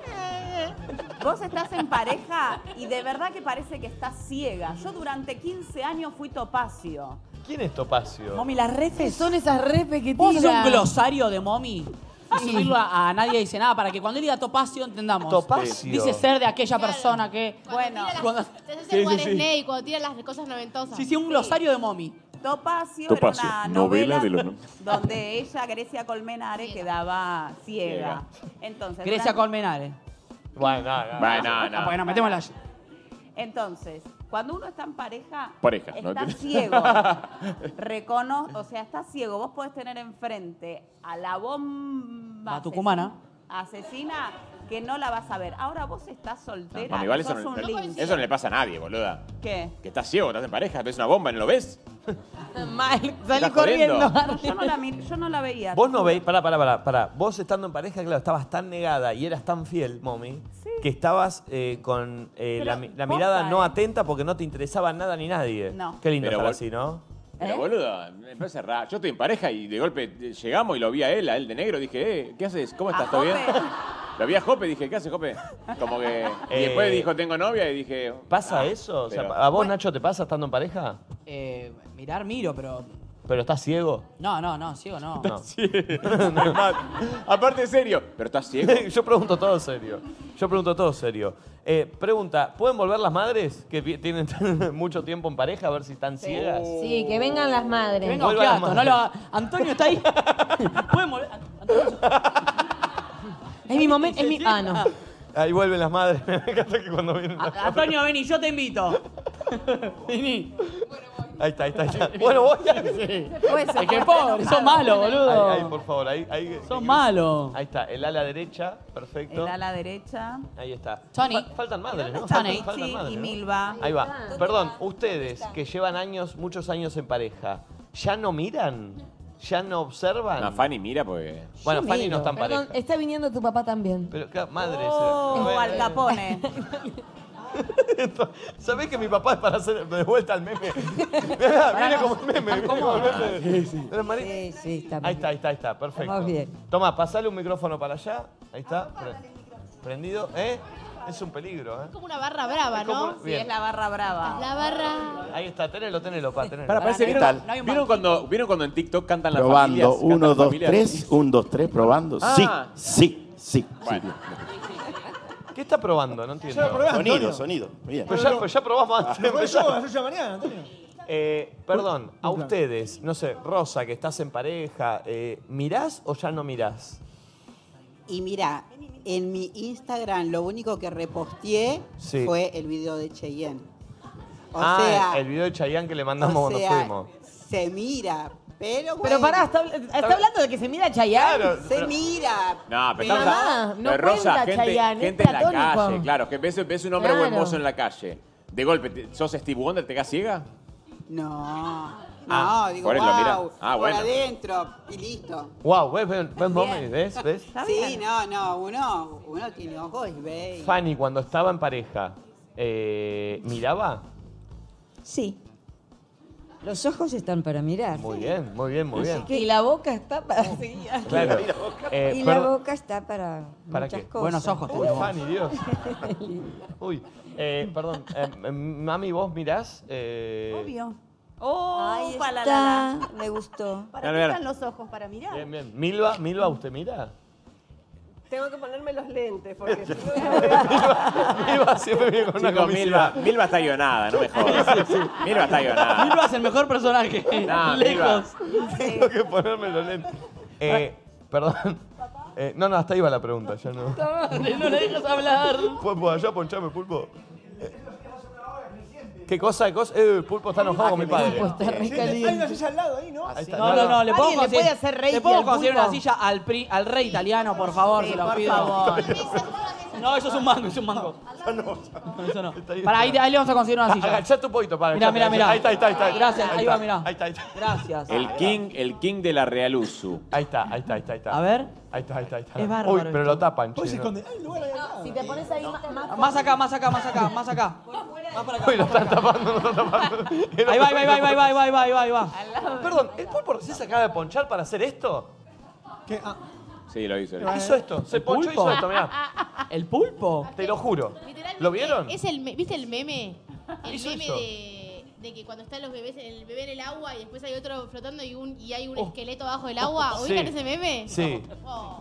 estás, vos estás en pareja y de verdad que parece que estás ciega. Yo durante 15 años fui topacio. ¿Quién es Topacio? Momi, las refes. Son esas repes que ¿Vos hacer un tiran. glosario de Momi? Y subirlo a, a nadie dice nada para que cuando él diga topacio entendamos. Topacio. Dice ser de aquella persona que. Bueno, Cuando- Te haces Sí, sí, el War sí. Snake cuando tiras las cosas noventosas. sí, sí, un glosario de Momi. Topacio, Topacio, era una novela, novela de los- donde ella, Grecia Colmenares, quedaba ciega. Entonces, Grecia durante- Colmenares. Bueno, no, no. Bueno, Ah, porque no. nos metemos la. Entonces, cuando uno está en pareja, Pareja, ¿no? está ciego. (laughs) Recono o sea, está ciego. Vos podés tener enfrente a la bomba La tucumana. asesina que no la vas a ver. Ahora vos estás soltera, Mami, igual Ah, eso sos no, un lince. eso no le pasa a nadie, boluda. ¿Qué? Que estás ciego, estás en pareja, ves una bomba y no lo ves. Mal, salí Estás corriendo. corriendo. No, yo, no la, mir- yo no la veía. Vos no veis, pará, pará, pará, pará. Vos estando en pareja, claro, estabas tan negada y eras tan fiel, momi, que estabas eh, con eh, la, mi- la posta, mirada no eh. atenta porque no te interesaba nada ni nadie. No. Qué lindo Pero estar vol- así, ¿no? ¿Eh? Pero boluda, me parece raro. Yo estoy en pareja y de golpe eh, llegamos y lo vi a él, a él de negro. Dije, eh, ¿qué haces? ¿Cómo estás? A ¿Todo bien? Jope. Lo vi a Jope y dije, ¿qué haces, Jope? Como que. Y Eh. después dijo, tengo novia y dije. ¿Pasa ah, eso? O sea, pero- ¿A vos, Nacho, te pasa estando en pareja? Eh, mirar, miro, pero. ¿Pero estás ciego? No, no, no, ciego no. No. (laughs) Aparte, serio. Pero estás ciego. (laughs) Yo pregunto todo serio. Yo pregunto todo serio. Eh, pregunta, ¿pueden volver las madres que vi- tienen (laughs) tan- mucho tiempo en pareja a ver si están ciegas? Sí, que vengan las madres. Que venga Vuelva la Occhiato, no lo madre. haga- Antonio está ahí. Pueden volver. Antonio. Es mi momento, es mi... Ah, no. Ahí vuelven las madres. (laughs) Me encanta que cuando vienen las- A- Antonio, vení, yo te invito. (laughs) Vení. Ahí está, ahí está. ahí está. Bueno, voy. Pues, se Es que fue pobre, enojado. sos malo, Ahí, ahí, boludo. por favor, ahí. ahí Sos malo. Ahí está, el ala derecha, perfecto. El ala derecha. Ahí está. Tony. Fa- faltan madres, ¿no? está Faltan- Michi faltan madres, y ¿no? Milva? Ahí va. Perdón, ustedes que llevan años, muchos años en pareja, ¿ya no miran? ¿Ya no observan? No, Fanny, mira, porque. bueno, Yo Fanny miro. no está en Perdón, pareja. está viniendo tu papá también. Pero, claro, madre. Oh. O Al Capone. ¿Sabés que mi papá es para hacer de vuelta al (laughs) meme? Mirá, viene como el meme. viene como el meme. Pero, Mari- Sí, sí, está Ahí bien. está, ahí está, ahí está, perfecto. Estamos bien. Toma, pasale un micrófono para allá. Ahí está. pre- Prendido, ¿eh? Es un peligro, ¿eh? Es como una barra brava, ¿no? Sí, es la barra brava. La barra. Ahí está, tenelo, tenelo, pa, tenelo. Para, parece ¿qué ¿vieron, tal? No hay un ¿vieron cuando, ¿Vieron cuando en TikTok cantan las Probando, familias? Cantan uno, las dos, familias. tres, un, dos, tres, probando. Ah. Sí, sí, sí. Bueno. ¿Qué está probando? No entiendo. Ya lo probé. sí. Sonido, Antonio. sonido. Bien. Pero ya, pero ya probamos antes. Fue yo, a las 8 de la mañana, Antonio. Eh, perdón, a ustedes, no sé, Rosa, que estás en pareja, eh, ¿mirás o ya no mirás? Y mira, en mi Instagram lo único que reposteé Sí. fue el video de Cheyenne. O ah, sea, el video de Chayanne que le o mandamos cuando sea, fuimos. se mira, pero bueno, Pero pará, está, está hablando de que se mira a Chayanne. Claro, se pero- mira. No, pero pero- estamos Mamá, no pero Rosa, cuenta, gente, Chayanne, gente es en la platónico. calle, claro, que ves, ves un hombre Claro. buen mozo en la calle. De golpe, te- ¿sos Steve Wonder? ¿Te quedas (laughs) ciega? No, no, Ah, digo, por eso lo mira. wow, Ah, por bueno. adentro y listo. Wow, ves, ves, ves, mami, ves, ves. Sí, no, no, uno, uno tiene ojos y ve. Fanny, cuando estaba en pareja, eh, ¿miraba? Sí. Los ojos están para mirar. Muy bien, muy bien, muy bien. Y la boca está para Oh, seguir. (laughs) Claro. Eh, y per- la boca está para, ¿Para muchas qué? cosas. Buenos ojos Uy, tenés vos. Fanny, (laughs) (laughs) Dios. Uy, eh, perdón. eh, eh, mami, ¿vos mirás? Eh, Obvio. Oh, Ahí pa, la, está, la, la. me gustó. ¿Para Dale, qué dale. están los ojos? Para mirar. Bien, bien. Milva, Milva, ¿usted mira? Tengo que ponerme los lentes porque si no- (laughs) Milva siempre viene con una Chicos, comisión. Milva, Milva está guionada, (laughs) no me jodas. Milva está guionada. Milva es el mejor personaje. No, Milva. (laughs) Lejos. Tengo que ponerme los lentes. Eh, perdón. Eh, no, no, hasta ahí va la pregunta, ya no. Dale, no le dejes hablar. Pulpo, allá ponchame, pulpo. Eh, ¿Qué cosa? ¿Qué cosa? Eh, pulpo está enojado con mi padre. Hay una silla al lado ahí, ¿no? Ahí está, No, no, no, le puedo Alguien le conseguir, puede hacer rey ¿le puedo al conseguir pulpo? una silla al, pri- al rey italiano, por favor, Sí, se lo por pido. favor. No, eso es un mango, eso es (laughs) un mango. No, eso no. Para ahí, ahí le vamos a conseguir una silla. Agachate un poquito para Mirá, mirá, mirá. Ahí está, ahí está, ahí está. Gracias, ahí, Ahí va, está, mirá. Ahí está, ahí está. Gracias. El king, el king de la Real Usu. Ahí está, ahí está, ahí está, ahí está. A ver. Ahí está, ahí está, ahí está. Es bárbaro Uy, pero lo tapan, che, ¿no? Si te pones ahí, más, Más acá, Ah, más acá, más acá, más acá. Más para acá. Uy, lo están tapando, lo están tapando. (laughs) Ahí va, ahí va, ahí va, ahí va, ahí va, ahí va, ahí va, ahí va. Perdón, ¿el pulpo recién se acaba de ponchar para hacer esto? ¿Qué? Sí, lo hizo. lo hizo. Hizo esto, se ponchó, hizo esto, mirá. ¿El pulpo? Te lo juro. ah, Literalmente, ¿Lo vieron? Es el me- ¿Viste el meme? El Hizo meme eso. de, de que cuando están los bebés, el bebé en el agua y después hay otro flotando y, un, y hay un esqueleto abajo del agua. Oh. Sí. ¿Ubican ese meme? Sí.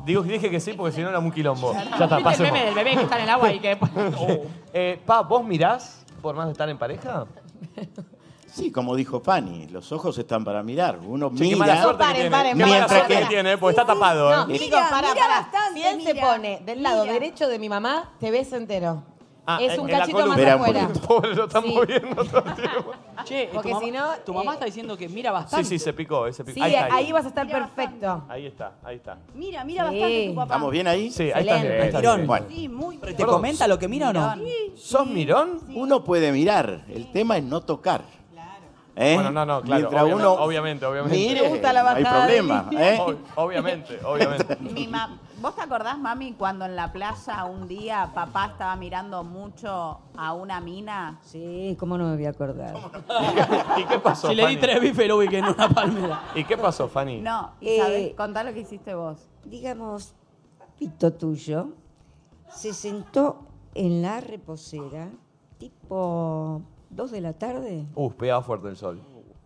Digo, dije que sí porque si no era un quilombo. Ya ¿Viste está, el pasemos. meme del bebé que está en el agua y que después- (laughs) Eh, pa, ¿vos mirás por más de estar en pareja? Sí, como dijo Fanny, los ojos están para mirar. Uno Che, qué mira. mala suerte que Paren, tiene. paren, Qué mala paren, suerte que paren. tiene, eh, porque está tapado. No, eh. chicos, pará, mira pará. bastante, si él se mira. pone del lado derecho de mi mamá, te ves entero. Ah, es en- un en la cachito columna. más Espera un (laughs) afuera. Pobre, lo están moviendo. Che, eh, tu Porque mamá- si no, Tu mamá eh, está diciendo que mira Sí, bastante. sí, se picó, eh, se picó. Sí, ahí, ahí, está, ahí. vas a estar perfecto. Ahí está, ahí está. Mira, mira Sí. bastante tu papá. ¿Estamos bien ahí? Sí, ahí estás bien, ahí estás bien. Bueno, Sí, muy ¿Te bien. Perdón. comenta lo que mira o no? ¿Sos mirón? uno puede mirar, el tema es no tocar. ¿Eh? Bueno, no, no, claro. Mientras obviamente, uno obviamente, obviamente. mire, no hay problema. ¿eh? Ob- Obviamente, obviamente. Mi ma- ¿Vos te acordás, mami, cuando en la playa un día papá estaba mirando mucho a una mina? Sí, ¿cómo no me voy a acordar? (laughs) ¿Y qué pasó? Si le di Fanny? tres bifes, lo ubiqué en una palmera. ¿Y qué pasó, Fanny? No, y Eh. sabés, contá lo que hiciste vos. Digamos, papito tuyo se sentó en la reposera, tipo 2 de la tarde. (laughs) Uh, pegaba fuerte el sol.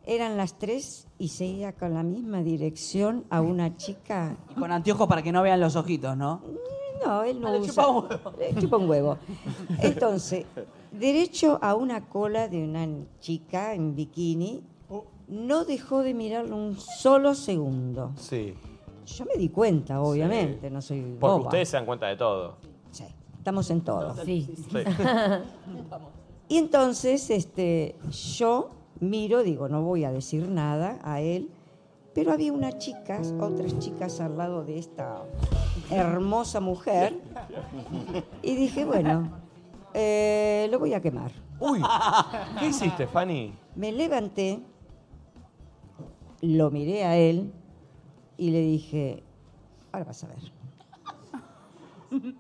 Eran las 3 y seguía con la misma dirección a una chica. Y con anteojos para que no vean los ojitos, ¿no? No, él no Ah, le usa. chupa un huevo. Le chupa un huevo. Entonces, derecho a una cola de una chica en bikini, no dejó de mirarlo un solo segundo. Sí. Yo me di cuenta, obviamente, no soy Porque boba. ustedes se dan cuenta de todo. Estamos en todo. Sí. (laughs) Y entonces este, yo miro, digo, no voy a decir nada a él, pero había unas chicas, otras chicas al lado de esta hermosa mujer, y dije, bueno, eh, lo voy a quemar. Uy, ¿qué hiciste, Fanny? Me levanté, lo miré a él y le dije, ahora vas a ver,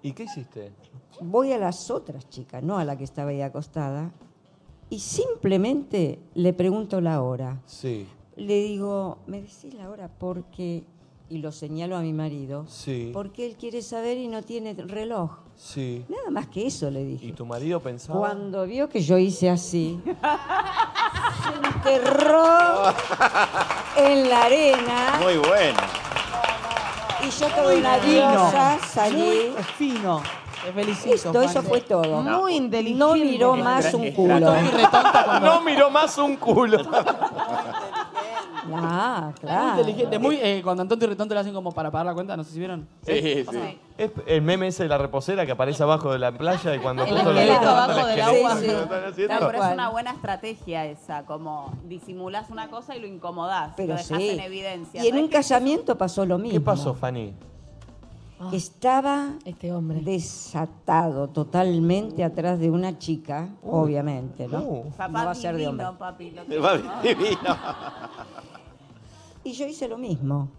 ¿Y qué hiciste? voy a las otras chicas, no a la que estaba ahí acostada, y simplemente le pregunto la hora. Sí, Le digo, me decís la hora porque, y lo señalo a mi marido, sí, porque él quiere saber y no tiene reloj. sí. Nada más que eso le dije. ¿Y tu marido Ah. pensaba? Cuando vio que yo hice así, se enterró en la arena Muy bueno. y yo como una fino. diosa salí. Muy fino. Te felicito. Listo, eso Fanny. fue todo. Muy inteligente. Ah, No miró más un culo. Muy retonta cuando- No miró más un culo. Ah, Muy claro. inteligente. Muy, eh, cuando Antonio y Retonto le hacen como para pagar la cuenta, no sé si vieron. Sí, sí. Es el meme ese de la reposera que aparece abajo de la playa y cuando El justo lo- esqueleto abajo el del esqueleto agua. que Sí, sí. están haciendo. Claro, pero es cual. una buena estrategia esa, como disimulás una cosa y lo incomodás, lo Pero dejás sí. en evidencia. Y en ¿no? un casamiento pasó lo mismo. ¿Qué pasó, Fanny? Estaba Ah. Este hombre. desatado totalmente atrás de una chica, obviamente, Este, ¿no? Uh. Papá No va a ser de divino, hombre. papi. lo que- (laughs) Va divino. Y yo hice lo mismo.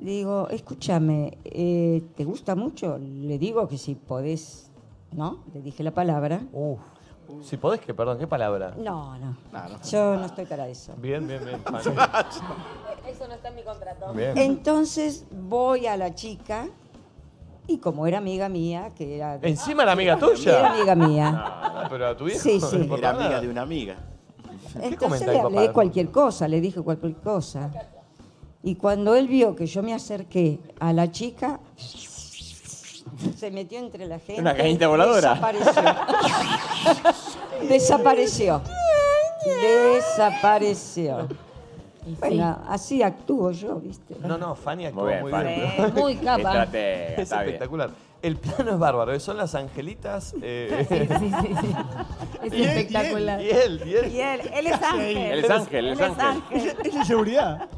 Le digo, escúchame, eh, ¿te gusta mucho? Le digo que si podés, ¿no? Le dije la palabra. Uf. Si podés, que perdón, ¿qué palabra? No, no. Yo no estoy para eso. Bien, bien, bien. Fanny. (laughs) Eso no está en mi contrato. Bien. Entonces voy a la chica y como era amiga mía, que era, Encima la amiga era tuya. amiga mía, Ah, pero a tu viejo. Sí, sí. no importa Era amiga nada. de una amiga. Entonces comenta le el papá hablé de- cualquier cosa, le dije cualquier cosa. Y cuando él vio que yo me acerqué a la chica, se metió entre la gente. Una cañita voladora. Desapareció. Desapareció. Bueno, así actúo yo, ¿viste? No, no, Fanny actuó Muy muy bien, bien. Fanny. Sí, muy capa. Estratega, Es está bien. espectacular. El plano es bárbaro. ¿eh? Son las angelitas. eh. Es Y él, y él, espectacular. Y él, y él. Y él, él es ángel. Él es ángel, él es ángel. Es (laughs) inseguridad.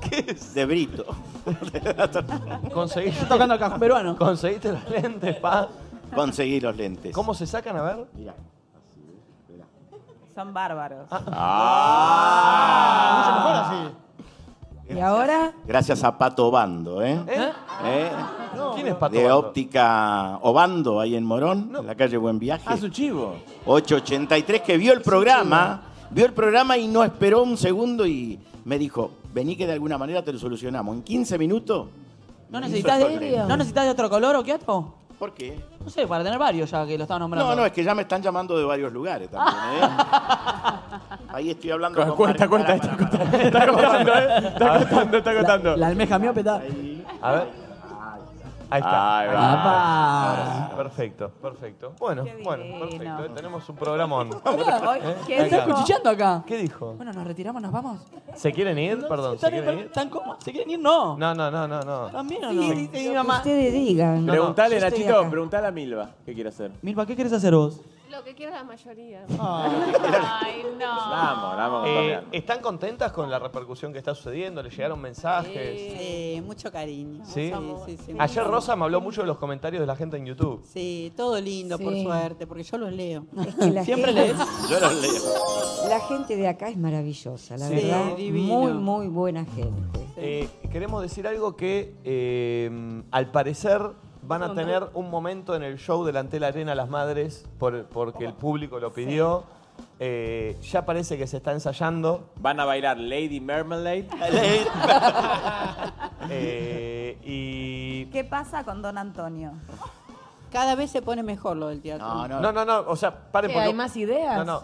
De brito. Conseguiste. tocando el cajón peruano. Conseguiste los lentes, pa. Conseguí los lentes. ¿Cómo se sacan? A ver. Mirá. Son bárbaros. Ah, Ah. ¿Y ahora? Gracias a Pato Obando, ¿eh? ¿Eh? ¿Eh? ¿Quién es Pato? de Bando? óptica Obando, ahí en Morón, en la calle Buen Viaje. Ah, su chivo. 883, que vio el programa, vio el programa y no esperó un segundo y me dijo, vení que de alguna manera te lo solucionamos. En 15 minutos. ¿No necesitas de, ¿No necesitas de otro color o qué otro? ¿Por qué? No sé, para tener varios ya que lo estaba nombrando. Ah. No, no, es que ya me están llamando de varios lugares (laughs) también, ¿eh? Ahí estoy hablando con Cuenta, Mar- cuenta, para, está para, para. contando, (laughs) está contando, ¿eh? Está contando, está contando. La almeja mía petada. A ver. Ahí está. Ahí Ahí va. está. Ahora sí. Perfecto, perfecto. Bueno, bueno, perfecto. eh, Tenemos un programón. (laughs) Hoy, ¿Eh? ¿qué Ahí está está. cuchicheando acá? ¿Qué dijo? Bueno, nos retiramos, nos vamos. ¿Se quieren ir? Perdón, ¿se ¿Están en- quieren ir? ¿Están cómo? ¿Se quieren ir? No. No, no, no, no, no. ¿También o Sí, no? sí, sí, mi mamá. Ustedes digan. No, no, Preguntale, yo estoy Nachito, acá. preguntale a Milva qué quiere hacer. Milva, ¿qué querés hacer vos? Lo que quiera la mayoría. Ah. Ay, no. Vamos, vamos, Eh, Fabián. ¿Están contentas con la repercusión que está sucediendo? ¿Les llegaron mensajes? Sí, mucho cariño. Sí. sí, sí, Ayer mucho. Rosa me habló mucho de los comentarios de la gente en YouTube. Sí, todo lindo, por Sí. suerte, porque yo los (laughs) leo. la Siempre gente- lees. Yo los leo. La gente de acá es maravillosa, la Sí, verdad. divino. Muy, muy buena gente. Eh, queremos decir algo que eh, al parecer van a tener un momento en el show delante de la arena las madres por- porque el público lo pidió. Eh, ya parece que se está ensayando. Van a bailar Lady Marmalade. (laughs) Eh, y ¿Qué pasa con Don Antonio? Cada vez se pone mejor lo del teatro. No, no. no, no, no, o sea, paren ¿Qué, porque- hay más ideas? No, no.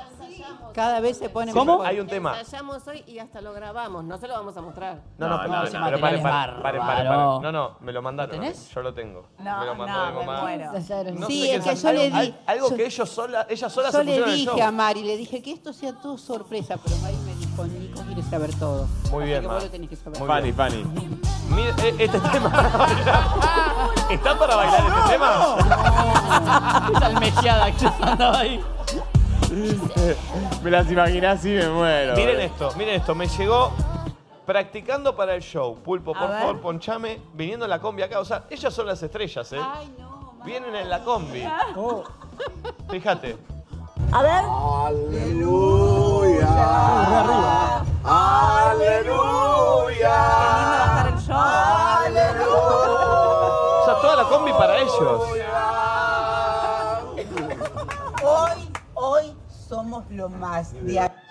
Cada vez se pone ¿Cómo? mejor. Hay un tema. Ensayamos hoy y hasta lo grabamos. No se lo vamos a mostrar. No, no, No, pero, no, pero no. paren, paren, Materiales paren, paren, paren. bárbaro. No, no, me lo mandaron. ¿Lo tenés? Yo lo tengo. No, me lo mandó no, mi mamá. me muero. No Sí, sé qué es que es, yo algo, le di- al- algo yo- que ellos sola, ellas solas Yo se le pusieron en el dije show. a Mari, le dije que esto sea todo sorpresa, pero Mari me dijo, Nico quiere saber todo. Muy Así bien, que Ma. vos lo tenés que saber. Muy Fanny, bien. Fanny. Mira, eh, este tema. (laughs) ¿Está para bailar este tema? (laughs) Esa almejeada que andaba ahí. Me las imaginás y me muero. Miren esto, miren esto. Me llegó practicando para el show. Pulpo, A por ver. favor, ponchame. Viniendo en la combi acá. O sea, ellas son las estrellas, ¿eh? Ay, no, Oh. Mari. Vienen en la combi. Fíjate. A ver. Para el show. O sea, toda la combi para ellos. Hoy, hoy somos lo más de acá.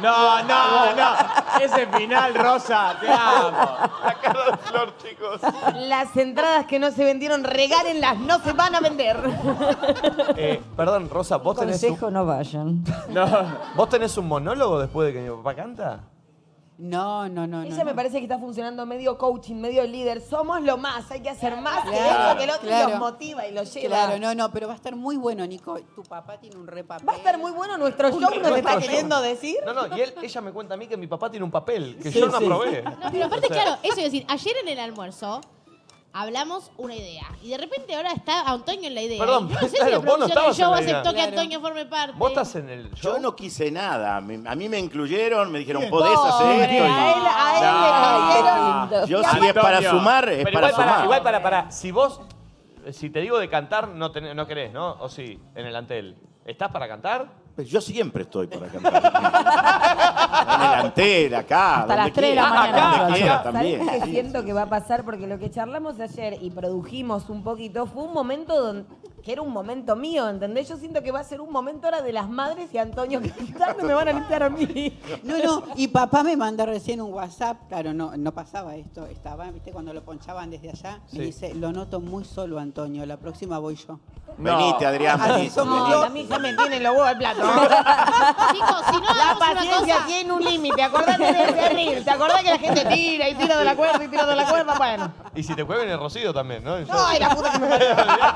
No, no, no. Ese final, Rosa, te amo. La cara de flor, chicos. Las entradas que no se vendieron, regálenlas, no se van a vender. Eh, perdón, Rosa, ¿vos tenés, un, Consejo, (laughs) no vayan. No. ¿vos tenés un monólogo después de que mi papá canta? No, no, no. Ella no, me no. parece que está funcionando medio coaching, medio líder. Somos lo más, hay que hacer más que Claro, eso, que el otro y claro. los motiva y los lleva. Claro, no, no, pero va a estar muy bueno, Nico. Tu papá tiene un repapel. Va a estar muy bueno nuestro show, nos está Nuestro queriendo show. decir. No, no, y él, ella me cuenta a mí que mi papá tiene un papel, que Sí, yo no sí. aprobé. (laughs) No, pero aparte, O sea, claro, eso es decir, ayer en el almuerzo hablamos una idea y de repente ahora está Antonio en la idea. Perdón, Yo no sé si claro, la vos no producción del estabas en show la idea. aceptó que Claro. Antonio forme parte. Vos estás en el show. Yo no quise nada. Me- A mí me incluyeron, me dijeron, podés hacer Pobre, esto. a él, y- a él le cayeron. Yo sí es para Antonio. sumar, Pero es para igual, para, sumar. igual para, para, si vos, si te digo de cantar, no, tenés- no querés, ¿no? O sí, en el antel. ¿Estás para cantar? Pues Yo siempre estoy para cantar. en delantera, acá. Hasta las donde tres de la quiera, mañana. Ah, Donde quiera ¿Sabes qué también. siento que va a pasar? Porque lo que charlamos ayer y produjimos un poquito fue un momento don- que era un momento mío, ¿entendés? Yo siento que va a ser un momento ahora de las madres y Antonio (laughs) cantando me van a limpiar a mí. No, no, y papá me mandó recién un WhatsApp, claro, no, no pasaba esto, estaba, viste, cuando lo ponchaban desde allá, Sí. me dice, lo noto muy solo, Antonio, la próxima voy yo. Venite, Adrián, Ah, Ay, venite, (laughs) somos venite. dos. a mí se me tienen los huevos al plato. (laughs) Chicos, si no La hagamos una paciencia cosa- tiene un límite. Acordate de servir. ¿Te acordás que la gente tira y tira de la cuerda y tira de la cuerda? Bueno. Y si te cuelgan el rocío también, ¿no? Yo- (laughs) Ay, la puta que me parió. Que venga toda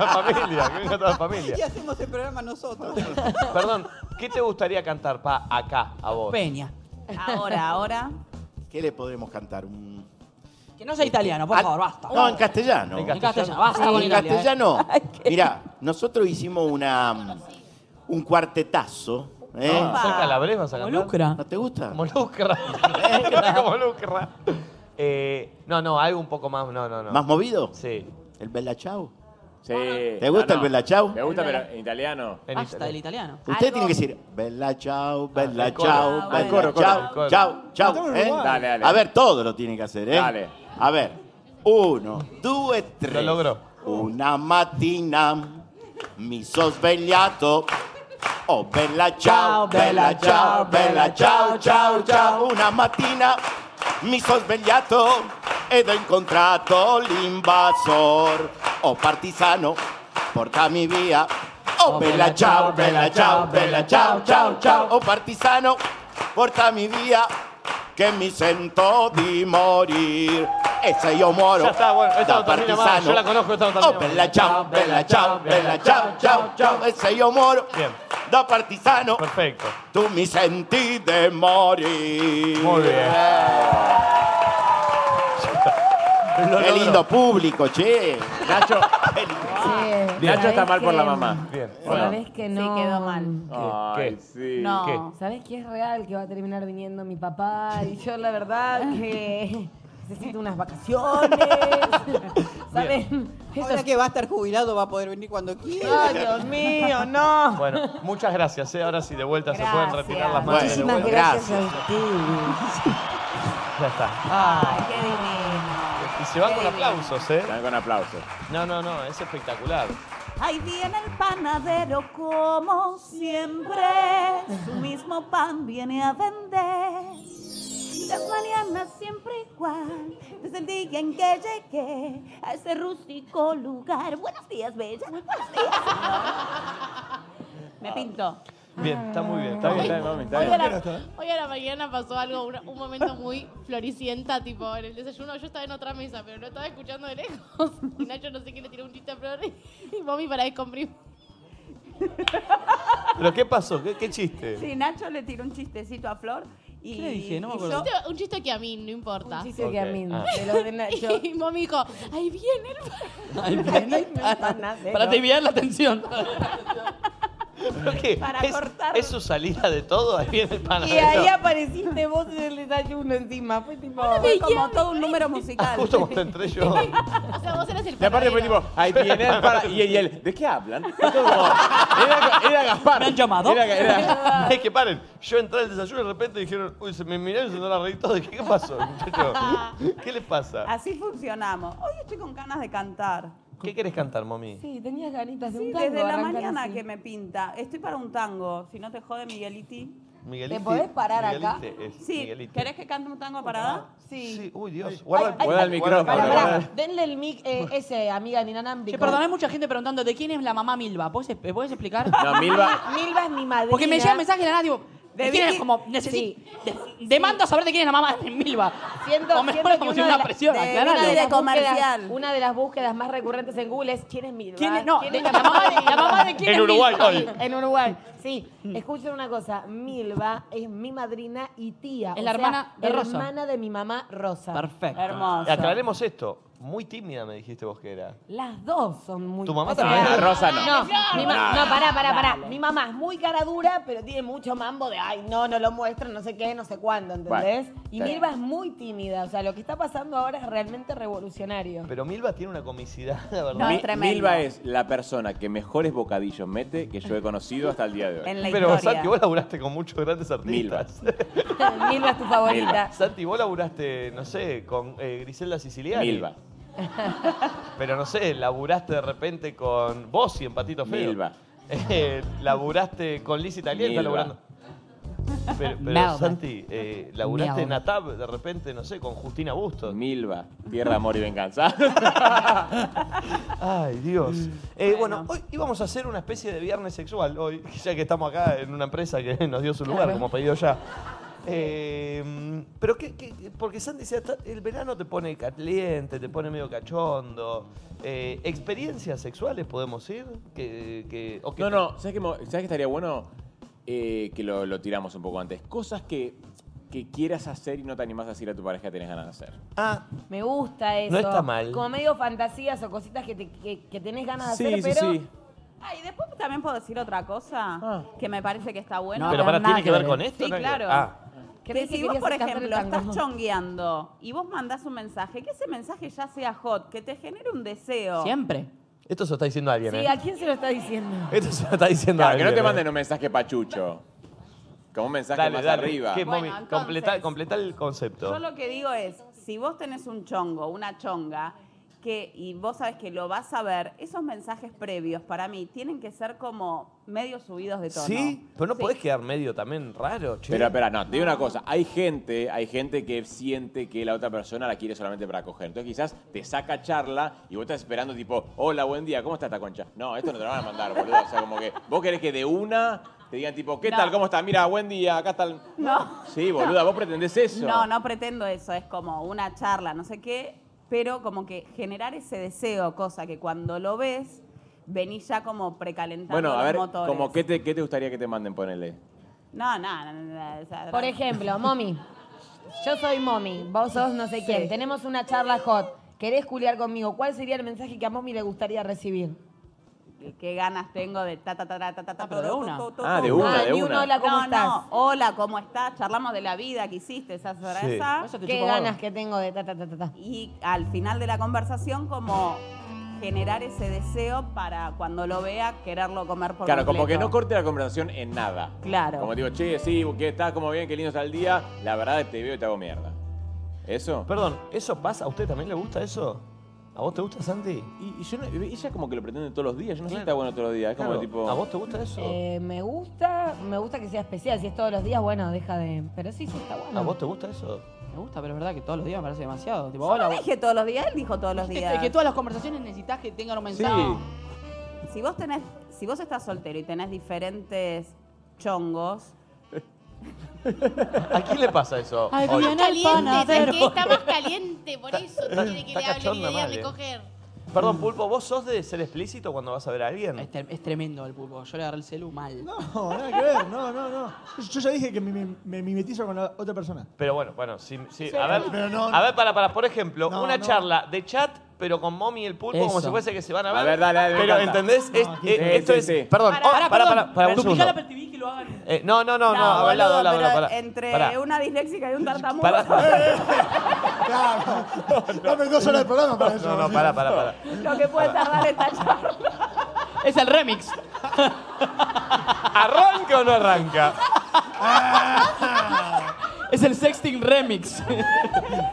la familia, que venga toda la familia. Y hacemos el programa nosotros. Perdón, ¿qué te gustaría cantar pa acá a vos? Peña. Ahora, ahora. ¿Qué le podremos cantar? Un- Que no sea italiano, por Al- favor, basta. Este, ah, No, en castellano. En castellano, basta Sí, con en Italia, eh. (laughs) castellano. Mirá, nosotros hicimos una, mm, un cuartetazo. ¿eh? Ah, ¿Soy calabrés vas a cantar? Molucra. ¿No te gusta? Molucra. (laughs) Molucra. Eh, no, no, algo un poco más, no, no, no. ¿Más movido? Sí. ¿El Bella Ciao? Sí. ¿Te gusta el Bella Ciao? Me gusta, pero en italiano. En Basta del italiano. Ustedes tienen que decir, bella chao, bella el coro. chao, Ah, el bella coro, coro, chao, el coro. chao, chao, Estamos en ¿eh? Uruguay. Dale, dale. A ver, todo lo tienen que hacer, ¿eh? Dale. A ver, uno, due, tre. Lo logró. Una mattina mi sono svegliato. Oh, bella ciao, bella ciao, bella ciao, ciao, ciao. Una mattina mi sono svegliato ed ho incontrato l'invasor. Oh, partigiano, portami via. Oh, bella ciao, bella ciao, bella ciao, ciao, ciao. Oh, partigiano, portami via. Che mi sento di morire. E se io muoro Ya está, bueno, esta da no termina más, yo la partigiano. conozco, esta no termina Oh, más. bella ciao, bella ciao, bella ciao, ciao, ciao. E se io muoro Bien, da partigiano, perfecto. tu mi senti de morir. Eh. Muy bien. Lo Qué logró. lindo público, che. Nacho, Sí. Nacho está ¿Sabés mal por la que- mamá. Bien. Sabés que no. quedó mal. Ay, ¿Qué? Ah, sí. No. ¿Qué? ¿Sabés que es real que va a terminar viniendo mi papá? Y yo la verdad que necesito unas vacaciones. ¿Saben? Esto Ahora es- que va a estar jubilado va a poder venir cuando quiera. Ay, Dios mío, no. Bueno, muchas gracias. ¿eh? Ahora sí, de vuelta se pueden Gracias. retirar las manos. de Muchísimas vuelta. gracias, Gracias. a ustedes. Ya está. Ay, qué divino. Y se van con aplausos, ¿eh? Están con aplausos. No, no, no, es espectacular. Ahí viene el panadero como siempre, su mismo pan viene a vender. Las mañanas siempre igual, desde el día en que llegué a ese rústico lugar. Buenos días, Bella. Buenos días. Me pinto. Bien, está muy bien, está Está bien, bien. está bien, mami, está Hoy a, bien. la, hoy a la mañana pasó algo, una- un momento muy floricienta, tipo en el desayuno. Yo estaba en otra mesa, pero lo estaba escuchando de lejos. (laughs) Y Nacho no sé quién le tiró un chiste a Flor (laughs) y mami para descomprimir. ¿Pero qué pasó? ¿Qué, qué chiste? Sí, Nacho le tiró un chistecito a Flor. Y, ¿Qué le dije? No me y acuerdo. yo- Chiste- Un chiste que a mí, no importa. Dice que a mí, Ah. de (laughs) los de Nacho. Y mami dijo, ahí viene el Ay, bien, ahí está. Panadero. Para desviar la atención. ¿Pero qué? Para ¿Es, cortar. ¿Es su salida de todo? Ahí viene el Y Ah, panadero. ahí apareciste vos en el desayuno encima. Fue tipo. Fue como todo ¿eh? un número musical. Justo cuando entré yo. O sea, vos eras el Y aparte fue panadero. tipo, ahí viene el para... (laughs) Y, y él, ¿de qué hablan? Esto como- Era, era Gaspar. ¿Me han llamado? Era, era- Es que paren, yo entré al desayuno y de repente dijeron, uy, se me miraron y se me la reí todo. ¿Qué, qué pasó, muchacho? ¿Qué les Ah. pasa? Así funcionamos. Hoy estoy con ganas de cantar. ¿Qué querés cantar, mami? Sí, tenías ganitas de un Sí, tango, desde la arrancar mañana así. que me pinta. Estoy para un tango. Si no te jode Migueliti. Miguelite, ¿Te podés parar acá? Miguelite es Sí, Miguelite. ¿querés que cante un tango parada? Sí. Sí. uy, Dios. Guarda, Ay, ay, guarda el micrófono, Pará, guarda- pará. Denle el mic eh, ese, amiga inalámbrica. Che, perdón, hay mucha gente preguntando de quién es la mamá Milva. ¿Podés, eh, podés explicar? No, Milva. Milva es mi madre. Porque me llegan mensajes de la nada, tipo, De ¿de quién es? Vicky- Como, necesito. de- demando saber de quién es la mamá de Milva. Siento, o me siento pone que (laughs) como si de una la- presión, aclaralo. una de las comercial. búsquedas- Una de las búsquedas más recurrentes en Google es ¿quién es Milva? ¿Quién es? No, ¿Quién de- es la, mamá de, la mamá de quién En es Mm. Uruguay, Milva. hoy. En Uruguay, sí. Escuchen una cosa, Milva es mi madrina y tía. Es o la sea, hermana de Rosa. hermana de mi mamá Rosa. Perfecto. Hermoso. Aclaremos esto. Muy tímida me dijiste vos que era. Las dos son muy... Tu mamá o sea, también. Ah. Ah, Rosa no. No, mi ma- no, pará, pará, pará. Mi mamá es muy cara dura, pero tiene mucho mambo de, ay, no, no lo muestro, no sé qué, no sé cuándo, ¿entendés? Bueno, y está bien. Milva es muy tímida, o sea, lo que está pasando ahora es (laughs) realmente revolucionario. Pero Milva tiene una comicidad, la verdad. No, Mi- es tremendo. Milva es la persona que mejores bocadillos mete que yo he conocido hasta el día de hoy. En la Pero historia. Santi, vos laburaste con muchos grandes artistas. Milva es tu favorita. Santi, vos laburaste, no sé, con eh, Griselda Siciliani. Milva. Pero no sé, laburaste de repente con Bossi en Patito Feo. Milva. Eh, laburaste con Liz Italiana, Milva. laburando. Pero, pero, Melba. Santi, eh, laburaste en Melba. ATAP de repente, no sé, con Justina Bustos. Milva, tierra, amor y venganza. Ay, Dios. Eh, bueno, hoy íbamos a hacer una especie de viernes sexual, hoy, (laughs) ya que estamos acá en una empresa que nos dio su lugar, Claro. como pedido ya. Eh, pero que, porque Santi decía, "Ta- el verano te pone caliente, te pone medio cachondo. Eh, ¿Experiencias sexuales podemos ir? Que, que- o que- No, no, ¿sabes qué, mo- sabes qué estaría bueno? Eh, que lo, lo tiramos un poco antes. Cosas que, que quieras hacer y no te animás a decir a tu pareja que tenés ganas de hacer. Me gusta eso. No está mal. Como medio fantasías o cositas que, te- que- que tenés ganas de hacer, pero. Ah. Ay, después también puedo decir otra cosa que me parece que está bueno. pero para, ¿tiene que ver con esto? Sí, ¿no? claro. Ah. Que Creí que si vos, querías por escapar del ejemplo, tango. estás chongueando y vos mandás un mensaje, que ese mensaje ya sea hot, que te genere un deseo. Siempre. Esto se lo está diciendo alguien, Sí, ¿eh? a- ¿Quién se lo está diciendo? Esto (laughs) se lo está diciendo Claro, que alguien. no te ¿eh? manden un mensaje pachucho. Como un mensaje Dale, más dale. arriba. ¿Qué, Bueno, mami? entonces- Completa, completa el concepto. Yo lo que digo es, si vos tenés un chongo, una chonga, que, y vos sabés que lo vas a ver, esos mensajes previos para mí tienen que ser como medio subidos de tono. Sí, pero no podés quedar medio también raro, che. Pero espera, no, te digo una cosa. Hay gente, hay gente que siente que la otra persona la quiere solamente para coger. Entonces quizás te saca charla y vos estás esperando tipo, hola, buen día, ¿cómo está esta concha? No, esto no te lo van a mandar, boludo. O sea, como que vos querés que de una te digan tipo, ¿qué No. tal? ¿Cómo estás? Mira, buen día, acá está el... No. Sí, boluda, vos pretendés eso. No, no pretendo eso, es como una charla, no sé qué, pero como que generar ese deseo, cosa que cuando lo ves, venís ya como precalentando Bueno, a los ver, motores. como qué te, qué te gustaría que te manden, ponele. No, no, no, no, no, o sea, Por ejemplo, mommy. Yo soy mommy, vos sos no sé quién. Tenemos una charla hot. ¿Querés culiar conmigo? ¿Cuál sería el mensaje que a mommy le gustaría recibir? qué ganas tengo de ta ta ta ta ta ta ta pero de una. Ah, de una, de una. hola, ¿cómo no, estás? No, hola, ¿cómo estás? Charlamos de la vida que hiciste, esa esa, Sí. esa. Eso te Qué chupa ganas huevo. que tengo de ta ta ta ta. Y al final de la conversación como generar ese deseo para cuando lo vea quererlo comer por Claro, como que completo. no corte la conversación en nada. Claro. Como digo, che, sí, ¿qué estás? ¿Cómo bien? ¿Qué lindo está el día? La verdad te veo y te hago mierda. ¿Eso? Perdón, ¿eso pasa? ¿A usted también le gusta eso? ¿A vos te gusta, Santi? Y, y yo no- ella como que lo pretende todos los días. Yo no sé si está bueno todos los días. Es como Claro. tipo... ¿A vos te gusta eso? Eh, me gusta, me gusta que sea especial. Si es todos los días, bueno, deja de. Pero sí, sí, está bueno. ¿A vos te gusta eso? Me gusta, pero es verdad que todos los días me parece demasiado. Tipo, Yo hola, no vos- dije todos los días, él dijo todos los Dijiste días. que todas las conversaciones necesitas que tengan un mensaje. Si vos tenés, si vos estás soltero y tenés diferentes chongos, ¿A quién le pasa eso? Ay, hoy? viene el panadero. que está más caliente, por eso Está- quiere que está le hablen y cachonda le digan mal, de eh. coger. Perdón, Pulpo, ¿vos sos de ser explícito cuando vas a ver a alguien? Es, tremendo el Pulpo. Yo le agarré el celu mal. No, nada que ver, no, no, no. Yo, yo ya dije que me, me- me mimetizo con la otra persona. Pero bueno, bueno, sí, sí. Sí, A ver, pero no- a ver para, para, por ejemplo, No, una no. charla de chat, pero con mommy y el pulpo, como Eso. si fuese que se van a ver. A ver, dale, dale, me Pero, encanta. ¿entendés? Es- No, eh, sí, esto sí, es. sí. Perdón, Pará, oh, pará, pará, perdón. pará, pará, un Duplicá segundo. la que lo hagan. Eh, no, no, no, no, No, habla, boludo, habla, habla, pero pará. entre Pará. una disléxica y un tartamudo. (laughs) Pará. Claro. Dame dos horas de programa para eso. No, no, pará, pará, pará. Lo que puede tardar esta charla. Es el remix. ¿Arranca o no arranca? Es el sexting remix.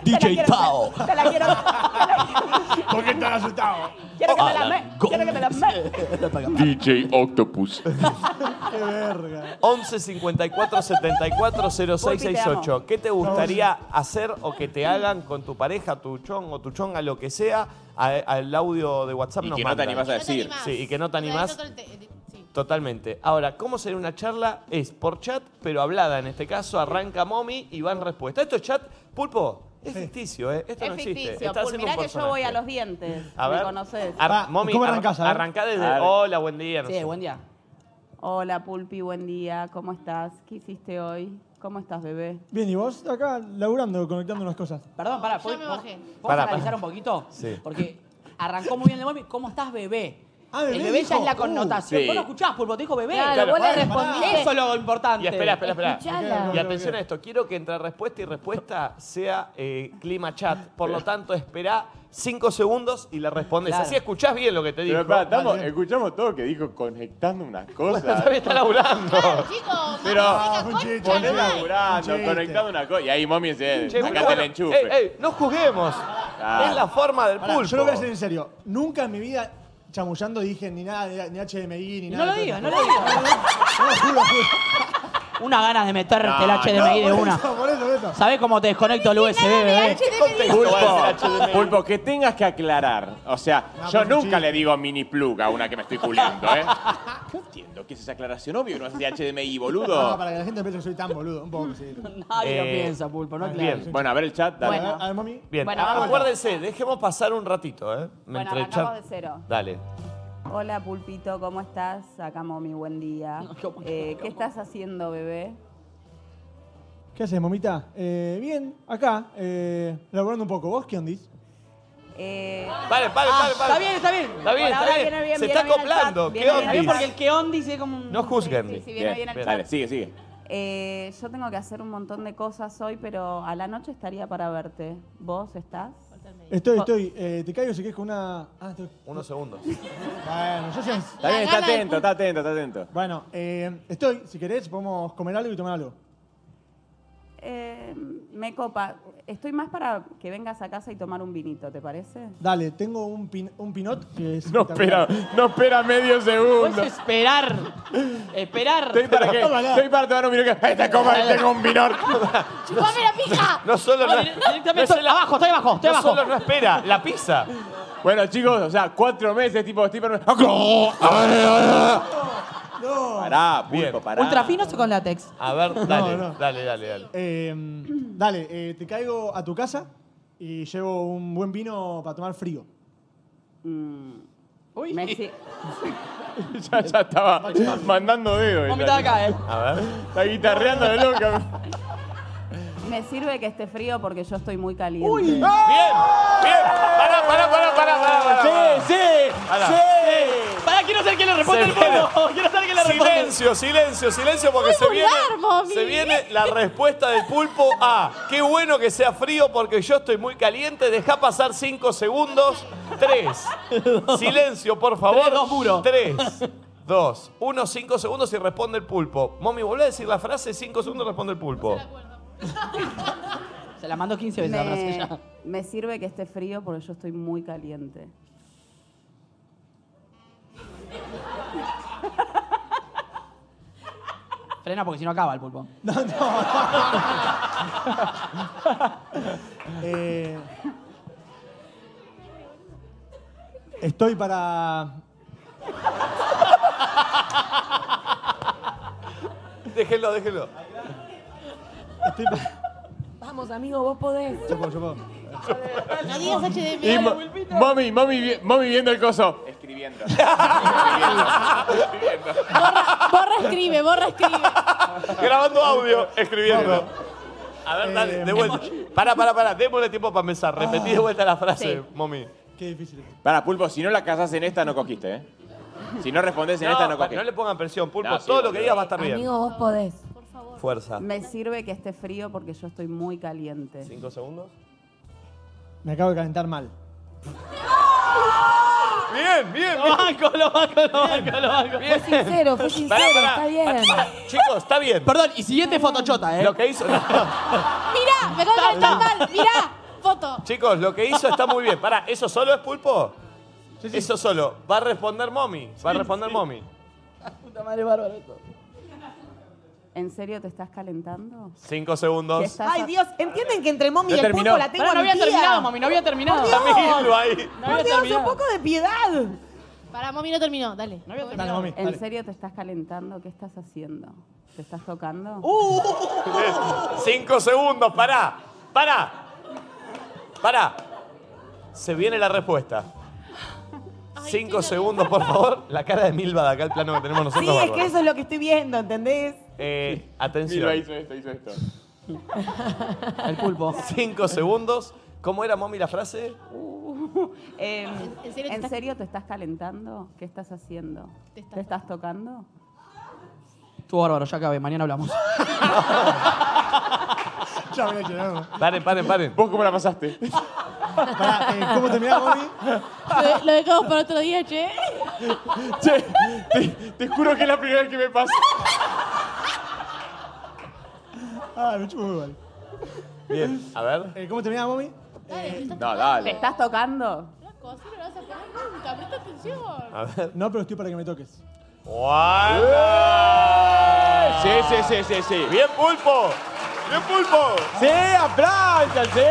DJ Tao. Te la quiero. (laughs) ¿Por qué estás asustado? Quiero que me la Alan me. Quiero que me la (laughs) me. (laughs) DJ (laughs) Octopus. Qué verga. 11 54 74 06 68. ¿Qué te gustaría hacer o que te hagan con tu pareja, tu chongo, tu chonga, lo que sea, a- al audio de WhatsApp Y nos que no te mandan. animás a decir. Sí, y que no te animás. Eso te- eh, Totalmente. Ahora, ¿cómo sería una charla? Es por chat, pero hablada. En este caso, arranca Momi y va en respuesta. Esto es chat, pulpo. Es ficticio, ¿eh? Esto no Es existe. ficticio. Está Pul, haciendo mirá un que yo voy personaje. a los dientes. A ver. Me conoces. Ar- Momi, ¿cómo ar- arrancás? A ver. Arrancá desde. A ver. Hola, buen día. no sé. día. Hola, Pulpi, buen día. ¿Cómo estás? ¿Qué hiciste hoy? ¿Cómo estás, bebé? Bien, ¿y vos? Acá laburando, conectando unas cosas. Perdón, pará. ¿puedo- me ¿puedo- bajé. ¿Puedo Pará, analizar pará. un poquito? Sí. Porque arrancó muy bien el mommy. ¿Cómo estás, bebé? Ah, bebé el bebé ya dijo. es la connotación. Uh, sí. Vos lo escuchás, Pulpo, te dijo bebé. Claro, Claro, vos le pará, respondiste. Eso es lo importante. Y espera, espera, espera. Escuchala. Y atención a esto, quiero que entre respuesta y respuesta sea eh, clima chat. Por lo tanto, espera cinco segundos y le respondes. Claro. Así escuchás bien lo que te digo. Pero espera, estamos- escuchamos todo que dijo conectando (laughs) unas cosas. También (laughs) está laburando. Chicos, Pero ponele poner laburando, Chiste. conectando una cosa. Y ahí mami dice, Che, acá bueno, te la enchufe. ey, ey, no juguemos. Es la forma del Pará, pulpo. Yo lo voy a hacer en serio. Nunca en mi vida chamullando dije ni nada, de- ni HDMI, ni Y nada. no de lo todo digas, eso. no lo digas. No, juro, juro. Una ganas de meterte No, el HDMI no, de por una. eso, por eso, por eso. ¿Sabés cómo te desconecto el USB, bebé? Pulpo, Pulpo, que tengas que aclarar. O sea, No, yo pero nunca le digo mini plug a una que me estoy culiando, ¿eh? No entiendo. ¿Qué es esa aclaración? Obvio, no es de HDMI, No, boludo. para que la gente piense que soy tan boludo. Un poco, sí. Eh, Bien, bueno, a ver el chat. Dale. Bueno. A ver, mami. Bien, Bueno, ah, vamos. acuérdense, dejemos pasar un ratito, ¿eh? Bueno, Entre el arrancamos chat- de cero. Dale. Hola Pulpito, ¿cómo estás? Acá mi buen (laughs) día. Eh, ¿Qué estás haciendo, bebé? ¿Qué haces, momita? Eh, bien, acá, eh, laburando un poco. ¿Vos qué ondis? Eh... Vale, vale, Ah, vale, vale. Está bien, está bien. Está bien, Por está ahora bien. viene Se está viene bien el chat. acoplando. Viene ¿Qué bien, ondis? Porque el que ondis es como un... No juzguen. Sí, sí, viene bien el chat. Dale, sigue, sigue. Eh, yo tengo que hacer un montón de cosas hoy, pero a la noche estaría para verte. ¿Vos estás? Estoy, estoy. eh, te caigo si querés con una. Ah, estoy- Unos segundos. Bueno, yo ya. Está bien, está atento, está atento, está atento. Bueno, eh, estoy. Si querés, podemos comer algo y tomar algo. Eh, me copa. Estoy más para que vengas a casa y tomar un vinito, ¿te parece? Dale, tengo un, pin- un pinot que es. No espera, no espera medio segundo. Puedes esperar. Esperar. Estoy para que. Estoy para tomar un minor. ¡Eh, te comas! ¡Tengo un minor! ¡Chupame la (laughs) pija! No solo no- Directamente no estoy solo- abajo, estoy abajo, estoy no abajo. solo no espera, la pizza. Bueno, chicos, o sea, cuatro meses, tipo, ¡Ah, estoy para. ¡Ah, No. Pará, pulpo, pará. Ultra fino o con látex. A ver, No, dale, no. dale, dale, dale. Eh, dale, eh, te caigo a tu casa y llevo un buen vino para tomar frío. Uy. ya, ya estaba mandando dedos. Vomitá acá, eh. A ver. Está guitarreando de loca. (laughs) Me sirve que esté frío porque yo estoy muy caliente. Uy. Bien, bien. Pará, pará, pará, pará, pará, pará. Sí, sí, sí. Pará, quiero ser quien le responda Se el pueblo. viene. (laughs) Quiero ser quien le responda. Silencio, silencio, silencio, porque Muy se viene, vulgar, mami. se viene la respuesta del pulpo a qué bueno que sea frío porque yo estoy muy caliente, deja pasar cinco segundos. (laughs) Tres. Silencio, por favor. Tres, dos, dos, uno, cinco segundos y responde el pulpo. Mami, volvé a decir la frase, cinco segundos responde el pulpo. Se la mando 15 veces la frase Me, ya. me sirve que esté frío porque yo estoy muy caliente. Frena porque si no acaba el pulpo. (laughs) Eh, estoy para. Déjenlo, déjenlo. Estoy para. Vamos, amigo, vos podés. Yo puedo, yo puedo. No digas Y ma- HDMI. mami, mami, vi- mami viendo el coso. Escribiendo. Borra escribe, borra escribe. Grabando audio, escribiendo. A ver, dale, de vuelta. Pará, pará, pará. Démosle tiempo para pensar. Repetí de vuelta la frase, Sí. mami. Qué difícil. Para, Pulpo, si no la casás en esta, no cogiste, ¿eh? Si no respondes en No, esta, no pa- cogiste. no le pongan presión, Pulpo. No, sí, todo lo boludo. que digas va a estar bien. Ah. Amigo, vos podés. Fuerza. Me sirve que esté frío porque yo estoy muy caliente. ¿Cinco segundos? Me acabo de calentar mal. Bien, bien. Lo banco, lo banco, lo banco, lo banco. Fue sincero, fue sincero, está bien. Chicos, está bien. Perdón, y siguiente fotochota, ¿eh? Lo que hizo. Mirá, me acabo de calentar mal. Mirá, foto. (laughs) Chicos, lo que hizo está muy bien. Pará, ¿eso solo es pulpo? Eso solo. Va a responder mommy. Va a responder mommy. Puta madre, bárbaro esto. ¿En serio te estás calentando? Cinco segundos. ¿Qué estás Ay, Dios, ¿entienden que entre Mommy y Ya el terminó. pulpo la tengo Pará, no había metida? terminado, mami, no había terminado. Por Dios. Está Milo ahí. No había Por Dios, un terminado. poco de piedad. Pará, mami no terminó, dale. No ¿En serio te estás calentando? ¿Qué estás haciendo? ¿Te estás tocando? (laughs) Uh. Cinco segundos, pará. Pará. Pará. Se viene la respuesta. Cinco segundos, por favor. La cara de Milva de acá, el plano que tenemos Sí, nosotros. es bárbaro. que eso es lo que estoy viendo, ¿entendés? Eh, Mira, atención. hizo esto, hizo esto. El pulpo. Cinco segundos. ¿Cómo era, mommy, la frase? Eh, ¿En serio te ¿En estás- serio te estás calentando? ¿Qué estás haciendo? ¿Te estás, tocando? Estuvo bárbaro, ya acabé, mañana hablamos. Ya me la llevamos. Paren, paren, paren. ¿Vos cómo la (laughs) pasaste? Pará, eh, ¿Cómo terminás, Bobby? Lo, de- (laughs) lo dejamos para otro día, che. Che, te, te juro que es la primera vez que me pasa. Ah, me chupo muy mal. Bien, a ver. Eh, ¿Cómo terminás, Bobby? No, ¿Te dale. estás tocando? Loco, así no lo vas a poner nunca, presta atención. A ver. No, pero estoy para que me toques. Sí, sí, sí, sí, sí. Bien pulpo. Bien pulpo. Sí, aplaudan, sí.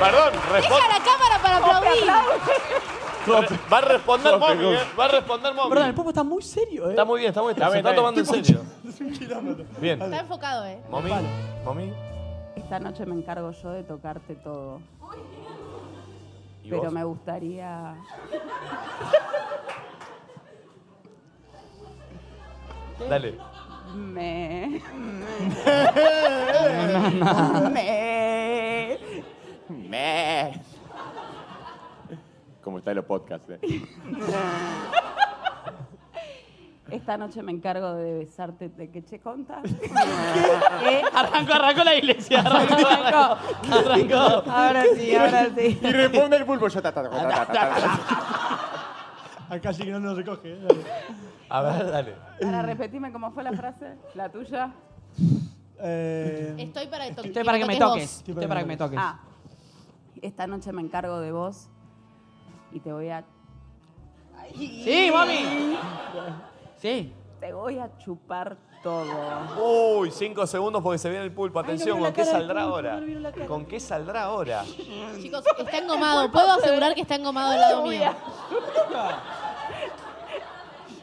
Perdón, Deja la cámara para aplaudir. Va a responder Cope, Momi, Cope. ¿eh? Va a responder Momi. Perdón, el popo está muy serio, ¿eh? Está muy bien, está muy bien. Se bien, está está tomando en bien. serio. Es un kilómetro. Bien. Está enfocado, ¿eh? Momi, Momi. Esta noche me encargo yo de tocarte todo. ¿Y Pero vos? me gustaría. Dale. Me. No, no, no. Me. Me. Como está en los podcasts. eh. Esta noche me encargo de besarte de que che Eh, conta. Arrancó, arrancó la iglesia. Arrancó, arrancó. arrancó. Ahora sí, ahora sí. Y responde el pulpo. Ya está, está, está, está, está, está. Acá sí Ah, que no nos recoge. ¿eh? Dale. A ver, dale. Ahora repetime cómo fue la frase, la tuya. Eh, Estoy para que, to- Estoy para que me toques toques. vos. Estoy para que me toques. (laughs) Ah, esta noche me encargo de vos y te voy a. Sí, mami. Sí. Te voy a chupar todo. Uy, cinco segundos porque se viene el pulpo. no Atención, vio la ¿con qué cara del saldrá pulpo, ahora? no vio la cara. ¿Con qué saldrá ahora? Chicos, está engomado. Puedo asegurar que está engomado al lado mío.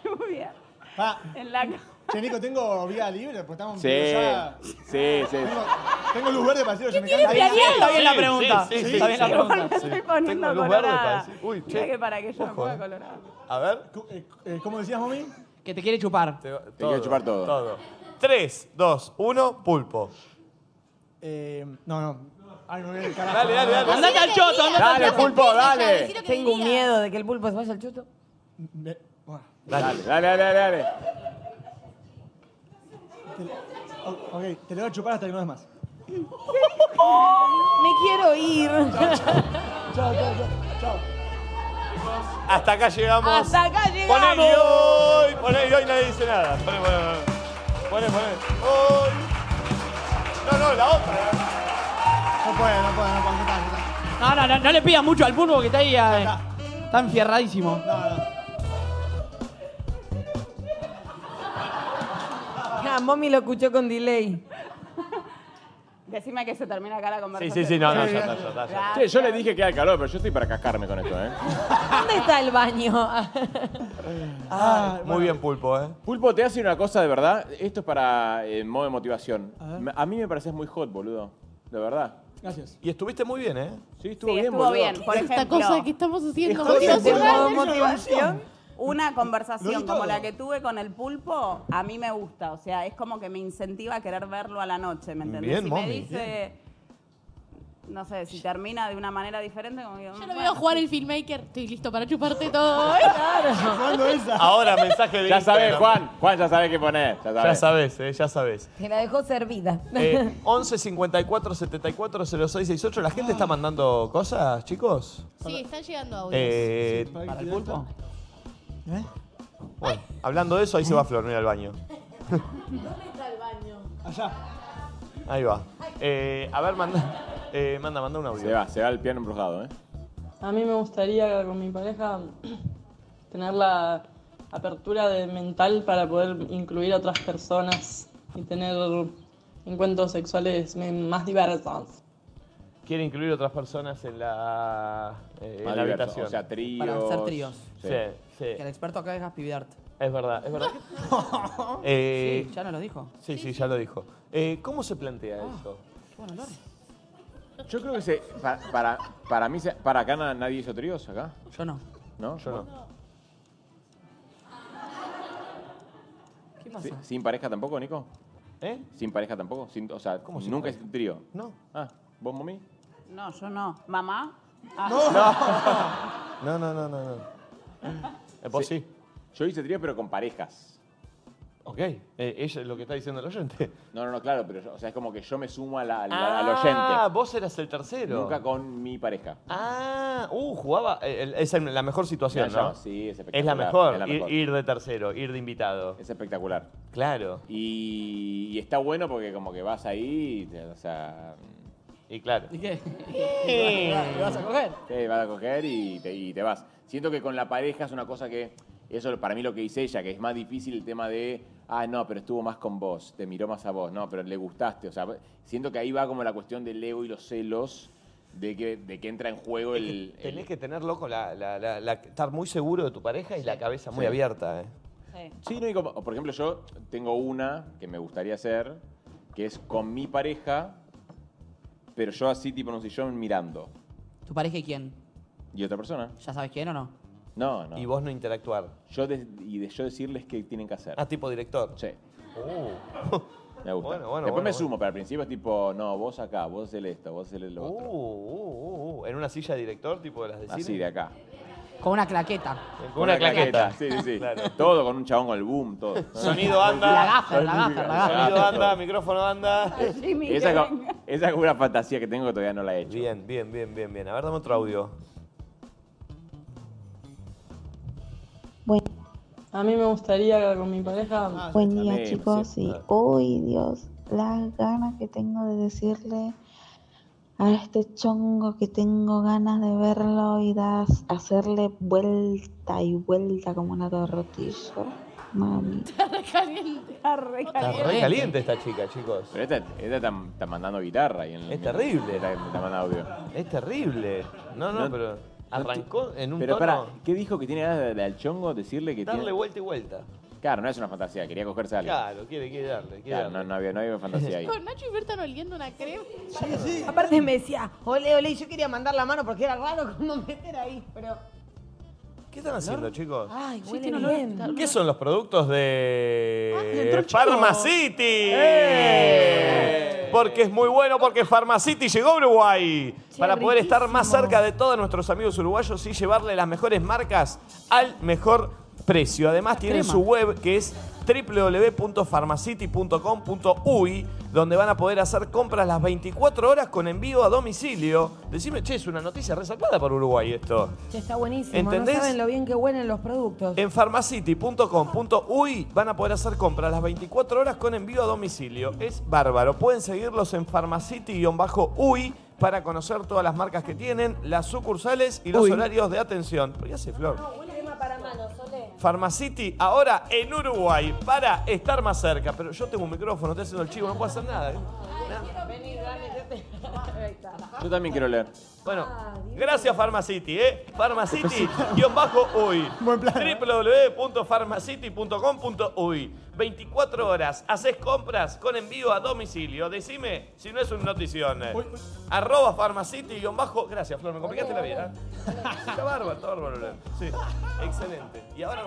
Lluvia. pa. En la ca- Che, Nico, tengo vía libre, porque estamos Sí, ya- sí, sí. Tengo, tengo luz verde para decirlo, se me tiene cae la- planeado? Está bien la Sí, pregunta. sí, sí, Está sí, bien la sí. pregunta. Me estoy poniendo Tengo luz verde colorada. para decir- Uy, Mirá che. que para que yo me Ojo, ponga eh. colorada. A ver. Cu- eh, eh, ¿Cómo decías, mami? Que te quiere chupar. Te, todo, quiero chupar todo. Tres, dos, uno, pulpo. Eh, no, no. Ay, me voy al carajo. Dale, dale, dale. Andate al choto, andate al Dale, choto. pulpo, dale. Tengo un miedo de que el pulpo se vaya al chuto. Me- bueno, Dale, dale, dale, dale. te- o- ok, te lo voy a chupar hasta que no des más. Me quiero ir. Chao, chao, chao. chao. Hasta acá llegamos. Hasta acá Poné llegamos. hoy. Poné hoy, nadie dice nada. Poné, poné, poné. Poné, poné. Hoy. No, no, la otra. No puede, no puede, no puede. ya está, ya No, no, no, no le pidas mucho al pulpo que está ahí. eh, está. Está enfierradísimo. No, no. Ah, mommy lo escuchó con delay. Decime que se termina acá la Sí, conversación. sí, sí, no, no, ya está, ya está. ya está. Che, yo le dije que era calor, pero yo estoy para cascarme con esto, ¿eh? ¿Dónde está el baño? Ah, bueno. Muy bien, pulpo, ¿eh? Pulpo, te hace una cosa de verdad. Esto es para eh, modo de motivación. Me- A mí me pareces muy hot, boludo. De verdad. Gracias. Y estuviste muy bien, ¿eh? Sí, estuvo Sí, bien, estuvo boludo. bien. Por Esta ejemplo, cosa que estamos haciendo. Escuchen, motivacional. motivación. Una Lo conversación di como todo. la que tuve con el pulpo, a mí me gusta. O sea, es como que me incentiva a querer verlo a la noche, ¿me entendés? Bien, si mami, me dice, no sé, si termina de una manera diferente, como que... mm, Yo lo veo jugar el filmmaker. Estoy listo para chuparte todo. ¿Cuándo esa? Ahora mensaje (laughs) de Ya sabés, Instagram. Juan. Juan, ya sabés qué poner. Ya sabés. Ya sabés, ¿eh? Ya sabés. Se la dejó servida. Eh, 11 54 74 06 68. ¿La gente está mandando cosas, chicos? Sí, están llegando audios. Eh, ¿Para el pulpo? ¿Eh? bueno, hablando de eso, ahí se va Flor, mira al baño. Allá. Ahí va. Eh, a ver, manda, eh, manda, manda un Se audio. va, se va el piano embrujado, ¿eh? A mí me gustaría con mi pareja (clears throat) tener la apertura de mental para poder incluir a otras personas y tener encuentros sexuales me- más diversos. Quiere incluir otras personas en la, eh, en Más la diverso, habitación. O sea, tríos. Para hacer tríos. Sí. sí, sí, Que el experto acá es Gaspivarte. Es verdad, (laughs) es verdad. Eh, Sí, ya nos lo dijo. sí, sí, ya lo dijo. Eh, ¿Cómo se plantea Ah. eso? Qué buen olor. Yo creo que se, para, para, para mí, se- para acá na- nadie hizo tríos acá, Yo no. ¿no? Yo no. ¿Qué pasa? Sí, ¿Sin pareja tampoco, Nico? ¿Eh? ¿Sin pareja tampoco? Sin- o sea, ¿Cómo sin nunca pareja? es un trío. No. Ah, ¿vos, mami? (laughs) No, yo no. ¿Mamá? Ah, (laughs) No, no, no, no, no. Eh, ¿Vos sí? Yo hice tríos, pero con parejas. Ok. Eh, ella es lo que está diciendo el oyente. No, no, no, claro, pero yo- o sea, es como que yo me sumo a la- a la- al Ah, oyente. vos eras el tercero. Nunca con mi pareja. Ah, uh, jugaba. eh, el- Es el- la mejor Ya, situación, ya, ¿no? Sí, es espectacular. Es la mejor, Es, la ir- mejor. Ir, de tercero, ir de invitado. Es espectacular. Claro, Y, y está bueno porque como que vas ahí, y te- o sea, y claro. ¿Y qué? Eh, ¿Te vas a coger? te vas a coger y te, y te vas. Siento que con la pareja es una cosa que Eso para mí lo que dice ella, que es más difícil el tema de, ah, no, pero estuvo más con vos, te miró más a vos, no, pero le gustaste. O sea, siento que ahí va como la cuestión del ego y los celos, de que, de que entra en juego Es que el... el- Tenés que tener, loco, la, la- la- la- estar muy seguro de tu pareja y la cabeza muy Sí. abierta. ¿eh? Sí, no, y como- por ejemplo, yo tengo una que me gustaría hacer, que es con mi pareja, pero yo así, tipo en un sillón, mirando. ¿Tu pareja y quién? ¿Y otra persona? ¿Ya sabes quién o no? No, no. Y vos no interactuar. Yo de- y de, yo decirles qué tienen que hacer. Ah, tipo director. Sí. Uh. Me gusta. Bueno, bueno, Después bueno, me sumo, pero al principio es tipo, no, vos acá, vos hacer esto, vos hacer lo Uh, otro. uh, uh, uh. En una silla de director, tipo de las de cine. Así de acá. Con una claqueta. Con una claqueta. Sí, (laughs) sí, sí. Todo con un chabón con el boom, todo. Sonido anda. La gafa, la gafa, la gafa. Sonido anda, micrófono anda. Esa es, como, esa es como una fantasía que tengo que todavía no la he hecho. Bien, bien, bien, bien, bien. A ver, dame otro audio. A mí me gustaría con mi pareja. Buen día chicos y uy Dios, las ganas que tengo de decirle a este chongo que tengo ganas de verlo y das, hacerle vuelta y vuelta como una tortilla. Mami. Está recaliente. Está Está re caliente esta chica, chicos. Pero esta, esta está, está mandando guitarra. Y en, Es terrible. Está, está mandando audio. Es terrible. No, no, pero arrancó en un Pero tono- pará, ¿qué dijo que tiene ganas de, de al chongo decirle que Darle tiene... vuelta y vuelta. Claro, no es una fantasía, quería cogerse a alguien. Claro, quiere, quiere darle, quiere Claro, darle. no, no había, no (laughs) había fantasía ahí. Con Nacho y Berta oliendo una crema. Sí, sí. Aparte me decía, ole, ole, y yo quería mandar la mano porque era raro cómo meter ahí, pero... ¿Qué están haciendo, chicos? Ay, Sí, huele tiene olor- bien. ¿Qué son los productos entró de el chico. Pharma City? Porque es muy bueno, porque Pharmacity llegó a Uruguay para poder estar más cerca de todos nuestros amigos uruguayos y llevarle las mejores marcas al mejor precio. Además tienen crema. su web que es www.farmacity.com.uy donde van a poder hacer compras las 24 horas con envío a domicilio. Decime, che, es una noticia resaltada para Uruguay esto. Che, está buenísimo. ¿Entendés? No saben lo bien que huelen los productos. En farmacity.com.uy van a poder hacer compras las 24 horas con envío a domicilio. Es bárbaro. Pueden seguirlos en farmacity-uy para conocer todas las marcas que tienen, las sucursales y los Uy. horarios de atención. ¿Pero ¿Qué hace, Flor? Crema para manos, ole. Farmacity ahora en Uruguay para estar más cerca. Pero yo tengo un micrófono, estoy haciendo el chivo, no puedo hacer nada. ¿eh? Vení, dame, yo te... Ahí está. Yo también quiero leer. Bueno, gracias Pharmacity, ¿eh? (laughs) Pharmacity-uy. ¿eh? www.pharmacity.com.uy 24 horas, haces compras con envío a domicilio. Decime si no es un notición. eh. Arroba Pharmacity-bajo. Gracias, Flor, me complicaste la vida. (laughs) ¿eh? Está bárbaro, está bárbaro. Flor. Sí, excelente. Y ahora.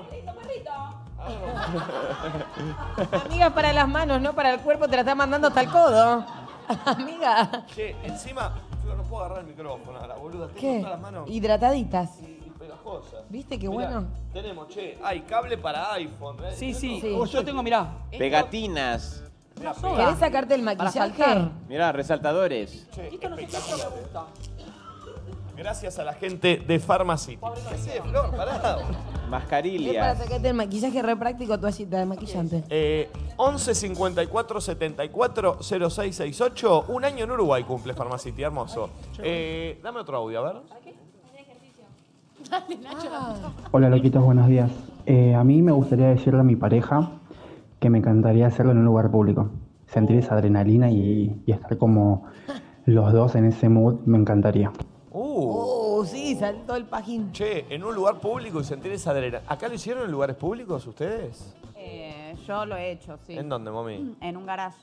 (laughs) (laughs) Amiga, para las manos, no para el cuerpo, te la está mandando hasta el codo. (laughs) Amiga. Che, encima, Flor, no puedo agarrar el micrófono ahora, boluda. Tengo ¿Qué? todas las manos. Hidrataditas. y pegajosas. ¿Viste qué Mirá, bueno? Tenemos, che, hay cable para iPhone. ¿eh? Sí, sí. Sí. Eh, Yo tengo, mirá. Pegatinas. Mirá, ¿Querés sacarte el maquillaje? Mirá, resaltadores. eh. Gracias a la gente de Pharmacity. ¿Qué haces, Flor? Pará. Es para Mascarillas. sacarte el maquillaje re práctico, toallita de maquillante. Eh, 11 54 74 0668. Un año en Uruguay cumple Pharmacity, hermoso. Eh, dame otro audio, a ver. Dale, Nacho, la puta madre. Hola loquitos, buenos días. Eh, a mí me gustaría decirle a mi pareja que me encantaría hacerlo en un lugar público. Sentir esa adrenalina y, y estar como los dos en ese mood me encantaría. Uh. Oh, sí, saltó el pajín. Che, en un lugar público y sentir esa adrenalina. ¿Acá lo hicieron en lugares públicos ustedes? Eh, yo lo he hecho, sí. Mm, ¿En dónde, mami? En un garage.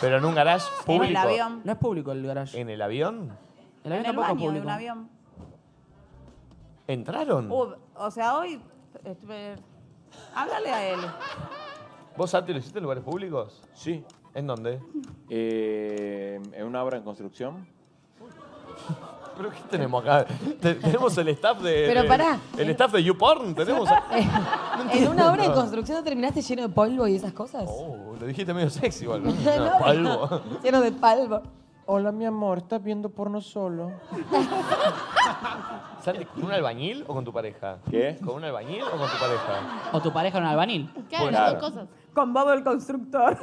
¿Pero en un garage público? el avión. No es público el garage. ¿En el avión? El en el baño de un avión. ¿Entraron? Uh, o sea, hoy... estuve- Háblale a él. ¿Vos, Santi, lo hiciste en lugares públicos? Sí. ¿En dónde? Eh, en una obra en construcción. (laughs) ¿Pero qué tenemos acá? Te- Tenemos el (laughs) staff de. Pero de- pará. Eh, El staff de YouPorn. Tenemos. (laughs) (laughs) ¿En una obra de eh, No. construcción no terminaste lleno de polvo y esas cosas? Oh, lo dijiste medio sexy igual. ¿no? (laughs) No, Palvo. Lleno de polvo. Hola, mi amor, ¿estás viendo porno solo? Santi, ¿Con un albañil o con tu pareja? ¿Qué? ¿Con un albañil o con tu pareja? O tu pareja en un albanil. Claro, las dos cosas. Con Bobo el constructor.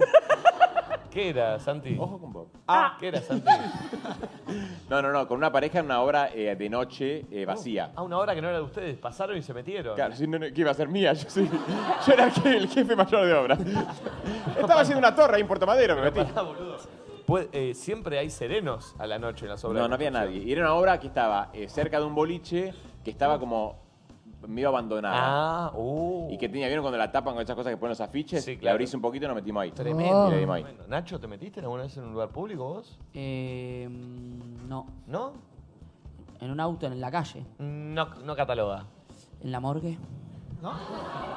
¿Qué era, Santi? Ojo con Bob. Ah, ¿qué era, Santi? No, no, no, con una pareja en una obra eh, de noche eh, vacía. A Ah, una hora que no era de ustedes, pasaron y se metieron. Claro, sí, no, no, que iba a ser mía, yo, sí. (laughs) yo era el que- el jefe mayor de (laughs) obra. Estaba haciendo una torre ahí en Puerto Madero, me metí. Puede- eh, siempre hay serenos a la noche en las obras. No, no había nadie. Y era una obra que estaba eh, cerca de un boliche que estaba como medio abandonada. Ah, Y que tenía, ¿vieron cuando la tapan con esas cosas que ponen los afiches? Sí, La claro. abrís un poquito y nos metimos ahí. Tremendo. Y la dimos ahí. Bueno, Nacho, ¿te metiste alguna vez en un lugar público vos? Eh, no. ¿No? En un auto, en la calle. No, no cataloga. En la morgue. (laughs)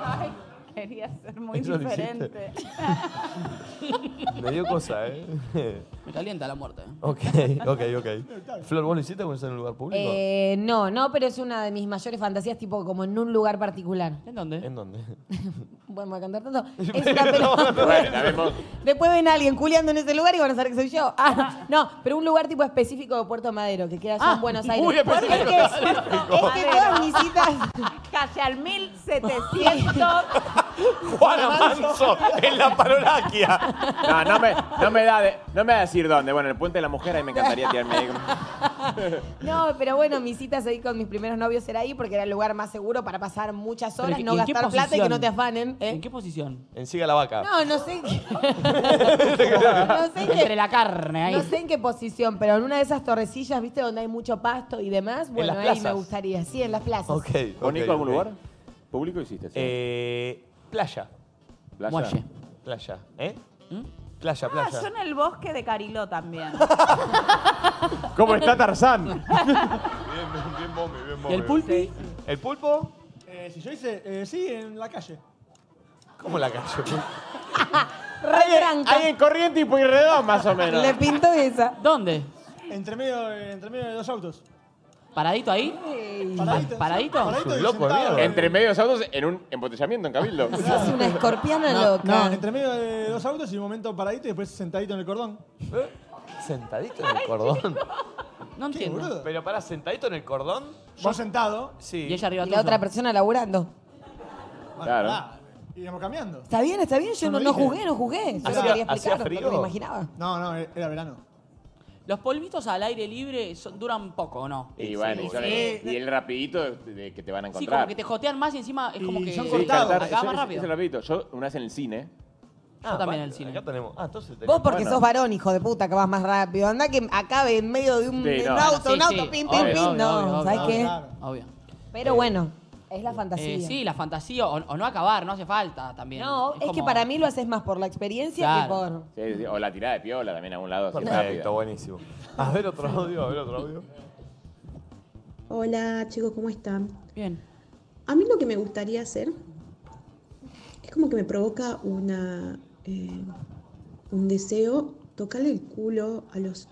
Ay, quería ser muy Eso lo hiciste. diferente. (laughs) Me dio cosa, ¿eh? (laughs) Me calienta la muerte. ¿eh? ok, ok, ok. Flor, ¿vos lo hiciste alguna vez en un lugar público? Eh, no, no, pero es una de mis mayores fantasías, tipo como en un lugar particular. ¿En dónde? ¿En dónde? Bueno, voy a cantar tanto. (laughs) (laughs) Es una pelota. la vemos. Después ven a alguien culiando en ese lugar y van a saber que soy yo. Ah, no, pero un lugar tipo específico de Puerto Madero, que queda allá Ah, en Buenos Aires. muy específico. Es que, es que todas mis citas... (laughs) Calle al 1700. Juana Manso en la parolaquia. No, no me, no me da de, no me da decir dónde. Bueno, en el puente de la mujer ahí me (laughs) encantaría tirarme ahí. No, pero bueno, mis citas ahí con mis primeros novios era ahí porque era el lugar más seguro para pasar muchas Pero, horas, ¿y no en qué gastar plata y que posición? no te afanen. ¿eh? ¿En qué posición? En Siga la Vaca. No, no sé. No sé en qué- Entre la carne ahí. No sé en qué posición, pero en una de esas torrecillas, viste, donde hay mucho pasto y demás, bueno, las ahí me plazas. gustaría. Sí, en las plazas. Ok. ¿Con Nico ok, algún ok. lugar? ¿Público hiciste? sí? Eh, playa. Playa. Muelle. ¿Mm? Playa. ¿Eh? Playa, playa. Ah, yo en el bosque de Cariló también. ¿Cómo está Tarzán? Bien, bien bombe, bien ¿Y el pulpo? ¿El pulpo? Eh, si yo hice, eh, sí, en la calle. ¿Cómo la calle? Re Ahí en corriente y Pueyrredón, más o menos. Le pintó esa. ¿Dónde? Entre medio, eh, entre medio de dos autos. ¿Paradito ahí? Paradito. ¿Paradito? Paradito y Loco, sentado. amigo. Entre medio de los autos en un embotellamiento en Cabildo. Es una escorpiana No, loca. no, entre medio de dos autos y un momento paradito y después sentadito en el cordón. ¿Eh? ¿Sentadito en el cordón? No boludo? Pero para sentadito en el cordón. Vos sentado. Sí. Y ella arriba Y la otra persona laburando. Claro. Ah, Íbamos cambiando. Está bien, está bien. Yo no, lo no dije. jugué, no jugué. Solo Hacía- quería hacía explicarlo, no me frío. imaginaba. No, no, eh, era verano. ¿Los polvitos al aire libre son- duran poco o no? Y bueno, y, son- Sí. y el rapidito de- de que te van a Sí, como encontrar. que te jotean más y encima es como que. Sí, cantar- Acaba más es- rápido. Es el rapidito. Yo una vez en el cine. Yo también en el cine. Ah, Acá tenemos. Ah, entonces Vos porque Bueno. sos varón, hijo de puta, que vas más rápido. Anda que acabe en medio de un, Sí, de un no. auto, Sí, un auto, sí. pim, pim, Obvio, pim. obvio, no, obvio, ¿sabes obvio, qué? Eh, Obvio. Pero bueno, es la fantasía. Eh, sí, la fantasía o, o no acabar, no hace falta también. Eh, No, es, que como- para mí lo haces más por la experiencia que por... Sí, sí, o la tirada de piola también a un lado. Así Perfecto, rápido. buenísimo. A ver otro audio, a ver otro audio. Hola chicos, ¿cómo están? Bien. A mí lo que me gustaría hacer es como que me provoca una, eh, un deseo tocarle el culo a los,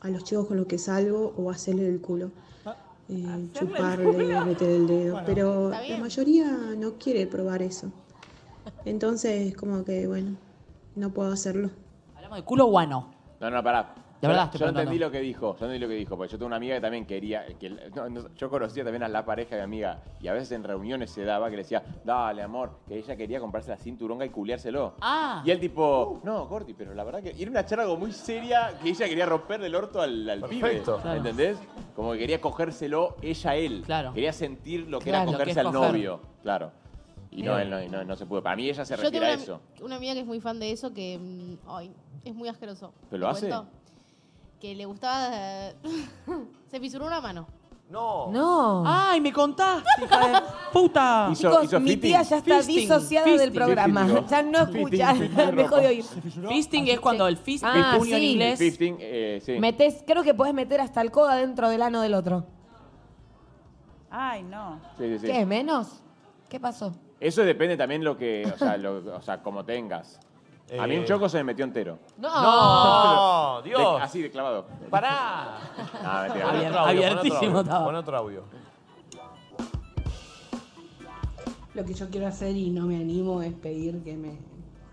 a los chicos con los que salgo o hacerle el culo. Eh, chuparle, culo. meter el dedo. Bueno, Pero está la bien. mayoría no quiere probar eso. Entonces, como que bueno, no puedo hacerlo. Hablamos de culo guano. No, no, pará. De yo verdad, estoy yo preguntando. entendí lo que dijo, yo entendí lo que dijo, porque yo tengo una amiga que también quería, que, no, no, yo conocía también a la pareja de mi amiga, y a veces en reuniones se daba que le decía, dale amor, que ella quería comprarse la cinturonga y culiárselo. Ah. Y él tipo, no, Corti, pero la verdad que era una charla como muy seria que ella quería romper el orto al, al pibe, Perfecto. Claro. ¿entendés? Como que quería cogérselo ella a él. Claro. Quería sentir lo que Claro, era lo que cogerse es al coger. novio. Claro. Y no, Bien. él no, y no, no se pudo. Para mí ella se Yo tengo refiere a una, eso. una amiga que es muy fan de eso que mm, ay, es muy asqueroso. ¿Pero lo ¿Te hace? cuento? Que le gustaba... eh, (laughs) se fisuró una mano. No. No. Ay, me contaste, hija de puta. Hizo- Chicos, hizo mi fitting. tía ya está Fisting, disociada del fisting. programa. Fisting, (laughs) ya no fisting, escucha, (laughs) fisting de dejó ropa. de oír. Fisting es cuando el fist, Ah, el puño en sí. inglés. Fisting, eh, sí. Metés, creo que podés meter hasta el codo adentro del ano del otro. Ay, no. Sí, sí, sí. ¿Qué? ¿Menos? ¿Qué pasó? Eso depende también lo que, o sea, lo- o sea, como tengas. A mí un Eh. choco se me metió entero. No, De- Oh, Dios. así de clavado. Pará. No, mentira. Pon otro audio, pon (laughs) otro Abiertísimo audio, estaba. Pon otro audio. Lo que yo quiero hacer y no me animo es pedir que me,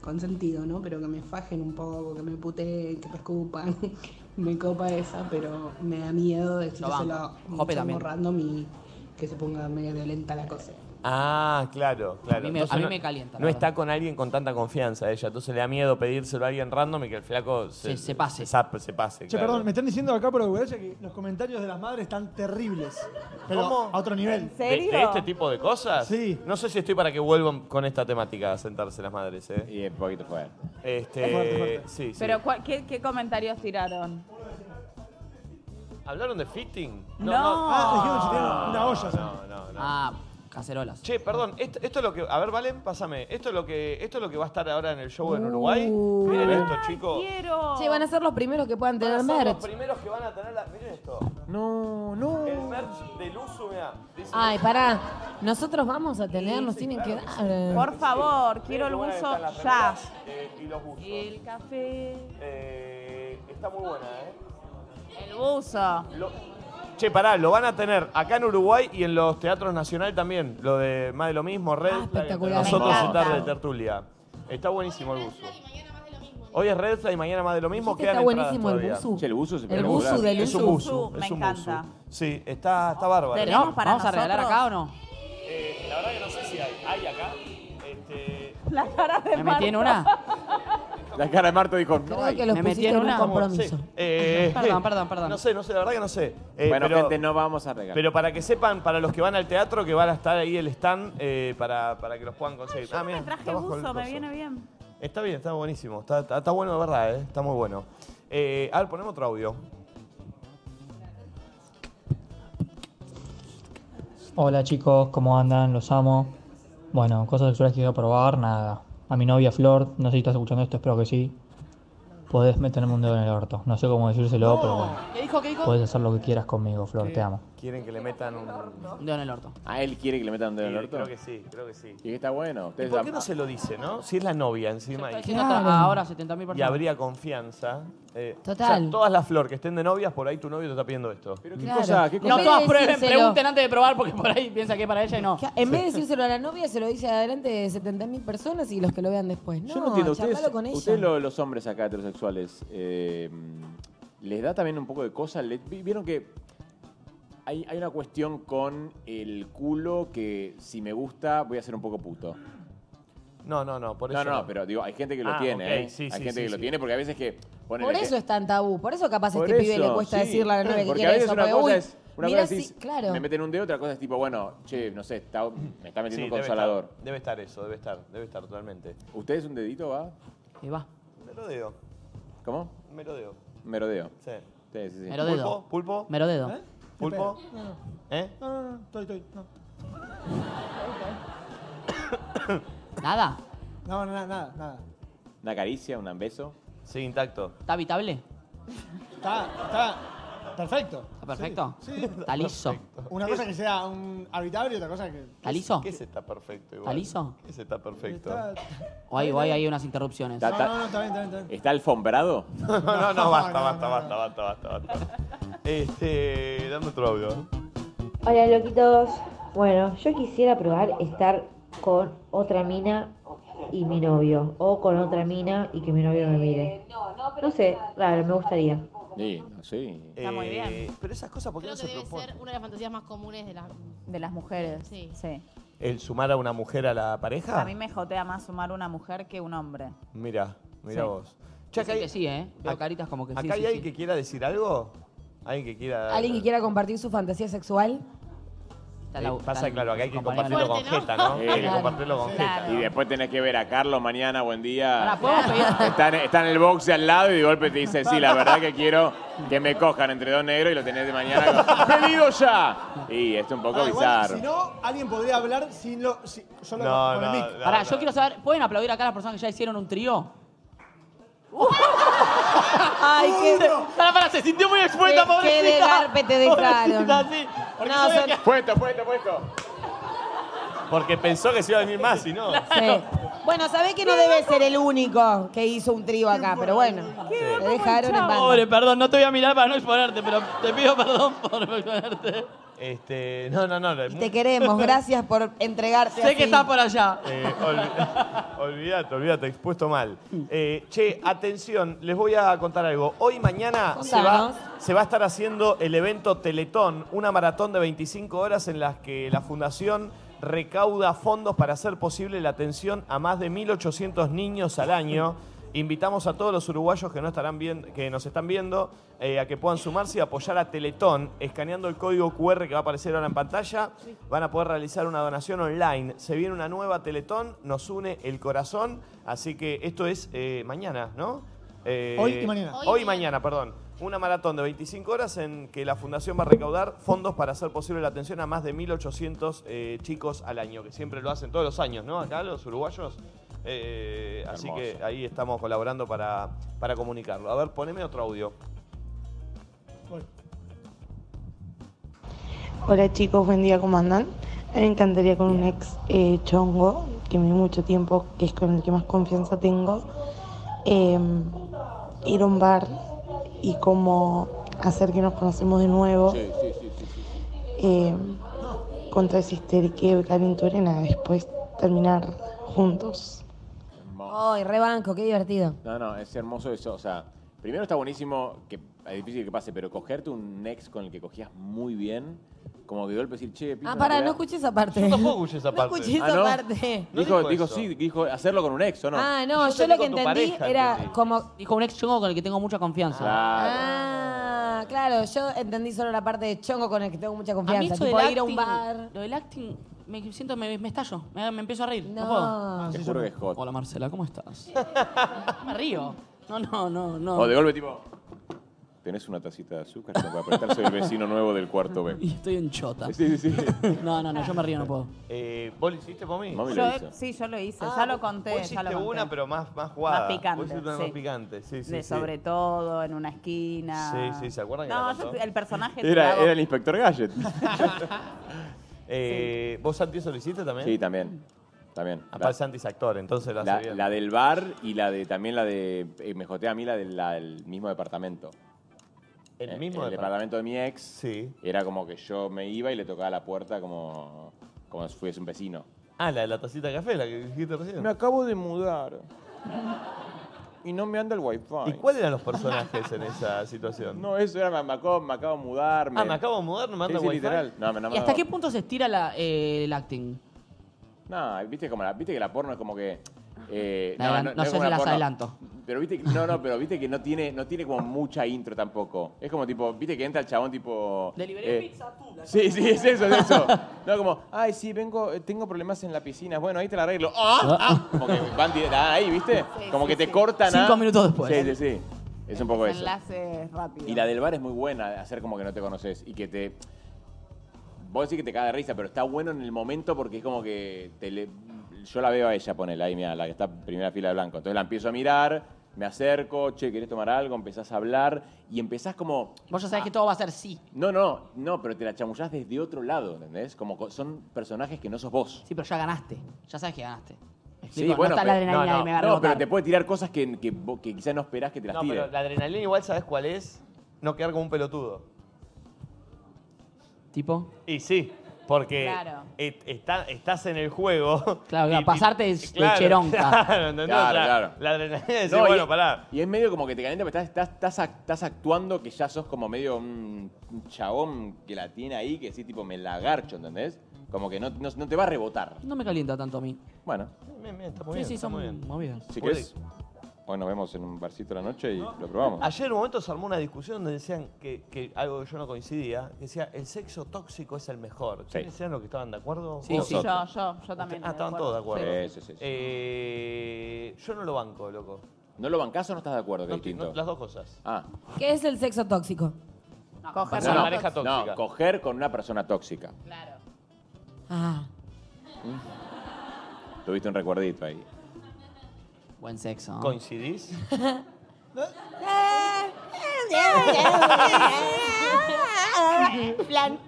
con sentido, ¿no? Pero que me fajen un poco, que me puteen, que me escupan. (laughs) me copa esa, pero me da miedo de Lo banco. decírselo a un Jope chamo también. random y que se ponga medio violenta la cosa. Ah, claro, claro. A mí me- Entonces a mí no- me calienta, la No verdad. está con alguien con tanta confianza ella, entonces le da miedo pedírselo a alguien random y que el flaco se, Se- se pase. Se, zap- se pase, Che, claro. perdón, me están diciendo acá por Google que los comentarios de las madres están terribles. Pero ¿Cómo? a otro nivel. ¿De, de este tipo de cosas? Sí. No sé si estoy para que vuelvan con esta temática a sentarse las madres, ¿eh? Y un poquito fuerte. Este, Fuerte, fuerte. Sí, sí. Pero, ¿cuál- qué, qué comentarios tiraron? ¿Hablaron de fitting? No. Ah, dijeron que tenían una olla. No, no, no. Ah, cacerolas. Che, perdón, esto, esto es lo que. A ver, Valen, pásame. Esto es lo que, esto es lo que va a estar ahora en el show en Uruguay. Uh. Miren esto, chicos. Che, van a ser los primeros que puedan tener Son los merch. primeros que van a tener la. Miren esto. No, no. El merch de Luzu, mirá. Dice- Ay, pará. Nosotros vamos a tener, nos tienen que eh, dar. Por favor, quiero el Miren qué buena que buzo están las ya. remeras, eh, y los buzos. El café. Eh, está muy buena, ¿eh? El buzo. Che, pará, lo van a tener acá en Uruguay y en los teatros nacional también. Lo de más de lo mismo, Red. Flag, entre Ah, espectacular. Nosotros Me en encanta. tarde de tertulia. Está buenísimo el buzo. Hoy es Red Flag y mañana más de lo mismo. Dijiste, Quedan está entradas buenísimo el todavía. buzo. Che, el buzo es El del espectacular. buzo del Es un buzo. buzo. Me es un encanta. buzo. Sí, está, está bárbaro. ¿Tenemos No, para ¿Vamos a regalar nosotros? acá o no? Eh, la verdad que no sé si hay. ¿Hay acá? Este... La cara de Me metí en Marta. La cara de Marto dijo, no Creo hay. que los Me metí pusiste en en un una. compromiso. Sí. Eh, Perdón, perdón, perdón. No sé, no sé, la verdad que no sé. Eh, bueno, pero- gente, no vamos a regalar. Pero para que sepan, para los que van al teatro, que van a estar ahí el stand eh, para, para que los puedan conseguir. Ah, mira, Traje buzo, me viene bien. Está bien, está buenísimo. Está, está- está bueno de verdad, eh. está muy bueno. Eh, a ver, ponemos otro audio. Hola chicos, ¿cómo andan? Los amo. Bueno, cosas sexuales que quiero probar, nada. A mi novia Flor, no sé si estás escuchando esto, espero que sí. Podés meterme un dedo en el orto. No sé cómo decírselo, pero bueno. ¿Qué dijo? ¿Qué dijo? Podés hacer lo que quieras conmigo, Flor, te amo. Quieren que le metan un... Un dedo en el orto. ¿A él quiere que le metan un dedo en el Sí, orto? creo que sí, creo que sí. Y que está bueno. ¿Y Ustedes por qué am- no se lo dice, no? Si es la novia encima. y- diciendo Claro. otra- ahora 70.000 Y personas. habría confianza. eh, Total. o sea, todas las flor que estén de novias, por ahí tu novio te está pidiendo esto. Pero qué Claro. cosa, qué No todas prueben, pregunten antes de probar porque por ahí piensa que es para ella y no. Eh, En vez de decírselo a la novia, se lo dice adelante de 70.000 personas y los que lo vean después. No, Yo no entiendo, charlalo ustedes, con ella. ustedes lo- los hombres acá heterosexuales, eh, ¿les da también un poco de cosa? Le- vi- ¿Vieron que hay, hay una cuestión con el culo que si me gusta voy a ser un poco puto? No, no, no, por No, eso. no, no, pero digo, hay gente que lo Ah, tiene, ok, ¿eh? sí, hay sí, gente sí, que lo sí. tiene porque a veces que... Por ponele, eso es tan tabú, por eso capaz a Por este pibe le eso, cuesta sí. decirle a la novia que Porque quiere a veces eso. una porque, cosa uy, es, una mira cosa es, si- claro. me meten un dedo, otra cosa es tipo, bueno, che, no sé, está- me está metiendo Sí, un debe consolador. estar- Debe estar eso, debe estar, debe estar totalmente. ¿Ustedes un dedito va? Y va. Merodeo, ¿Cómo? merodeo. Merodeo. Sí. Sí, sí, sí. Merodeo. ¿Pulpo? ¿Pulpo? Merodeo. ¿Eh? ¿Pulpo? No, no. ¿Eh? No, no, no, estoy, estoy. No, (coughs) Nada. no, no, nada, nada. nada. ¿Una caricia, un beso? Sí, intacto. ¿Está habitable? Está, está perfecto. ¿Está perfecto? Sí. sí. (laughs) ¿Está liso? Una cosa que sea un habitable y otra cosa que. ¿Está liso? ¿Qué es está perfecto igual? ¿Está liso? ¿Qué es está perfecto? Está- O hay, o hay, hay unas interrupciones. No, no, no, está bien, está bien, está Eh. bien. ¿Está alfombrado? No, no, no, basta, basta, basta, basta, basta, basta. Este, dame otro audio. Hola, loquitos. Bueno, yo quisiera probar estar con otra mina y mi novio. O con otra mina y que mi novio me mire. No sé, raro, me gustaría. Sí, no, sí. Está muy bien. Pero esas cosas, ¿por qué Creo no que se debe proponen? ser una de las fantasías más comunes de las, De las mujeres. Sí. ¿El sumar a una mujer a la pareja? A mí me jotea más sumar una mujer que un hombre. Mira, mira Sí. vos. Dicen que sí, ¿eh? Veo caritas como que sí, ¿Acá sí, hay sí. alguien que quiera decir algo? ¿Alguien que quiera...? ¿Alguien que quiera compartir su fantasía sexual? Eh, pasa, claro, acá hay que compartirlo compañera. con Fuerte, jeta, ¿no? ¿no? Sí. Hay que compartirlo con jeta. Y después tenés que ver a Carlos mañana, buen día. Pará, ¿podemos (laughs) pedir? Está en, está en el box de al lado y de golpe te dice, sí, la verdad que quiero que me cojan entre dos negros y lo tenés de mañana. con- ¡Pedido ya! Y es un poco Ah, (laughs) igual, bizarro. si no, alguien podría hablar sin lo. si- solo No, con el no, mic. no, Pará, yo quiero saber, ¿pueden aplaudir acá a las personas que ya hicieron un trío? Ay, qué- Pará, pará, se sintió muy expuesta, Qué- qué pobrecita. de garpe te dejaron. Pobrecita, sí. Porque No, sabía son- que- Puesto, puesto, puesto. Porque pensó que se iba a venir más, si no. Sí. Bueno, sabés que no debe ser el único que hizo un trío acá, pero bueno. Te dejaron en banda. Pobre, perdón, no te voy a mirar para no exponerte, pero te pido perdón por exponerte. Este, no, no, no. Y Te queremos, gracias por entregarte. Sé así. que está por allá. (laughs) Eh, olvi- (laughs) olvídate, olvídate, expuesto mal. Eh, che, atención, les voy a contar algo. Hoy y mañana se va, Contanos. se va a estar haciendo el evento Teletón, una maratón de 25 horas en las que la Fundación recauda fondos para hacer posible la atención a más de 1.800 niños al año. Invitamos a todos los uruguayos que, no estarán viendo, que nos están viendo eh, a que puedan sumarse y apoyar a Teletón escaneando el código QR que va a aparecer ahora en pantalla. Van a poder realizar una donación online. Se viene una nueva Teletón, nos une el corazón. Así que esto es eh, mañana, ¿no? Eh, Hoy y mañana. Hoy, y mañana, perdón. Una maratón de 25 horas en que la Fundación va a recaudar fondos para hacer posible la atención a más de 1.800 eh, chicos al año, que siempre lo hacen todos los años, ¿no? Acá los uruguayos. Eh, así que ahí estamos colaborando para, para comunicarlo. A ver, poneme otro audio. Hola chicos, buen día, ¿cómo andan? A mí Me encantaría con un ex eh, chongo, que me dio mucho tiempo, que es con el que más confianza tengo, eh, ir a un bar y cómo hacer que nos conocemos de nuevo. Eh, contra ese histerique calentura y nada, después terminar juntos. Ay, rebanco, qué divertido. No, no, es hermoso eso. O sea, primero está buenísimo, que es difícil que pase, pero cogerte un ex con el que cogías muy bien, como que de golpe decir, che, Ah, pará, no escuché esa parte. Yo tampoco escuché (laughs) esa No parte. escuché Ah, esa ¿no? parte. No dijo, dijo dijo eso. sí, dijo hacerlo con un ex, ¿o no? Ah, no, yo lo que entendí era como... Dijo un ex chongo con el que tengo mucha confianza. Ah, claro, yo entendí solo la parte de chongo con el que tengo mucha A mí confianza. eso Tipo del ir a un acting, bar. Lo del acting, me siento, me, me estallo. Me, me empiezo a reír. No, No. puedo. Ah, Te juro que es hot. Hola Marcela, ¿cómo estás? me río. No, no, no, no. O Oh, de golpe tipo, tenés una tacita de azúcar como para apretar, soy el vecino nuevo del cuarto B. Y estoy en chota. Sí, sí, sí. (laughs) No, no, no, yo me río, no puedo. Eh, ¿Vos lo hiciste, Mami? Mami Yo- sí, yo lo hice, ya lo conté. Vos ya hiciste lo conté. una, pero más, más jugada. Más picante, Vos hiciste una sí. más picante, sí, sí. de sí. sobre todo, en una esquina. Sí, sí, ¿se acuerdan que No, la contó? yo- el personaje te Era, hago- era el inspector Gadget. (laughs) Eh, ¿Vos, Santi, eso lo hiciste también? Sí, también. También. Aparte, Santi es actor, entonces lo hace La, bien. la del bar y la de también la de. eh, me jotea a mí la, de, la del mismo departamento. ¿El Eh, mismo El departamento de mi ex. Sí. Era como que yo me iba y le tocaba la puerta como, como si fuese un vecino. Ah, la de la tacita de café, la que dijiste recién. Me acabo de mudar. Y no me anda el wifi. ¿Y cuáles eran los personajes en esa situación? No, eso era, me, me acabo, me acabo de mudar. Ah, me acabo de mudar, no me anda sí, sí, wifi. literal. No, me, no me ¿Y hasta anda- qué punto se estira la, eh, el acting? No, viste, como la, viste que la porno es como que. eh, La adelan- no es sé como si la las porno. adelanto. Pero viste, que- no, no, pero viste que no tiene, no tiene como mucha intro tampoco. Es como tipo, viste que entra el chabón tipo. eh, Sí, sí, es eso, es (laughs) eso. No, como, ay, sí, vengo, eh, tengo problemas en la piscina. Bueno, ahí te la arreglo. ¡Ah! ah! Como que van di- ah, ahí, ¿viste? Como que te cortan. a- Cinco minutos después. Sí, sí, sí. Es un poco eso. Enlaces rápidos. Y la del bar es muy buena, hacer como que no te conoces y que te. Vos decís que te caga de risa, pero está bueno en el momento porque es como que te le- yo la veo a ella, ponela ahí, mira, la que está en primera fila de blanco. Entonces la empiezo a mirar, me acerco, che, ¿querés tomar algo? Empezás a hablar y empezás como. Vos ya sabés que todo va a ser sí. No, no, no, pero te la chamullás desde otro lado, ¿entendés? Como co- son personajes que no sos vos. Sí, pero ya ganaste. Ya sabes que ganaste. ¿Me Sí, explico? bueno, no está la pero- adrenalina no, de no, me va a no, rebotar. pero te puede tirar cosas que, que, vos- que quizás no esperás que te las No, tire. pero la adrenalina igual, ¿sabes cuál es? No quedar como un pelotudo. ¿Tipo? Y sí, porque Claro. et- está- estás en el juego. Claro, y- y- pasarte de- de cheronca. Claro, ¿entendés? Claro, O sea, claro. La (laughs) adrenalina es No, bueno, y, pará. Y es medio como que te calienta, pero estás, estás, estás, ac- estás actuando que ya sos como medio un un chabón que la tiene ahí, que sí, tipo, me la garcho, ¿entendés? Como que no, no, no te va a rebotar. No me calienta tanto a mí. Bueno, Bien, bien, está sí, muy bien. sí, está son muy bien. movidas. si querés, Pues hoy nos vemos en un barcito a la noche y lo probamos. Ayer en un momento se armó una discusión donde decían que, que algo que yo no coincidía, que decía el sexo tóxico es el mejor. Sí. ¿Ustedes eran los que estaban de acuerdo? Sí, sí. Yo, yo, yo también. Ah, estaban todos de acuerdo. Sí, sí, sí, sí. Eh, yo no lo banco, loco. ¿No lo bancás o no estás de acuerdo? Que No, es distinto. no, las dos cosas. Ah, ¿Qué es el sexo tóxico? Coger Persona no, pareja tóxica. no, coger con una persona tóxica. Ah. Tuviste un recuerdito ahí. Buen sexo. ¿no? (laughs) ¿Coincidís? (laughs) Plan.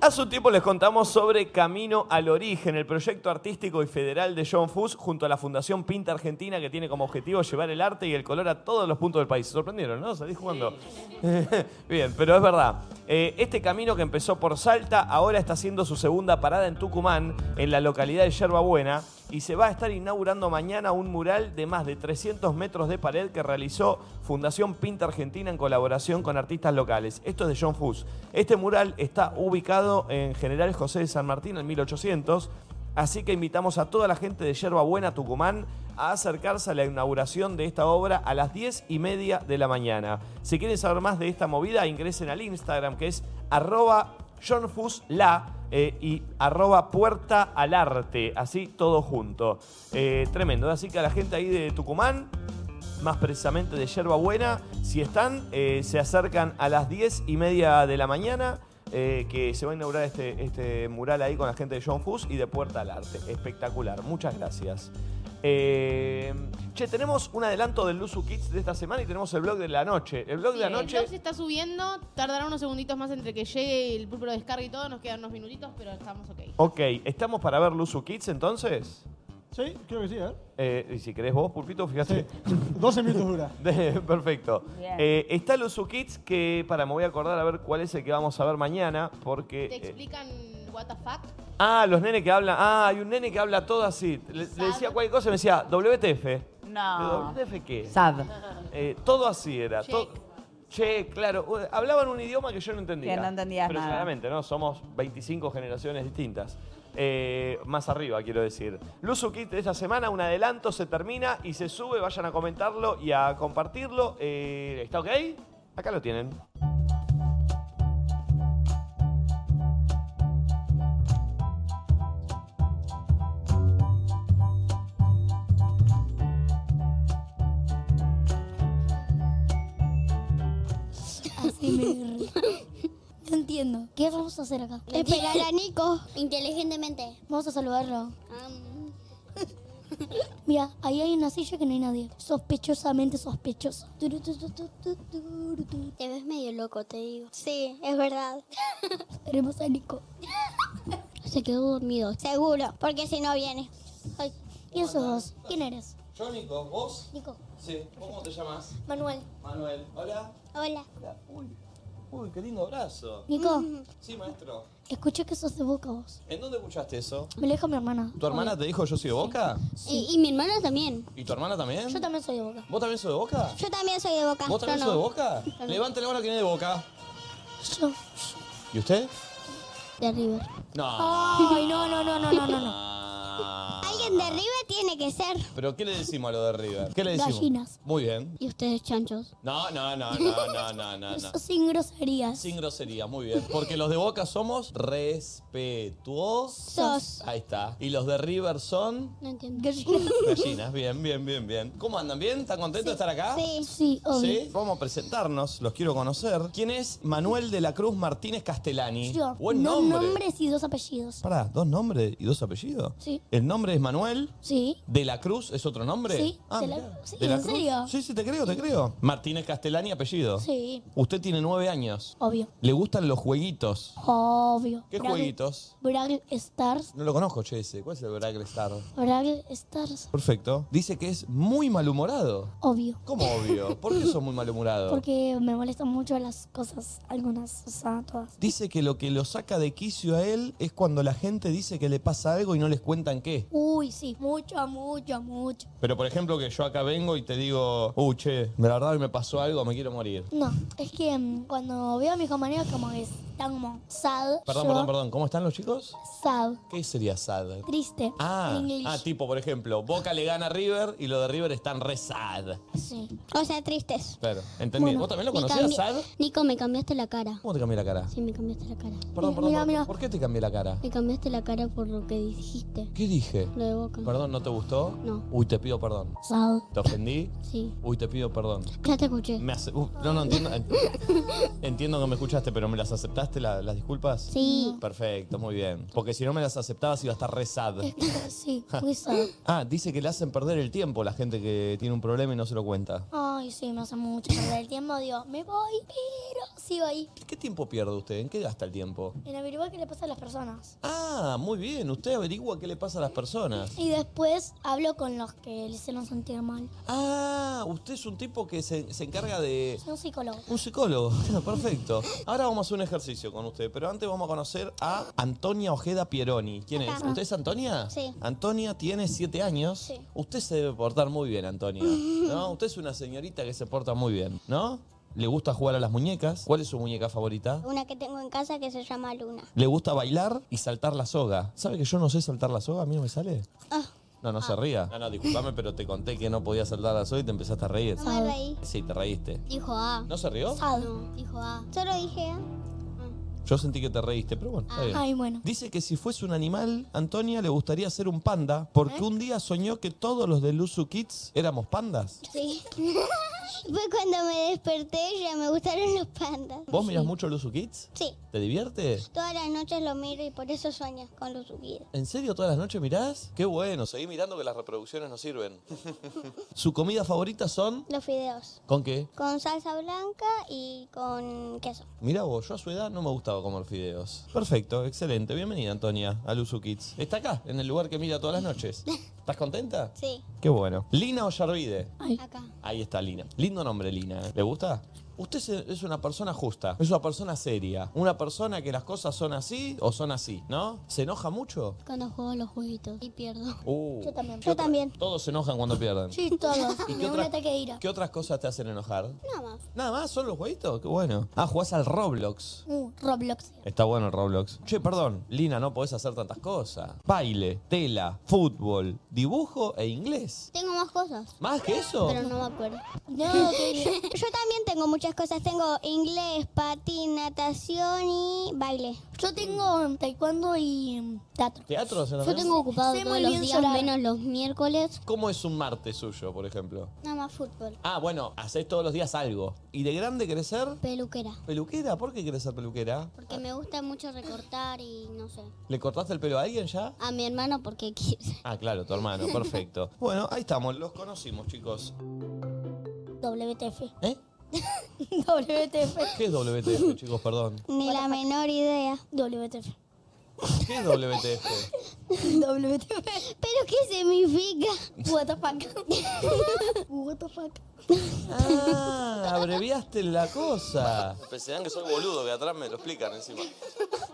Hace un tiempo les contamos sobre Camino al Origen, el proyecto artístico y federal de John Fuss junto a la Fundación Pinta Argentina que tiene como objetivo llevar el arte y el color a todos los puntos del país. Se sorprendieron, ¿no? Salí jugando. (laughs) Bien, pero es verdad. Eh, este camino que empezó por Salta ahora está haciendo su segunda parada en Tucumán, en la localidad de Yerbabuena, y se va a estar inaugurando mañana un mural de más de 300 metros de pared que realizó Fundación Pinta Argentina en colaboración con artistas locales. Esto es de John Fuss. Este mural está ubicado en General José de San Martín, en 1800. Así que invitamos a toda la gente de Yerba Buena, Tucumán, a acercarse a la inauguración de esta obra a las 10 y media de la mañana. Si quieren saber más de esta movida, ingresen al Instagram que es arroba johnfusla eh, y arroba puerta al arte, así todo junto. Eh, tremendo, así que a la gente ahí de Tucumán, más precisamente de Yerba Buena, si están, eh, se acercan a las 10 y media de la mañana. eh, que se va a inaugurar este, este mural ahí con la gente de John Fuss y de Puerta al Arte. Espectacular, muchas gracias. Eh, che, tenemos un adelanto del Luzu Kids de esta semana y tenemos el blog de la noche. El blog Sí, de la el noche. blog se está subiendo, tardará unos segunditos más entre que llegue el pulpo lo descargue y todo, nos quedan unos minutitos, pero estamos ok. Ok, ¿estamos para ver Luzu Kids entonces? Sí, creo que sí, ¿eh? Eh, y si querés vos, Pulpito, fíjate. (laughs) 12 minutos dura. De- Perfecto. Bien. Eh, está Luzu Kids, que para me voy a acordar a ver cuál es el que vamos a ver mañana, porque. Te eh, explican what the fuck. ah, los nenes que hablan. Ah, hay un nene que habla todo así. Le, le decía cualquier cosa y me decía, WTF. No. ¿De WTF qué? Ah. Sad. Eh, todo así era. Check. to- Che, claro, u- hablaban un idioma que yo no entendía. Que no entendías Pero nada. claramente, ¿no? Somos 25 generaciones distintas. Eh, más arriba, quiero decir. Luzu Kit de esta semana, un adelanto, se termina y se sube. Vayan a comentarlo y a compartirlo. Eh, ¿Está ok? Acá lo tienen. No entiendo. ¿Qué vamos a hacer acá? Esperar a Nico inteligentemente. Vamos a saludarlo. Mira, ahí hay una silla que no hay nadie. Sospechosamente sospechoso. Turu, tu, tu, tu, tu, turu, tu. Te ves medio loco, te digo. Sí, es verdad. Esperemos a (laughs) Nico. Se quedó dormido. Seguro, porque si no viene. Ay, ¿Quién sos vos? ¿Quién eres? Yo, Nico, ¿vos? Nico. Sí, ¿cómo te llamas? Manuel. Manuel, hola. Hola. Uy, uy, qué lindo abrazo. Nico. Sí, maestro. Escuché que sos de boca vos. ¿En dónde escuchaste eso? Me lo dijo mi hermana. ¿Tu hermana te dijo yo soy de Boca? Eh, Y, y mi hermana también. ¿Y tu hermana también? Yo también soy de boca. ¿Vos también sos de Boca? Yo también soy de boca. ¿Vos también Yo sos de no. Boca? Yo no. Levante la mano que no es de Boca. Yo, ¿Y usted? de River. No. Ay, no, no, no, no, no, no. no. (laughs) Alguien de arriba tiene que ser. ¿Pero qué le decimos a lo de River? ¿Qué le decimos? Gallinas. Muy bien. Y ustedes, chanchos. No, no, no, no, no, no, no. no. Eso sin groserías. Sin grosería, muy bien. Porque los de Boca somos respetuosos. Sos. Ahí está. Y los de River son No entiendo. Gallinas. gallinas. Bien, bien, bien, bien. ¿Cómo andan? ¿Bien? ¿Están contentos de estar acá? Sí, sí, obvio. Sí, vamos a presentarnos, los quiero conocer. ¿Quién es Manuel de la Cruz Martínez Castellani? Yo, Buen dos nombre. nombres y dos apellidos. Pará, dos nombres y dos apellidos. Sí. El nombre es Manuel. Sí. ¿De la Cruz es otro nombre? Sí, Ah, de la- mirá. sí, ¿De la ¿en Cruz? serio? Sí, sí, te creo, te creo. Martínez Castellani, apellido. Sí, Usted tiene nueve años. obvio. ¿Le gustan los jueguitos? Obvio. ¿Qué Bragg- jueguitos? Bragg Stars. No lo conozco, che, ese. ¿Cuál es el Brawl Star? Bragg Stars. Perfecto. Dice que es muy malhumorado. Obvio. ¿Cómo obvio? (laughs) ¿Por qué sos muy malhumorado? Porque me molestan mucho las cosas, algunas, o sea, todas. Dice que lo que lo saca de quicio a él es cuando la gente dice que le pasa algo y no les cuentan qué. Uy, sí, mucho, mucho, mucho. Pero por ejemplo que yo acá vengo y te digo, uh, che, la verdad me pasó algo, me quiero morir. No, es que mm, cuando veo a mis compañeros como que están como sad, Perdón, yo perdón, perdón. ¿Cómo están los chicos? sad, ¿Qué sería sad? triste, Ah, en inglés. ah, tipo, por ejemplo, Boca le gana a River y lo de River están re sad. Sí. O sea, tristes. Claro, entendí. Bueno, ¿Vos también lo me conocías, cambié- sad? Nico, me cambiaste la cara. ¿Cómo te cambié la cara? Sí, me cambiaste la cara. Perdón, Mira, perdón, mira, perdón. mira, ¿Por qué te cambié la cara? me cambiaste la cara por lo que dijiste. ¿Qué dije? Lo de boca. Perdón, ¿no te gustó? No. Uy, te pido perdón. Sad, ¿Te ofendí? sí. Uy, te pido perdón. Ya te escuché. (laughs) Me hace- uh, no, no, entiendo, entiendo que me escuchaste, pero ¿me las aceptaste la- las disculpas? Sí. Perfecto, muy bien. Porque si no me las aceptabas iba a estar re sad. (laughs) Sí, muy sad. (laughs) Ah, dice que le hacen perder el tiempo la gente que tiene un problema y no se lo cuenta. Ay, sí, me hace mucho perder el tiempo. Digo, me voy, pero sigo ahí. ¿Qué tiempo pierde usted? ¿En qué gasta el tiempo? En averiguar qué le pasa a las personas. Ah, muy bien. Usted averigua qué le pasa a las personas. Y después hablo con los que les hicieron sentir mal. Ah, usted es un tipo que se, se encarga de... Soy un psicólogo. Un psicólogo. (laughs) Bueno, Perfecto. Ahora vamos a hacer un ejercicio con usted, pero antes vamos a conocer a Antonia Ojeda Pieroni. ¿Quién es? Acá. ¿Usted es Antonia? Sí. Antonia tiene siete años. Sí. Usted se debe portar muy bien, Antonia. (laughs) ¿No? Usted es una señorita que se porta muy bien, ¿no? ¿Le gusta jugar a las muñecas? ¿Cuál es su muñeca favorita? Una que tengo en casa que se llama Luna. Le gusta bailar y saltar la soga. ¿Sabe que yo no sé saltar la soga? ¿A mí no me sale? Ah. No, no se ría. No, no, disculpame, pero te conté que no podía saltar la soga y te empezaste a reír. No me reí. Sí, te reíste. Dijo A. ¿No se rió? No, dijo A. Solo dije A. Yo sentí que te reíste, pero bueno, está bien. Ay, bueno. Dice que si fuese un animal, Antonia le gustaría ser un panda, porque ¿Eh? un día soñó que todos los de Luzu Kids éramos pandas. (laughs) Sí. (laughs) Fue cuando me desperté ya me gustaron los pandas. ¿Vos mirás mucho Luzu Kids? Sí. ¿Te divierte? Todas las noches lo miro y por eso sueño con los subidos. ¿En serio todas las noches mirás? Qué bueno, seguí mirando que las reproducciones nos sirven. (laughs) ¿Su comida favorita son? Los fideos. ¿Con qué? Con salsa blanca y con queso. Mirá vos, yo a su edad no me gustaba comer fideos. Perfecto, excelente. Bienvenida, Antonia, a Luzu Kids. Está acá, en el lugar que mira todas las (laughs) noches. ¿Estás contenta? Sí. Qué bueno. ¿Lina Ollarvide? Acá. Ahí está Lina. Lindo nombre, Lina. ¿eh? ¿Le gusta? Usted se- es una persona justa, es una persona seria, una persona que las cosas son así o son así, ¿no? ¿Se enoja mucho? Cuando juego los jueguitos y pierdo. Uh. Yo también. ¿Qué Yo otra- también. Todos se enojan cuando pierden. (laughs) Sí, todos. ¿Y Me qué, da un otras- ataque de ira. qué otras cosas te hacen enojar? Nada más. Nada más, son los jueguitos, qué bueno. Ah, jugás al Roblox. Uh, Roblox. Está bueno el Roblox. Che, perdón, Lina, no podés hacer tantas cosas. Baile, tela, fútbol, dibujo e inglés. Tengo más cosas. ¿Más que eso? Pero no (laughs) me acuerdo. No, que- yo, yo también tengo muchas cosas. Tengo inglés, patín, natación y baile. Yo tengo taekwondo y mm, teatro. ¿Teatro se Yo tengo ocupado Sé todos muy los bien días llorar. menos los miércoles. ¿Cómo es un martes suyo, por ejemplo? Nada más fútbol. Ah, bueno, haces todos los días algo. ¿Y de grande querés ser? Peluquera. ¿Peluquera? ¿Por qué querés ser peluquera? Porque me gusta mucho recortar y no sé. ¿Le cortaste el pelo a alguien ya? A mi hermano porque (laughs) quiere. Ah, claro, tu hermano, (laughs) perfecto. Bueno, ahí estamos, los conocimos, chicos. WTF. (laughs) ¿Eh? WTF. ¿Qué es WTF, chicos? Perdón. Ni la menor idea. WTF. (laughs) ¿Qué es WTF? WTF. ¿Pero qué significa? What the (laughs) fuck. What the fuck. Ah, abreviaste la cosa. Pensarán que soy boludo, que atrás me lo explican encima.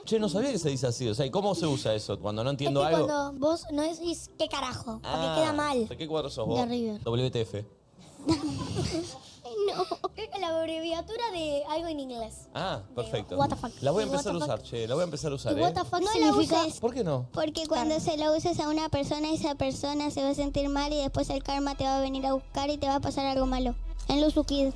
Che, no sabía que se dice así. O sea, ¿y cómo se usa eso? Cuando no entiendo Es que algo. cuando vos no decís qué carajo, porque Ah, queda mal. ¿De qué cuadro sos vos? De River. WTF. No, (laughs) creo que la abreviatura de algo en inglés. Ah, perfecto. what the fuck. La voy a Y empezar a what the usar, che. La voy a empezar a usar, Y ¿eh? what the fuck No la significa- uses. ¿Por qué no? Porque cuando se lo uses a una persona, esa persona se va a sentir mal y después el karma te va a venir a buscar y te va a pasar algo malo. En Luzu Kid.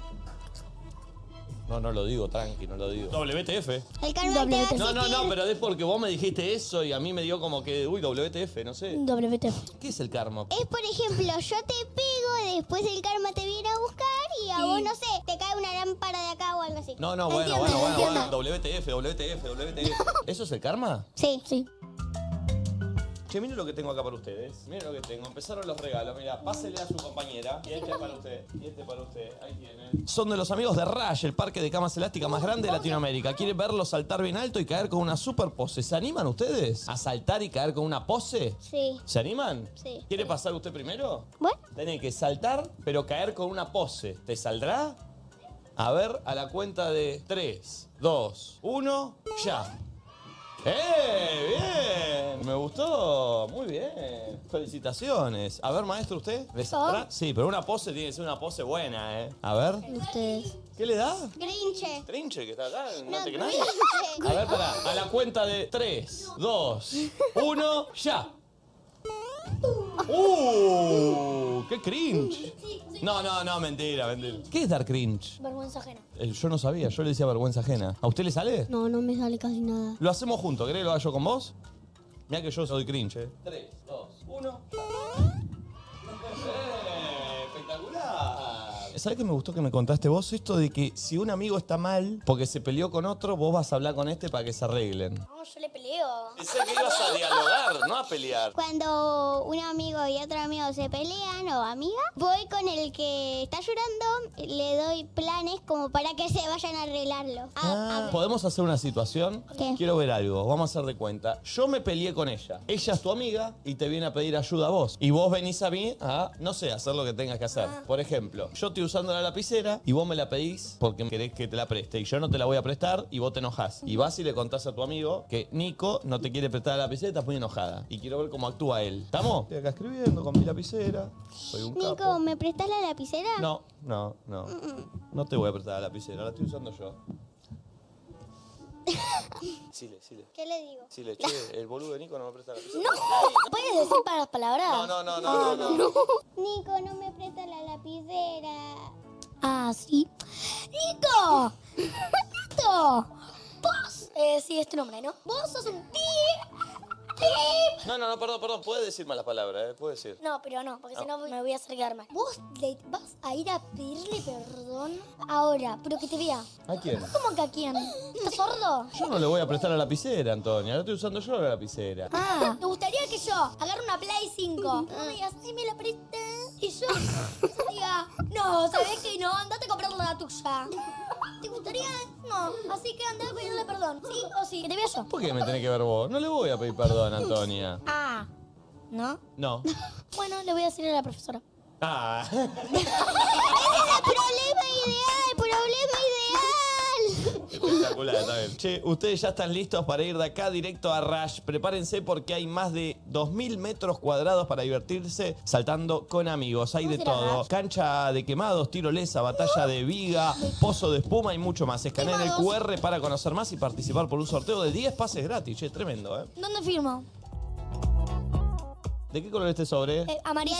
No, no lo digo, tranqui, no lo digo. WTF. El karma te va a sentir... No, no, no, pero es porque vos me dijiste eso y a mí me dio como que, uy, WTF, no sé. WTF. ¿Qué es el karma? Eh, Es por ejemplo, yo te pego, después el karma te viene a buscar y a vos, no sé, te cae una lámpara de acá o algo así. No, no, bueno, Entiendo, bueno, bueno, entiendo. bueno, WTF, WTF, WTF. ¿Eso es el karma? Sí. Sí. Che, miren lo que tengo acá para ustedes. Miren lo que tengo. Empezaron los regalos. Mira, pásele a su compañera. Y este es para usted. Y este es para usted. Ahí tienen. Son de los amigos de Rush, el parque de camas elásticas más grande de Latinoamérica. ¿Quieren verlos saltar bien alto y caer con una super pose? ¿Se animan ustedes a saltar y caer con una pose? Sí. ¿Se animan? Sí. ¿Quiere pasar usted primero? Bueno. Tiene que saltar, pero caer con una pose. ¿Te saldrá? A ver, a la cuenta de 3, 2, 1, ya. ¡Eh! ¡Bien! Me gustó. Muy bien. Felicitaciones. A ver, maestro, ¿usted? ¿Le saldrá? Sí, pero una pose tiene que ser una pose buena, ¿eh? A ver. Ustedes. ¿Qué le da? Grinche. Trinche, que está acá, no, No, te que nadie. Grinche. A ver, pará. A la cuenta de 3, 2, 1, ya. ¡Uh! ¡Qué cringe! No, no, no, mentira, mentira. ¿Qué es dar cringe? Vergüenza ajena. Eh, Yo no sabía, yo le decía vergüenza ajena. ¿A usted le sale? No, no me sale casi nada. Lo hacemos juntos, ¿querés que lo haga yo con vos? Mira que yo soy cringe, eh. 3, 2, 1. Espectacular. ¿Sabes qué me gustó que me contaste vos? Esto de que si un amigo está mal porque se peleó con otro, vos vas a hablar con este para que se arreglen. No, yo le peleo. Pensé que ibas a dialogar, no a pelear. Cuando un amigo y otro amigo se pelean o amiga, voy con el que está llorando, le doy planes como para que se vayan a arreglarlo. Ah, ¿Podemos hacer una situación? ¿Qué? Quiero ver algo, vamos a hacer de cuenta. Yo me peleé con ella. Ella es tu amiga y te viene a pedir ayuda a vos. Y vos venís a mí a, no sé, hacer lo que tengas que hacer. Por ejemplo, yo estoy usando la lapicera y vos me la pedís porque querés que te la preste. Y yo no te la voy a prestar y vos te enojás. Y vas y le contás a tu amigo que Nico no te quiere prestar la lapicera y estás muy enojada. Y quiero ver cómo actúa él. ¿Estamos? Estoy acá escribiendo con mi lapicera. Soy un capo. Nico, ¿me prestas la lapicera? No, no, no. No te voy a prestar la lapicera, la estoy usando yo. Sí, le, sí, le. ¿Qué le digo? Sí, le, che, el boludo de Nico no me presta la lapicera. ¡No! ¿Puedes decir para las palabras? No, no, no, no, no, no. Nico, no me presta la lapicera. Ah, sí. ¡Nico! ¡Nato! Vos, eh, sí, es tu nombre, ¿no? Vos sos un pi... pi- No, no, no, perdón, perdón. Puedes decir malas palabras, ¿eh? Puedes decir. No, pero no, porque No. si no me voy a acercar más. Vos le vas a ir a pedirle perdón ahora, pero que te vea. ¿A quién? ¿Cómo que a quién? ¿Estás sordo? Yo no le voy a prestar la lapicera, Antonia. La estoy usando yo la lapicera. Ah, ¿te gustaría que yo agarre una Play 5? No me digas, sí, me la prestas. Y yo diga, no, ¿sabés que no? Andate a comprar la tuya. ¿Te gustaría? No, así que andá a pedirle perdón. ¿Sí o sí? Que te vea yo. ¿Por qué me tenés que ver vos? No le voy a pedir perdón, Antonia. Ah, ¿no? No. Bueno, le voy a decir a la profesora. Ah. ¡Problema ideal! ¡Problema ideal! Espectacular, está bien. Che, ustedes ya están listos para ir de acá directo a Rush. Prepárense porque hay más de 2.000 metros cuadrados para divertirse saltando con amigos. Hay de ¿Vamos a ir a todo. Rush? Cancha de quemados, tiro lesa, batalla de viga, pozo de espuma y mucho más. Escaneen el Quemados. QR para conocer más y participar por un sorteo de 10 pases gratis. Che, tremendo, ¿eh? ¿Dónde firmo? ¿De qué color este Eh, sobre? Eh, amarillo.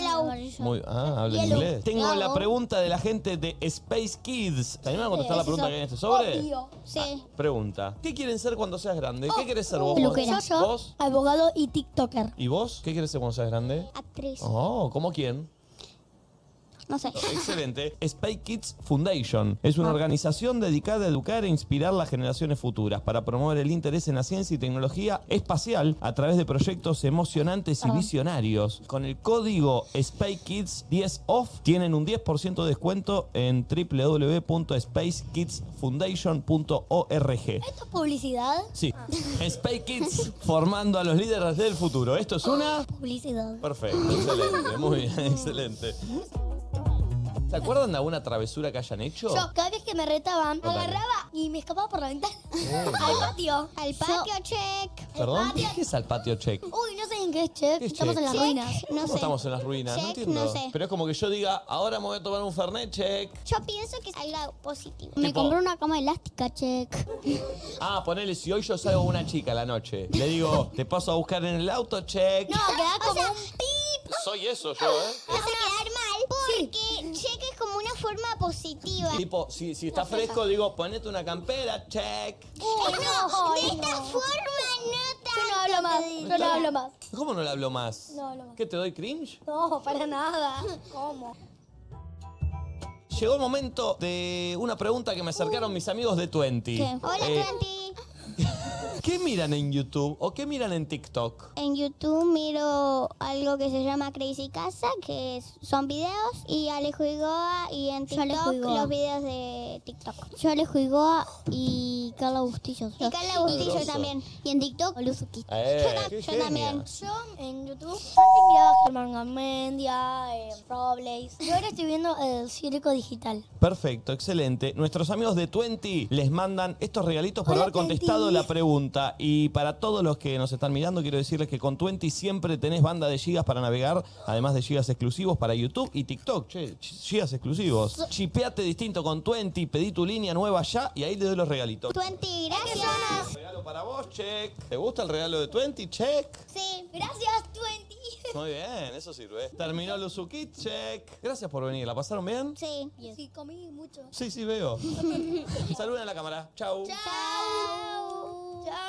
Muy, ah, habla en Yellow. inglés. Tengo Bravo. la pregunta de la gente de Space Kids. ¿Te animan a Eh, contestar la Eh, Sí, pregunta que eso. hay en este sobre? Obvio. Sí. Pregunta. ¿Qué quieren ser cuando seas grande? Oh, ¿Qué quieres ser vos? Peluquera. ¿Vos? abogado y TikToker. ¿Y vos? ¿Qué quieres ser cuando seas grande? Actriz. Oh, ¿cómo quién? No sé. Excelente. Space Kids Foundation es una organización dedicada a educar e inspirar las generaciones futuras para promover el interés en la ciencia y tecnología espacial a través de proyectos emocionantes y visionarios. Con el código Space Kids 10 off tienen un 10% de descuento en www.spacekidsfoundation.org. ¿Esto es publicidad? Sí. (laughs) Space Kids formando a los líderes del futuro. Esto es una Oh, Publicidad. Perfecto, excelente, muy bien, (laughs) excelente. ¿Se acuerdan de alguna travesura que hayan hecho? Yo, cada vez que me retaban, Total. agarraba y me escapaba por la ventana. Eh, (laughs) al patio. Al patio, check. ¿Perdón? ¿Qué es al patio check? Uy, no sé en qué es check. ¿Qué es Estamos check? en las Check, ruinas. No ¿Cómo sé. estamos en las ruinas? no Check, entiendo. no sé. Pero es como que yo diga, ahora me voy a tomar un fernet check. Yo pienso que es algo positivo. Me Me Tipo- compré compré una cama elástica, check. Ah, ponele, si hoy yo salgo con una chica a la noche, le digo, te paso a buscar en el auto check. No, queda (laughs) como un Soy eso yo, ¿eh? Vas a quedar mal porque check es como una forma positiva. Tipo, si, si está fresco, digo, ponete una campera check. Uy, Eh, no, de esta forma no tanto. Yo no hablo más, yo no hablo más. ¿Cómo no le hablo más? No hablo más. ¿Qué te doy cringe? No, para nada. ¿Cómo? Llegó el momento de una pregunta que me acercaron mis amigos de Twenty. Hola, Eh, Twenty. (laughs) ¿Qué miran en YouTube o qué miran en TikTok? En YouTube miro algo que se llama Crazy Casa, que es- son videos, y Alejo y Goa, y en Yo Alejo y TikTok Goa. los videos de TikTok. Yo Alejo Igoa y Carla Bustillos. Y Carla Bustillo Grosso. también. Y en TikTok, Luzuki. Eh, yo tam- qué yo genia. también. Yo en YouTube antes miraba Germán Gamendia, eh, Robles. Yo ahora estoy viendo el circo digital. Perfecto, excelente. Nuestros amigos de Twenty les mandan estos regalitos por Hola, haber contestado 20. la pregunta. Y para todos los que nos están mirando, quiero decirles que con Twenty siempre tenés banda de gigas para navegar, además de gigas exclusivos para YouTube y TikTok. Che, ch- gigas exclusivos. Chipeate distinto con Twenty, pedí tu línea nueva ya y ahí te doy los regalitos. Twenty, gracias. Regalo para vos, check. ¿Te gusta el regalo de Twenty? Check. Sí, gracias, Twenty. Muy bien, eso sirve. Terminó el Uzuki, check. Gracias por venir, ¿la pasaron bien? Sí. Sí, comí mucho. Sí, sí, veo. Saluden a la cámara. (laughs) Chau. Chao. Chao.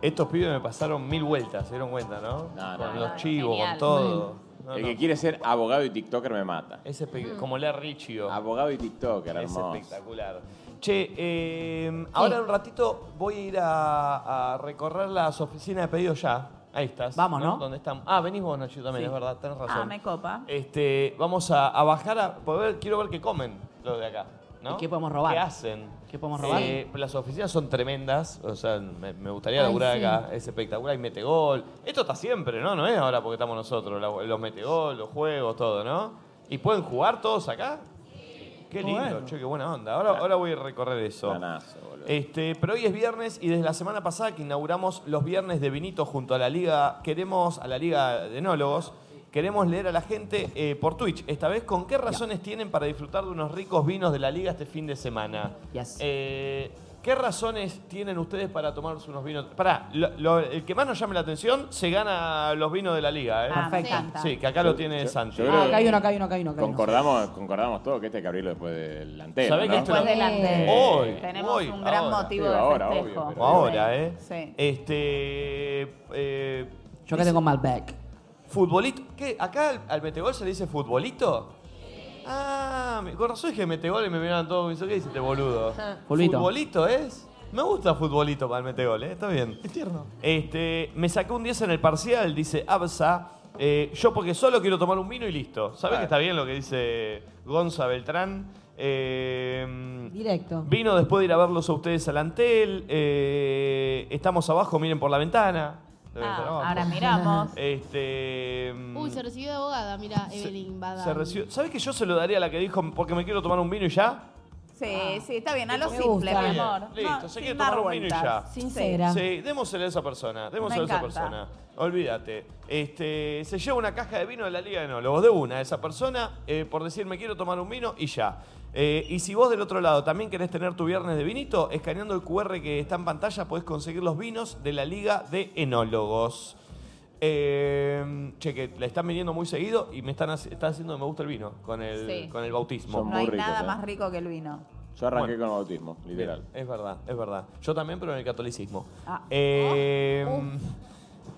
Estos pibes me pasaron mil vueltas, se dieron cuenta, ¿no? con no, los no, chivos, genial. con todo. El que quiere ser abogado y TikToker me mata. Es espe- como Lea Richio. Abogado y TikToker, Es hermoso. espectacular. Che, eh, ahora en un ratito voy a ir a, a recorrer las oficinas de pedido ya. Ahí estás. Vamos, ¿no? ¿Dónde estamos? Ah, venís vos, Nacho, también, Sí. es verdad, tenés razón. Ah, me copa. Este, vamos a, a bajar a. por ver- quiero ver qué comen los de acá. ¿no? ¿Y qué podemos robar? ¿Qué hacen? ¿Qué podemos robar? Eh, las oficinas son tremendas. O sea, me, me gustaría Ay, laburar sí. acá. Es espectacular. Hay metegol. Esto está siempre, ¿no? No es ahora porque estamos nosotros. la- los metegol, los juegos, todo, ¿no? ¿Y pueden jugar todos acá? Qué lindo, Bueno. che, qué buena onda. Ahora, ahora voy a recorrer eso. Este, pero hoy es viernes y desde la semana pasada que inauguramos los viernes de Vinito junto a la Liga, queremos, a la Liga de Enólogos, queremos leer a la gente eh, por Twitch. Esta vez, ¿con qué razones tienen para disfrutar de unos ricos vinos de la Liga este fin de semana? Eh, ¿Qué razones tienen ustedes para tomarse unos vinos? Pará, lo- lo- el que más nos llame la atención se gana los vinos de la Liga. ¿eh? Ah, me encanta. Sí, que acá lo tiene Santi. yo creo Ah, acá hay uno, acá hay uno, acá hay uno, acá hay uno. Concordamos, concordamos todo que este hay que abrirlo después del antena. ¿Sabés ¿no? que esto- Después del antes. Hoy, Tenemos hoy, un gran ahora. motivo Sí, de ahora, festejo. obvio, pero- Ahora, ¿eh? Sí. Este. eh, Yo acá dice- tengo Malbec. Futbolito. ¿Qué? ¿Acá al, al metegol se le dice futbolito? Ah, me- con razón dije metegol y me miraron todos. me dice, ¿Qué hiciste, (laughs) boludo? Fulbito. Futbolito es. Me gusta futbolito para el metegol, ¿eh? Está bien. Es tierno. Este, me sacó un 10 en el parcial, dice Absa. eh, yo porque solo quiero tomar un vino y listo. ¿Sabes que está bien lo que dice Gonza Beltrán? Eh, Directo. Vino después de ir a verlos a ustedes al Antel. eh, estamos abajo, miren por la ventana. Deben estar abajo. ahora (laughs) miramos. Este, Mm. Uy, se recibió de abogada, mira, Se- Evelyn Badal. se recibió- ¿Sabes que yo se lo daría a la que dijo porque me quiero tomar un vino y ya? Sí, sí, está bien, a lo Me simple, gusta. mi amor. Bien, listo, No, se sin quiere dar tomar un vino y ya. vueltas. Sí, démosele a esa persona, démosele Me a esa encanta. persona. Olvídate. Este, se lleva una caja de vino de la Liga de Enólogos, de una, esa persona, eh, por decir me quiero tomar un vino y ya. Eh, y si vos del otro lado también querés tener tu viernes de vinito, escaneando el QR que está en pantalla podés conseguir los vinos de la Liga de Enólogos. Eh, che, que la están viniendo muy seguido y me están, haci- están haciendo me gusta el vino con el, Sí. con el bautismo. No hay eh. nada más rico que el vino. Yo arranqué con el bautismo, literal. Es verdad, es verdad. Yo también, pero en el catolicismo. Ah. Eh,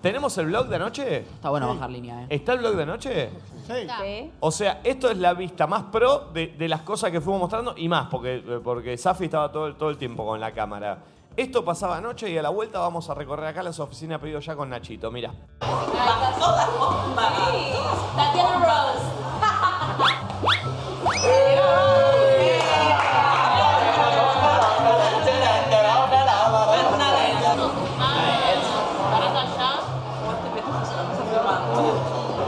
¿Tenemos el blog de anoche? Está bueno bajar línea, ¿eh? ¿Está el blog de anoche? Sí. O sea, esto es la vista más pro de, de las cosas que fuimos mostrando y más, porque, porque Safi estaba todo, el- todo el tiempo con la cámara. Esto pasaba anoche y a la vuelta vamos a recorrer acá las oficinas pedido ya con Nachito, mira. Tatiana (laughs)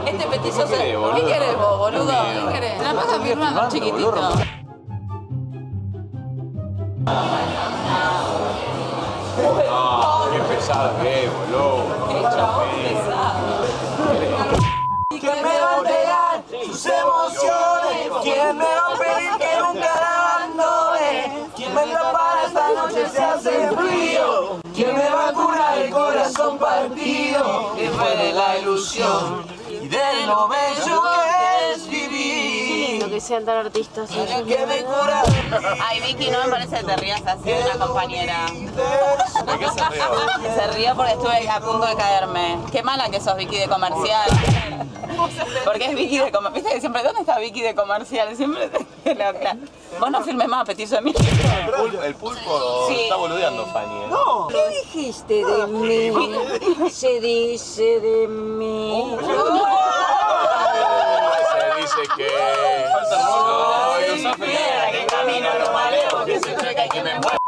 Este petiso ¿Qué querés, boludo? ¿Qué querés vos, boludo? Miedo. ¿Qué querés? La Yo pasa estoy firmando, filmando, chiquitito. boludo. No, qué pesado que es, boludo. ¿Quién me va a entregar sus emociones? ¿Quién me va a pedir que nunca la abandone? ¿Quién vendrá para esta noche se hace frío? ¿Quién me va a curar el corazón partido? Que fue de la ilusión y de lo bello que es vivir. que sean tan artistas. ¿Qué me cura? Ay, Vicky, no me parece que te rías así de una compañera. ¿De qué se rió? Se ríe porque estuve a punto de caerme. Qué mala que sos Vicky de comercial. Porque es Vicky de comercial. Viste que siempre, ¿dónde está Vicky de comercial? Siempre te (laughs) lo acla- Vos no firmes más, petiso de mí. El pulpo, Sí. está boludeando, Fanny. eh. No. ¿Qué dijiste (laughs) de mí? Se dice de mí. Se dice que soy un piedra que camina lo más lejos, que se entrega y que me mueve.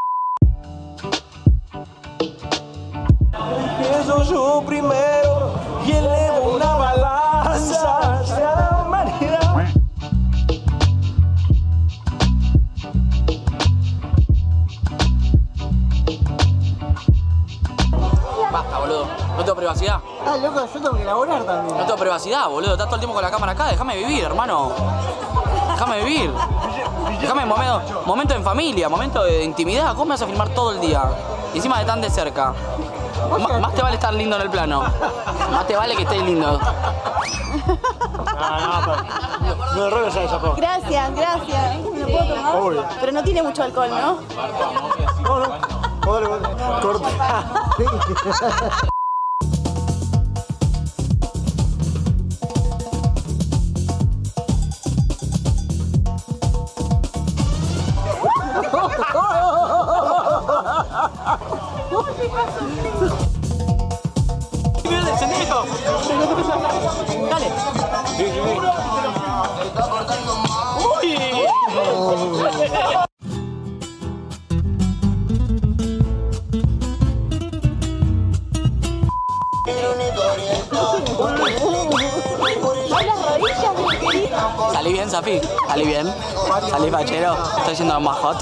Empiezo yo primero y elevo una balanza de la manera. Basta, boludo. No tengo privacidad. Ah, loco, yo tengo que laburar (laughs) también. No tengo privacidad, boludo. Estás todo el tiempo con la cámara acá. Déjame vivir, hermano. Déjame vivir. Déjame momento, momento en familia, momento de intimidad. ¿Cómo me vas a filmar todo el día? Y encima de tan de cerca. Ma- más te vale estar lindo en el plano. Más te vale que estés lindo. (laughs) Ah, No, no, ya, ya, por Gracias, gracias. ¿Me puedo tomar? Obvio. Pero no tiene mucho alcohol, ¿no? No, no. Joder, joder. (laughs) Corta. del sendero! ¡Dale! ¡Uy! Oh. Salí bien, Safi. Salí bien. Salí fachero. Estoy siendo más hot.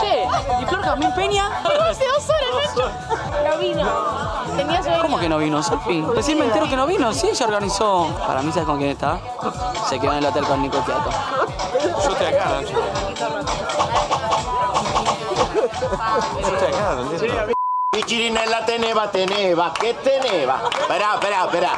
Che, ¿y Flor Jazmín Peña? Hace dos horas, Nacho. No vino. Tenía sueño. ¿Cómo que no vino, Safi? Recién me entero que no vino. Sí, ella organizó. Para mí, ¿sabes con quién está? Se quedó en el hotel con Nico Quiato. Yo estoy acá, Nacho. Yo estoy acá, Mi chirina es la teneba, teneba, que teneba. Esperá, esperá, esperá.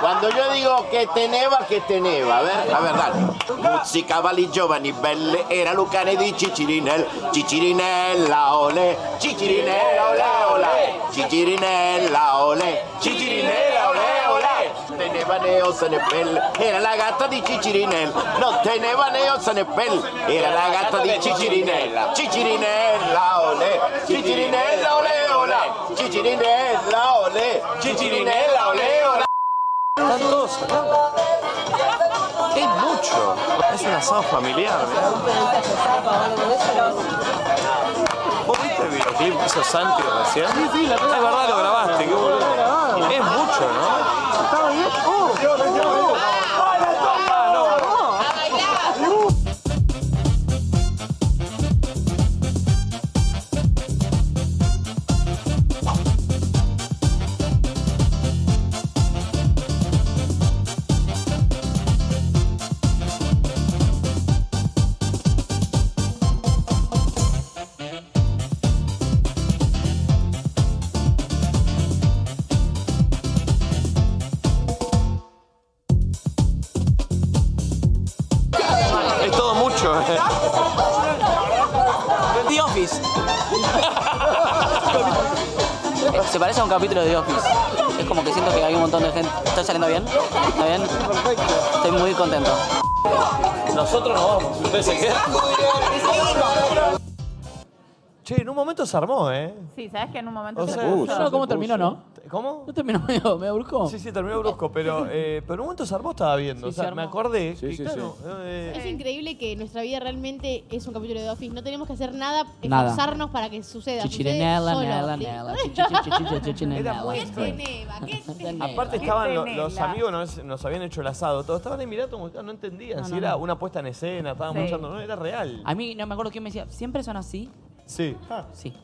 Cuando yo digo que teneva, que teneva. A ver, a ver, dale. Muzzi, cavalli, giovani, belle, era Lucane di Cicirinel. Cicirinella, ole. Cicirinella, ole, ole. Cicirinella, ole. Cicirinella, ole, ole. Teneva neo Sanepel, era la gatta di Cicirinel. No, teneva neo Sanepel, era la gatta di Cicirinella. Cicirinella, ole. Cicirinella, ole, ole. Cicirinella, ole. Cicirinella, ole, ole. Están todos acá. Es mucho. Es un asado familiar, ¿verdad? ¿Vos viste el videoclip que hizo Santi recién? Sí, sí, la Es verdad, lo grabaste, qué boludo. Es mucho, ¿no? Está bien. Oh, Oh, ah. Es todo mucho. eh. The Office. Eh, Se parece a un capítulo de The Office. Es como que siento que hay un montón de gente. ¿Está saliendo bien? ¿Está bien? Perfecto. Estoy muy contento. Nosotros nos vamos. Ustedes se quedan. ¿eh? Che, en un momento se armó, ¿eh? Sí, sabes que en un momento O se sea, puso. yo no sé cómo terminó, ¿no? ¿Cómo? No terminó medio, medio brusco. Sí, sí, terminó brusco, pero, eh, pero en un momento se armó, estaba viendo. Sí, o sea, se armó. me acordé. que, sí, claro, eh, Es increíble que nuestra vida realmente es un capítulo de The Office. No tenemos que hacer nada, Nada. esforzarnos para que suceda. Chichirinela, Sucede solo, nela, ¿sí? Este (laughs) nela, chichichichichi, chichinela. Era muy extraño. Aparte Qué estaban lo- tenela. los amigos, nos, nos habían hecho el asado, todos estaban ahí mirando como que no entendían No, si no, era no. una puesta en escena, estaban Sí. luchando, no, era real. Ah. A mí no me acuerdo quién me decía, ¿siempre son así? Sí. Ah. Sí.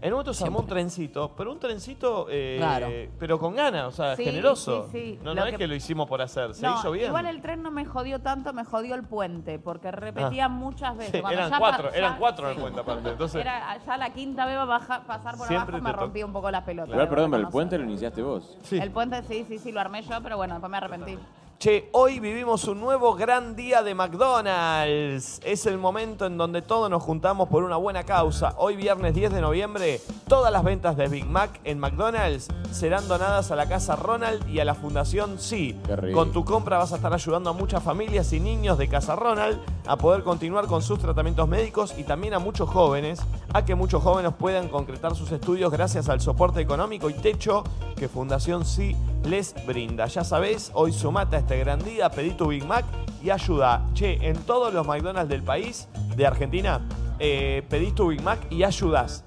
En un momento se armó un trencito, pero un trencito, eh, Claro. pero con ganas, o sea, Sí, generoso. sí, sí. No, Lo no es que- que lo hicimos por hacer, se No, hizo bien. Igual el tren no me jodió tanto, me jodió el puente, porque repetía Ah. muchas veces. Sí, Cuando eran, ya cuatro, pa- eran ya- cuatro, en (laughs) cuenta aparte. Entonces, Era ya la quinta vez baja, pasar por abajo Siempre te me toca. rompí un poco las pelotas. Igual, debo perdón, pero el reconocer. puente lo iniciaste vos. El puente sí, sí, sí, lo armé yo, pero bueno, después me arrepentí. Che, hoy vivimos un nuevo gran día de McDonald's. Es el momento en donde todos nos juntamos por una buena causa. Hoy viernes 10 de noviembre, todas las ventas de Big Mac en McDonald's serán donadas a la casa Ronald y a la Fundación Sí. rico. Con tu compra vas a estar ayudando a muchas familias y niños de Casa Ronald a poder continuar con sus tratamientos médicos y también a muchos jóvenes, a que muchos jóvenes puedan concretar sus estudios gracias al soporte económico y techo que Fundación Sí les brinda. Ya sabés, hoy sumate a este gran día, pedí tu Big Mac y ayuda. Che, en todos los McDonald's del país, de Argentina, eh, pedís tu Big Mac y ayudás.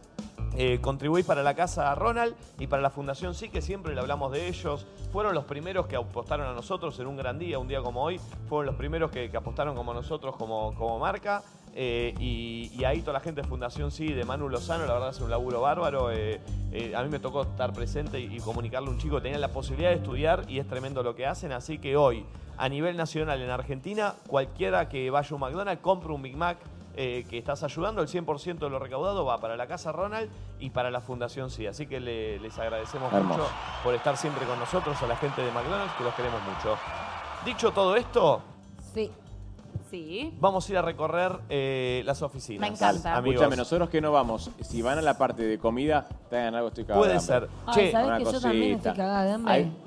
Eh, contribuís para la casa Ronald y para la Fundación Sí, que siempre le hablamos de ellos. Fueron los primeros que apostaron a nosotros en un gran día, un día como hoy. Fueron los primeros que, que apostaron como nosotros, como, como marca. Eh, y, y ahí toda la gente de Fundación Sí, de Manu Lozano, la verdad es un laburo bárbaro. Eh, eh, a mí me tocó estar presente y, y comunicarle a un chico que tenía la posibilidad de estudiar y es tremendo lo que hacen. Así que hoy, a nivel nacional en Argentina, cualquiera que vaya a un McDonald's, compre un Big Mac eh, que estás ayudando. El 100% de lo recaudado va para la Casa Ronald y para la Fundación Sí. Así que le- les agradecemos Hermoso. mucho por estar siempre con nosotros, a la gente de McDonald's, que los queremos mucho. Dicho todo esto, Sí. Sí. vamos a ir a recorrer eh, las oficinas. Me encanta. Amigos. Escúchame, nosotros que no vamos, si van a la parte de comida, traigan algo, estoy cagado Puede de hambre. ser. Ay, Che, ¿sabés una que yo también cosita. estoy cagada de hambre? Hay-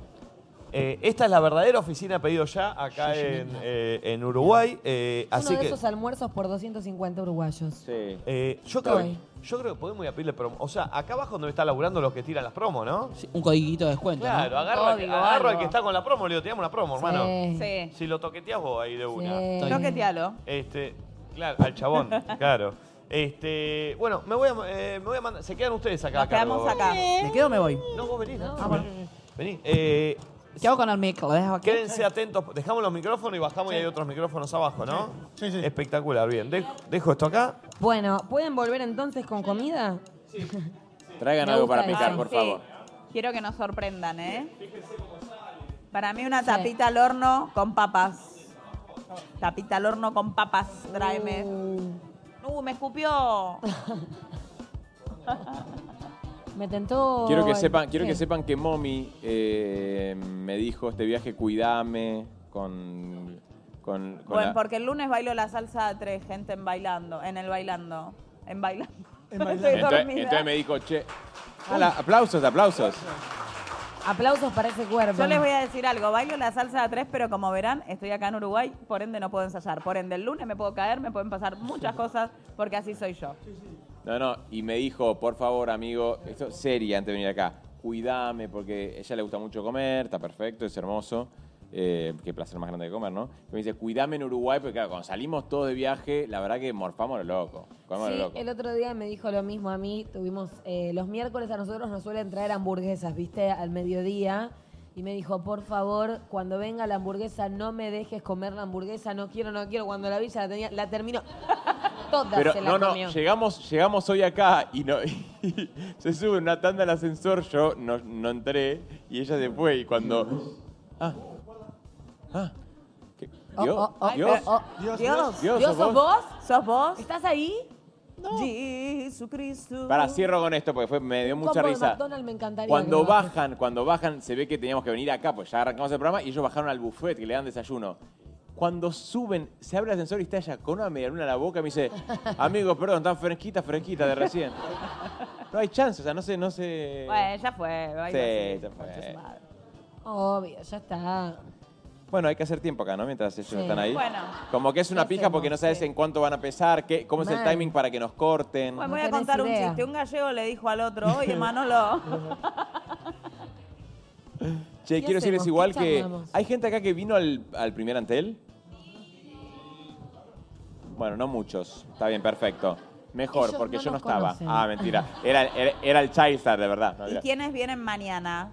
Eh, esta es la verdadera oficina pedido ya acá en, eh, en Uruguay. eh, Uno así de que esos almuerzos por 250 uruguayos. Sí. eh, yo, creo, yo creo que podemos ir a pedirle promo. O sea, acá abajo es donde está laburando los que tiran las promos, ¿no? Un codiguito de descuento. Claro, ¿no? agarro, al- Código, agarro al algo. que está con la promo, le digo, tiramos la promo, Sí. hermano. Sí. Si lo toqueteas vos ahí de una. Toquetealo. Este, claro, al chabón, claro. Este, bueno, me voy a, eh, me voy a mandar. Se quedan ustedes acá. Nos quedamos acá. ¿Me quedo o me voy? Ah, No, vos venís, ¿no? Vení. eh, ¿Qué hago con el micro? ¿Lo dejo aquí? quédense atentos. Dejamos los micrófonos y bajamos y hay otros micrófonos abajo, ¿no? Sí, sí. Espectacular, bien. Dej- dejo esto acá. Bueno, ¿pueden volver entonces con comida? (laughs) Traigan Me algo gusta para picar, eso. por Sí. favor. Quiero que nos sorprendan, ¿eh? Para mí una tapita al horno con papas. Tapita al horno con papas, tráeme. Uh, me escupió. Me tentó. Quiero que el- sepan, quiero que ¿Qué? sepan que Mommy eh, me dijo este viaje cuidame con con, con Bueno, la- porque el lunes bailo la salsa de tres gente en bailando, en el bailando, en bailando. (laughs) Estoy entonces, dormida. entonces me dijo, che. ala, aplausos, aplausos. Aplausos para ese cuerpo. Yo les voy a decir algo, bailo la salsa de tres, pero como verán, estoy acá en Uruguay, por ende no puedo ensayar. Por ende, el lunes me puedo caer, me pueden pasar muchas cosas, porque así soy yo. No, no, y me dijo, por favor, amigo, esto seria antes de venir acá. Cuidame, porque a ella le gusta mucho comer, está perfecto, es hermoso. eh, qué placer más grande de comer, ¿no? Y me dice, cuidame en Uruguay, porque claro, cuando salimos todos de viaje, la verdad que morfamos lo loco. Comemos Sí, lo loco. el otro día me dijo lo mismo a mí. Tuvimos eh, los miércoles a nosotros nos suelen traer hamburguesas, viste, al mediodía. Y me dijo, por favor, cuando venga la hamburguesa, no me dejes comer la hamburguesa. No quiero, no quiero. Cuando la vi, ya la tenía, la terminó. (laughs) Toda Pero se la no, no, comió. llegamos, llegamos hoy acá y, no, (laughs) y se sube una tanda al ascensor, yo no, no entré y ella se fue y cuando... Ah, ah, ¿qué? Dios, Oh, oh, oh, Dios, oh, oh. Dios, Dios, Dios, Dios, sos ¿sos vos. vos? ¿Sos vos? ¿Estás ahí? No. Jesucristo. Para, cierro con esto porque fue, me dio Un mucha combo de risa. McDonald's me encantaría. que Cuando lo hagas. bajan, cuando bajan, se ve que teníamos que venir acá, pues ya arrancamos el programa y ellos bajaron al buffet que le dan desayuno. Cuando suben, se abre el ascensor y está ella con una medialuna en la boca y me (laughs) dice, amigo, perdón, tan fresquita, fresquita de recién. No hay chance, o sea, no sé, no sé. Bueno, ya fue. bailo Sí, así, ya concha fue. su madre. Obvio, ya está. Bueno, hay que hacer tiempo acá, ¿no? Mientras ellos Sí. están ahí. Bueno. Como que es una pija porque no sabes en cuánto van a pesar, qué, cómo es el Mal. timing para que nos corten. Bueno, voy a contar un idea. chiste. Un gallego le dijo al otro, (laughs) oye, Manolo. Che, ¿Qué quiero decirles hacemos? igual ¿Qué que. charlamos? ¿Hay gente acá que vino al, al primer Antel? Bueno, no muchos. Está bien, perfecto. Mejor, Ellos porque no yo no nos estaba. conocen. Ah, mentira. Era, era, era el Childstar, de verdad. No, ¿Y era- quiénes vienen mañana?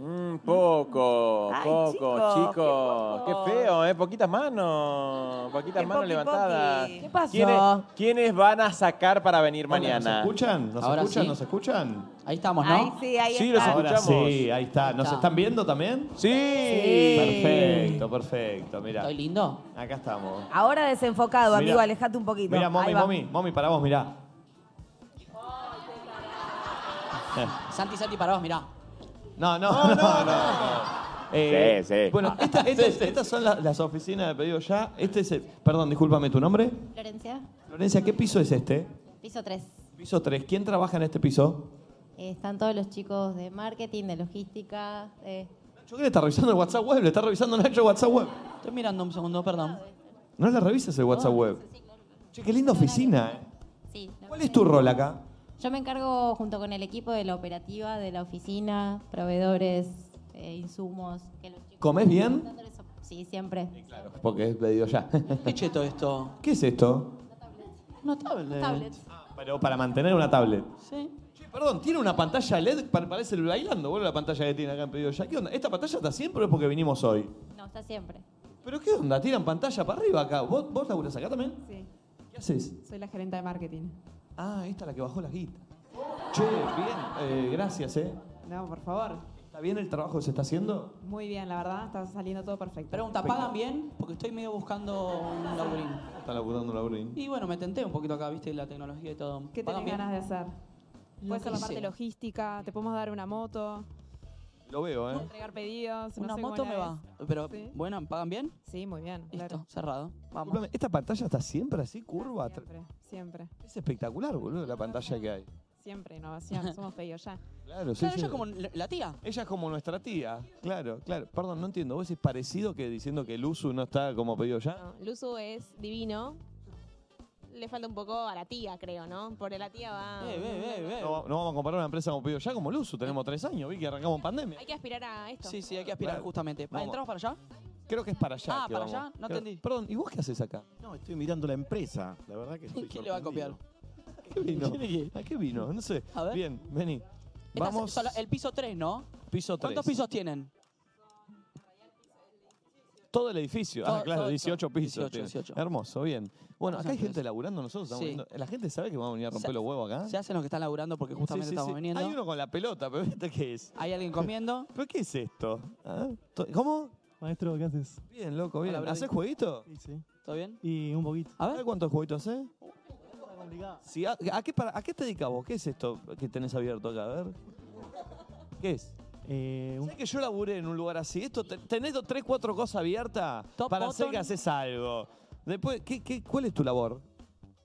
Mm, poco, Ay, poco, chicos, chicos. qué poco. Qué feo, ¿eh? Poquitas manos. Poquitas Qué manos poqui, levantadas. poqui. ¿Qué pasó? ¿Quiénes, quiénes van a sacar para venir mañana? ¿Nos escuchan? ¿Nos Ahora escuchan? sí. ¿Nos escuchan? Ahí estamos, ¿no? Ahí sí, ahí sí, está. los Ahora escuchamos. sí, sí, ahí está. ¿Nos Está. están viendo también? Sí. Perfecto, perfecto. Mira. ¿Estoy lindo? Acá estamos. Ahora desenfocado, Mira. amigo, alejate un poquito. Mira, Ahí mami, va. mami, mami, para vos, (laughs) mirá. Santi, Santi, para vos, mirá. No, no, no, no. Eh, Bueno, esta- esta- estas son la- las oficinas de pedido ya. Este es el- perdón, discúlpame, ¿tu nombre? Florencia, Florencia, ¿qué piso es este? piso 3. Piso 3. ¿Quién trabaja en este piso? están todos los chicos de marketing, de logística. eh, Yo que le está revisando el WhatsApp web, le está revisando Nacho el WhatsApp web. Estoy mirando un segundo, Ah, perdón. No le revisas el WhatsApp web. Che, qué linda oficina, eh. sí, lo ¿Cuál que es tu sea. rol acá? Yo me encargo junto con el equipo de la operativa, de la oficina, proveedores, eh, insumos. que los chicos- ¿Comés bien? dándoles op- Sí, siempre. claro. Porque es pedido (laughs) ya. ¿Qué cheto esto? ¿Qué es esto? Una tablet. Pero para mantener una tablet. Sí. Che, perdón, tiene una pantalla LED, Pa- parece el bailando, bueno, la pantalla que tiene acá en pedido ya. ¿Qué onda? ¿Esta pantalla está siempre o es porque vinimos hoy? No, está siempre. ¿Pero qué onda? Tiran pantalla para arriba acá. ¿Vos, vos laburás acá también? Sí, ¿Qué haces? soy la gerente de marketing. Ah, esta es la que bajó las guitas. Che, bien, eh, gracias, ¿eh? No, por favor. ¿Está bien el trabajo que se está haciendo? Muy bien, la verdad, está saliendo todo perfecto. Pregunta, ¿pagan bien? Porque estoy medio buscando un laburín. Está laburando Laurín. Y bueno, me tenté un poquito acá, viste, la tecnología y todo. ¿Qué ¿Pagan tenés ganas de bien? hacer? Lo Puede ser la que parte sea. logística, te podemos dar una moto, Lo veo, ¿eh? entregar pedidos, Una no sé moto cómo me la va. ves. Pero, Sí. bueno, ¿pagan bien? Sí, muy bien. Listo, cerrado. Vamos. Disculpame, ¿Esta pantalla está siempre así, curva? Siempre, siempre. Es espectacular, boludo, la pantalla que hay. Siempre (laughs) innovación, somos pedidos ya. Claro, sí, sí. la tía. Ella es como nuestra tía. Claro, claro. Perdón, no entiendo. ¿Vos es parecido que diciendo que el uso no está como pedido ya? Luzu es divino. Le falta un poco a la tía, creo, ¿no? Porque la tía Ah. va. Eh, No, no vamos a comparar una empresa como pedido ya como el uso. Tenemos tres años, vi que arrancamos en pandemia. Hay que aspirar a esto. Sí, sí, hay que aspirar Claro. justamente. Vamos. ¿Entramos para allá? Creo que es para allá. Ah, que para vamos. allá, no Creo- entendí. Perdón, ¿y vos qué haces acá? No, estoy mirando la empresa. La (laughs) verdad que estoy ¿Qué le va a copiar? ¿A qué vino? ¿A qué vino? No sé. A ver. Bien, vení. Esta es Vamos, solo- el piso 3, ¿no? piso 3. ¿Cuántos pisos tienen? Todo el edificio. ah, Todo- claro, todo- 18 pisos. 18, tiene. 18. Hermoso, bien. Bueno, acá hay gente laburando, nosotros estamos Sí. viendo- La gente sabe que vamos a venir a romper Se- los huevos acá. Se hacen los que están laburando porque ¿Ah? Sí, justamente sí, estamos sí. viniendo. Hay uno con la pelota, pero ¿esto qué es? ¿Hay alguien comiendo? ¿Pero qué es esto? ¿Ah? To- ¿Cómo? Maestro, ¿qué haces? Bien, loco, bien. Hola, Brody. ¿Haces jueguito? Sí, sí. ¿Todo bien? Y un poquito. A ver. ¿Cuántos jueguitos haces? Sí, ¿a, a qué, para- a qué te dedicas vos? ¿Qué es esto que tenés abierto acá? A ver. ¿Qué es? ¿Sabés que yo laburé en Eh, un lugar así? Esto, te- tenés dos, tres, cuatro cosas abiertas para hacer button. que haces algo. Después, ¿qué, qué, ¿cuál es tu labor?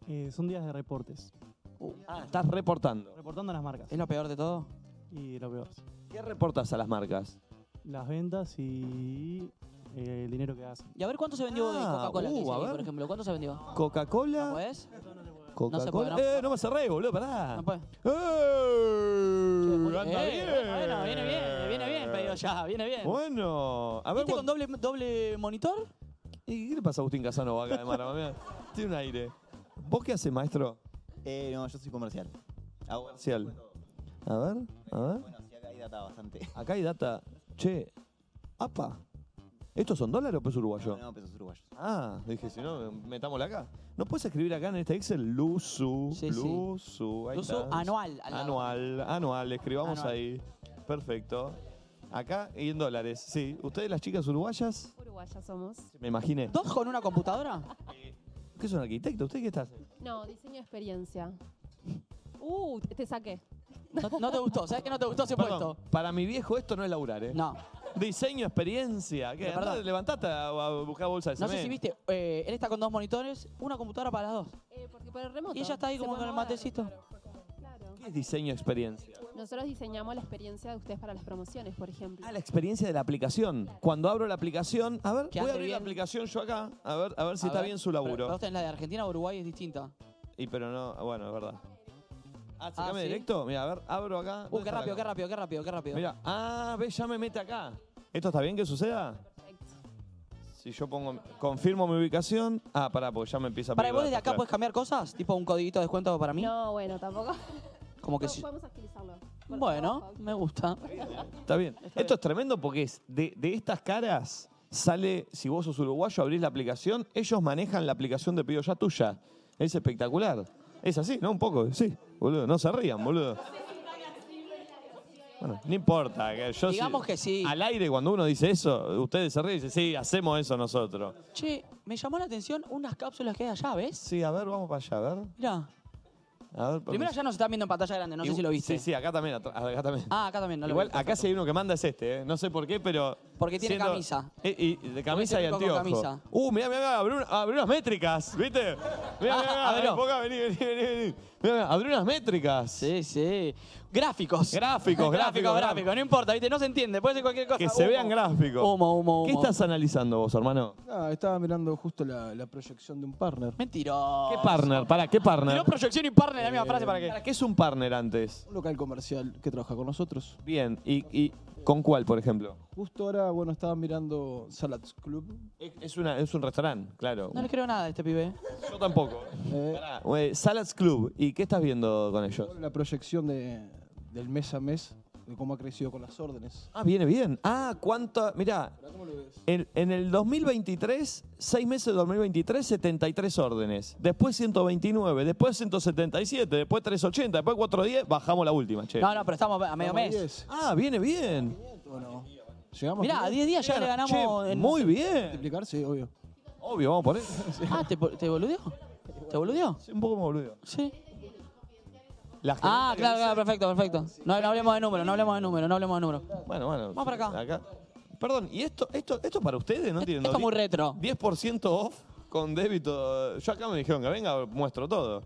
Eh, son días de reportes. Ah, estás reportando. Reportando a las marcas. ¿Es lo peor de todo? Y lo peor. ¿Qué reportas a las marcas? Las ventas y eh, el dinero que hacen. Y a ver cuánto se vendió de Ah, Coca-Cola, que uh, dice a ahí, ver. por ejemplo. ¿Cuánto se vendió? ¿Coca-Cola? ¿No podés? Coca-Cola. se puede, ¿no? Eh, no me cerré, boludo, pará. No puede. ¡Eh! anda Eh, bien. Bueno, bueno, viene bien, viene Eh. bien, pedido ya, viene bien. Bueno, a ver. ¿Viste cuán- con doble, doble monitor? ¿Y qué le pasa a Agustín Casanova acá de Marama? (laughs) Mirá, Tiene un aire. ¿Vos qué haces, maestro? Eh, no, yo soy comercial. Ah, Hago- Marcial. A ver, a ver. Bueno, sí, acá hay data bastante. Acá hay data. Che, apa. ¿Estos son dólares o peso uruguayo? No, no, pesos uruguayo. Ah, dije, si no, metámosla acá. ¿No puedes escribir acá en este Excel? Luzu, Sí, sí. Luzu. ahí Luzu está. anual, al lado. Anual, anual, escribamos Anual. ahí. Perfecto. Acá y en dólares, sí. ¿Ustedes las chicas uruguayas? Uruguayas somos. Me imaginé. Eh, ¿Dos con una computadora? ¿Qué es un arquitecto? ¿Usted qué está haciendo? No, diseño de experiencia. Uh, te saqué. (laughs) No, no te gustó, ¿sabes que no te gustó ese Perdón, puesto? para mi viejo esto no es laburar, ¿eh? No. Diseño, experiencia. ¿Qué? Pero perdón. Andá, Levantate a, a buscar bolsa de No cemento. sé si viste, eh, él está con dos monitores, una computadora para las dos. Porque por el remoto. Y ella está ahí se como puede con el mover. matecito. ¿Qué es diseño, experiencia? Nosotros diseñamos la experiencia de ustedes para las promociones, por ejemplo. La experiencia de la aplicación. Cuando abro la aplicación, a ver, Que voy ande a abrir la bien. aplicación yo acá, a ver, a ver si A está ver, bien su pero laburo. Vos tenés la de Argentina o Uruguay, es distinta. Y pero no, bueno, es verdad. Ah, sacame ¿sí? directo. Mira, a ver, abro acá. Uh, qué rápido, qué rápido, qué rápido, qué rápido. Mira, ah, ve, ya me mete acá. ¿Esto está bien que suceda? Si yo pongo, confirmo mi ubicación. Ah, pará, porque ya me empieza a Para, pedir ¿vos desde datos, acá claro. podés cambiar cosas? ¿Tipo un codiguito de descuento para mí? No, bueno, tampoco. Como (laughs) que No, si- Podemos agilizarlo. Por Bueno, favor. me gusta. Está bien. Esto es tremendo porque es de, de estas caras sale, si vos sos uruguayo, abrís la aplicación, ellos manejan la aplicación de pedido ya tuya. Es espectacular. Es así, ¿no? Un poco, sí, boludo. No se rían, boludo. Bueno, no importa. que yo Digamos que sí. Al aire, cuando uno dice eso, ustedes se ríen y dicen, sí, hacemos eso nosotros. Che, me llamó la atención unas cápsulas que hay allá, ¿ves? Sí, a ver, vamos para allá, a ver. Mirá. A ver Primero permiso. ya nos están viendo en pantalla grande, no sé si lo viste. Sí, sí, acá también. atr- Acá también. Ah, acá también, no lo Igual, vi. acá si hay uno que manda es este, ¿eh? No sé por qué, pero. Porque tiene camisa. Eh, y, de camisa Porque y es el único anteojo. con camisa. Uh, mirá, mirá, mirá, abrió, una- abrió unas métricas, ¿viste? Mirá, mirá, mirá, Ah, abrió. enfocá, vení, vení, vení, vení. Mirá, mirá, abrió unas métricas. Sí, sí. (laughs) Gráficos. Gráficos, gráficos. gráfico, gráfico, no importa, ¿viste? No se entiende, puede ser cualquier cosa. Que se Humo. vean gráficos. Humo, humo, ¿Qué humo. estás analizando vos, hermano? Ah, estaba mirando justo la, la proyección de un partner. Mentiroso. ¿Qué partner? Pará, ¿qué partner? Tiró proyección y partner, la misma Eh, frase para ¿Para que. qué es un partner antes? Un local comercial que trabaja con nosotros. Bien, y, y ¿con cuál, por ejemplo? Justo ahora, bueno, estaba mirando Salads Club. Es, una, es un restaurante, claro. No le creo nada a este pibe. Yo tampoco. Pará, eh, Salads Club, ¿y qué estás viendo con ellos? La proyección de, del mes a mes, de cómo ha crecido con las órdenes. Ah, viene bien. Ah, cuánto. Mirá, en, en el 2023, seis meses de 2023, 73 órdenes. Después 129, después 177, después 380, después 410. Bajamos la última, che. No, no, pero estamos a Estamos medio a mes. diez. Ah, viene bien. Llegamos Mirá, a 10 días ya le ganamos. Che, en- Muy bien. multiplicar, sí, obvio. Obvio, vamos por él. Ah, ¿te, te boludeó? ¿Te boludeó? Sí, un poco me boludeó. Sí. La gente Ah, que claro, dice- claro, perfecto, perfecto. No, no hablemos de números, no hablemos de números, no hablemos de números. Bueno, bueno. Vamos para acá. Perdón, ¿y esto, esto, esto para ustedes? No entiendo. esto es muy Die- retro. 10% off con débito. Yo acá me dijeron que venga, muestro todo.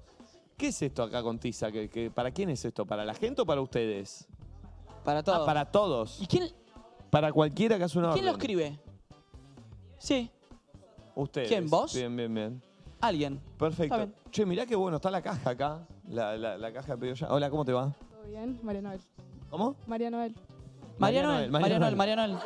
¿Qué es esto acá con Tiza? ¿Que, que, para quién es esto? ¿Para la gente o para ustedes? Ah, Para todos. para todos. ¿Y quién, Para cualquiera que hace una quién lo orden. escribe? Sí, Ustedes. ¿Quién, vos? Bien, bien, bien. alguien. Perfecto. Está bien. Che, mirá qué bueno, está la caja acá. La, la- la caja de pedido ya. Hola, ¿cómo te va? ¿Todo bien? María Noel. ¿Cómo? María Noel. María Noel, María Noel, María Noel.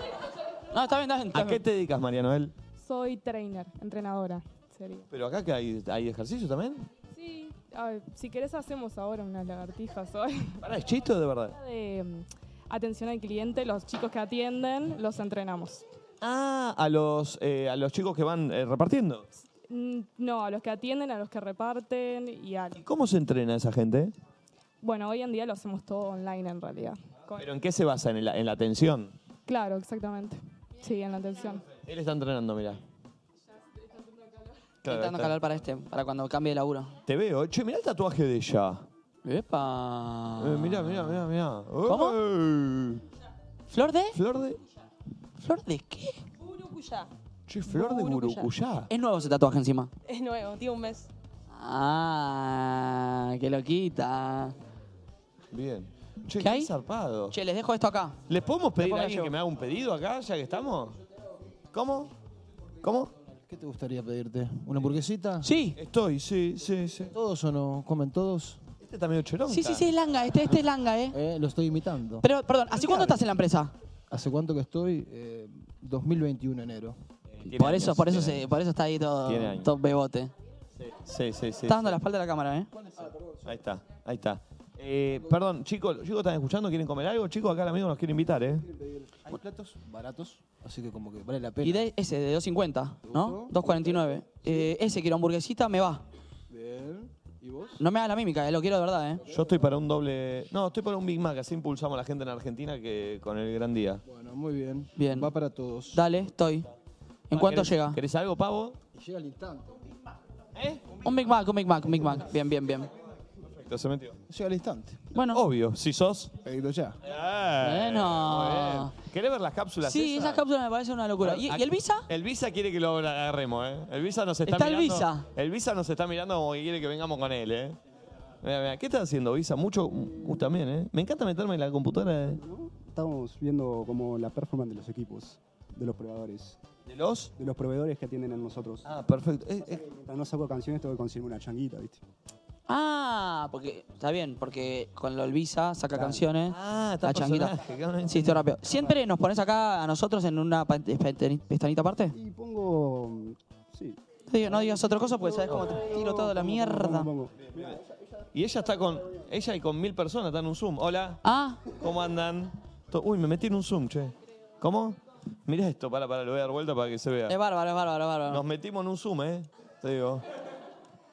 No, está bien, está bien. ¿A qué te dedicas, María Noel? Soy trainer, entrenadora. Sería. ¿Pero acá que hay, hay ejercicio también? Sí, a ver, si querés hacemos ahora unas lagartijas hoy. Pará, ¿es chiste o de verdad? De mm, atención al cliente, los chicos que atienden, los entrenamos. Ah, a los, eh, a los chicos que van eh, repartiendo. Mm, No, a los que atienden, a los que reparten y a... ¿Cómo se entrena esa gente? Bueno, hoy en día lo hacemos todo online en realidad. Con- ¿Pero en qué se basa? ¿En la, en la atención? Claro, exactamente. Sí, en la atención. Él está entrenando, mirá. Estoy dando calor para este, para cuando cambie de laburo. Te veo. Che, mirá el tatuaje de ella. ¡Epa! Eh, mirá, mirá, mirá, mirá. ¿Cómo? ¡Ey! ¿Flor de? ¿Flor de? ¿Flor de qué? Che, Flor de Burucuyá. Es nuevo ese tatuaje encima. Es nuevo, tiene un mes. Ah, qué loquita. Bien. Che, ¿Qué qué hay? zarpado. Che, les dejo esto acá. ¿Les podemos pedir Después a me alguien llevo. que me haga un pedido acá, ya que estamos? ¿Cómo? ¿Cómo? ¿Qué te gustaría pedirte? ¿Una hamburguesita? Sí. Estoy, sí, sí, sí. ¿Todos o no? ¿Comen todos? Este está medio chelón. Sí, sí, sí, es langa, este, este es langa, eh. Eh, lo estoy imitando. Pero, perdón, ¿hace cuánto estás en la empresa? ¿Hace cuánto que estoy? Eh, 2021, enero. Por eso, por eso, se, por eso está ahí todo, Tiene años. todo bebote. Sí, sí, sí. Estás dando la espalda a la cámara, eh. Ahí está, ahí está. Eh, perdón, chicos, chicos, ¿están escuchando? ¿Quieren comer algo? Chicos, acá el amigo nos quiere invitar, ¿eh? Hay platos baratos, así que como que vale la pena. Y de ese de 2.50, ¿no? 2.49. Eh, ese quiero hamburguesita, me va. Bien. ¿Y vos? No me hagas la mímica, eh, lo quiero de verdad, eh. Yo estoy para un doble. No, estoy para un Big Mac, así impulsamos a la gente en Argentina que con el gran día. Bueno, muy bien. Bien. Va para todos. Dale, estoy. ¿En Ah, cuánto ¿querés- llega? ¿Querés algo, pavo? Y llega al instante. Un Big Mac, un Big Mac, un Big Mac. Bien, bien, bien. Perfecto, se metió. Llega al instante. Bueno. Obvio, si sos. Pedido ya. Bueno. Ah, muy bien. ¿Querés ver las cápsulas? Sí, esas cápsulas me parecen una locura. ¿Y, y el Visa? El Visa quiere que lo agarremos, ¿eh? El Visa nos está, Está el mirando. Visa. El Visa nos está mirando como que quiere que vengamos con él, ¿eh? Mira, mira, ¿qué estás haciendo, Visa? Mucho. uh, también, ¿eh? Me encanta meterme en la computadora. ¿eh? Estamos viendo como la performance de los equipos, de los proveedores. ¿De los? De los proveedores que atienden a nosotros. Ah, perfecto. Mientras no saco canciones, tengo que conseguirme una changuita, ¿viste? Ah, porque está bien, porque con lo del Visa saca canciones. Ah, está la changuita. personaje, (laughs) claro, no Sí, estoy rápido. ¿Siempre nos pones acá a nosotros en una pan- peste- pestañita aparte? Y pongo. mm, Sí. No digas, no digas otra cosa porque pues, sabes cómo te tiro toda la mierda. Y ella está con. Ella y con mil personas, está en un Zoom. Hola. Ah. ¿Cómo andan? To- Uy, me metí en un Zoom, che. ¿Cómo? Mirá esto, para, para, lo voy a dar vuelta para que se vea. Es bárbaro, es bárbaro, es bárbaro. Nos metimos en un Zoom, ¿eh? Te digo.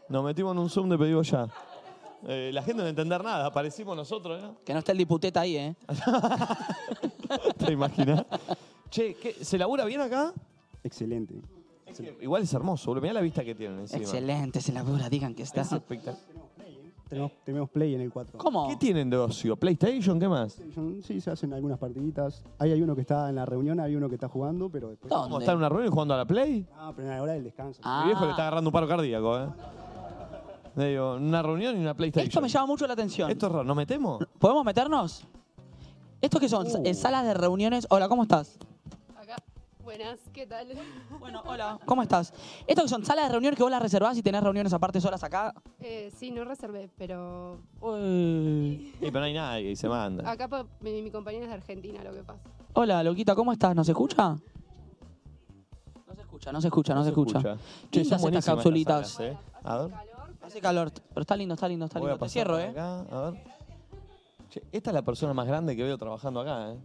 Nos metimos en un Zoom de pedido ya. Eh, la gente no va a entender nada, aparecimos nosotros, ¿eh? Que no está el diputeta (laughs) ahí, ¿eh? ¿Te (laughs) imaginas? che, ¿qué- ¿se labura bien acá? Excelente. Igual es hermoso, boludo. Mirá la vista que tienen encima. Excelente, se labura, digan que está. Es espectacular. Tenemos, tenemos play en el 4. ¿Cómo? ¿Qué tienen de ocio? ¿PlayStation? ¿Qué más? Sí, se hacen algunas partiditas. Ahí hay uno que está en la reunión, hay uno que está jugando, pero después. ¿Cómo están en una reunión y jugando a la Play? Ah, pero en la hora del descanso. Mi viejo Ah. le está agarrando un paro cardíaco, ¿eh? Le digo, una reunión y una PlayStation. Esto me llama mucho la atención. Esto es raro, ¿nos metemos? Uh. ¿Podemos meternos? ¿Estos qué son? Eh, ¿Salas de reuniones? Hola, ¿cómo estás? Buenas, ¿qué tal? (laughs) Bueno, hola. ¿Cómo estás? ¿Estos que son salas de reuniones que vos las reservás y tenés reuniones aparte solas acá? Eh, sí, no reservé, pero Sí, pero no hay nadie y se manda. acá pa- mi, mi compañera es de Argentina, lo que pasa. Hola, Loquita, ¿cómo estás? ¿Nos escucha? No se escucha, no se escucha, no, se escucha. Che, Lindas son estas buenísimas capsulitas. estas salas, ¿eh? A ver. Hace calor, pero está lindo, está lindo, está Voy a lindo. Te pasar cierro, por ¿eh? acá, a ver. Che, esta es la persona más grande que veo trabajando acá, ¿eh?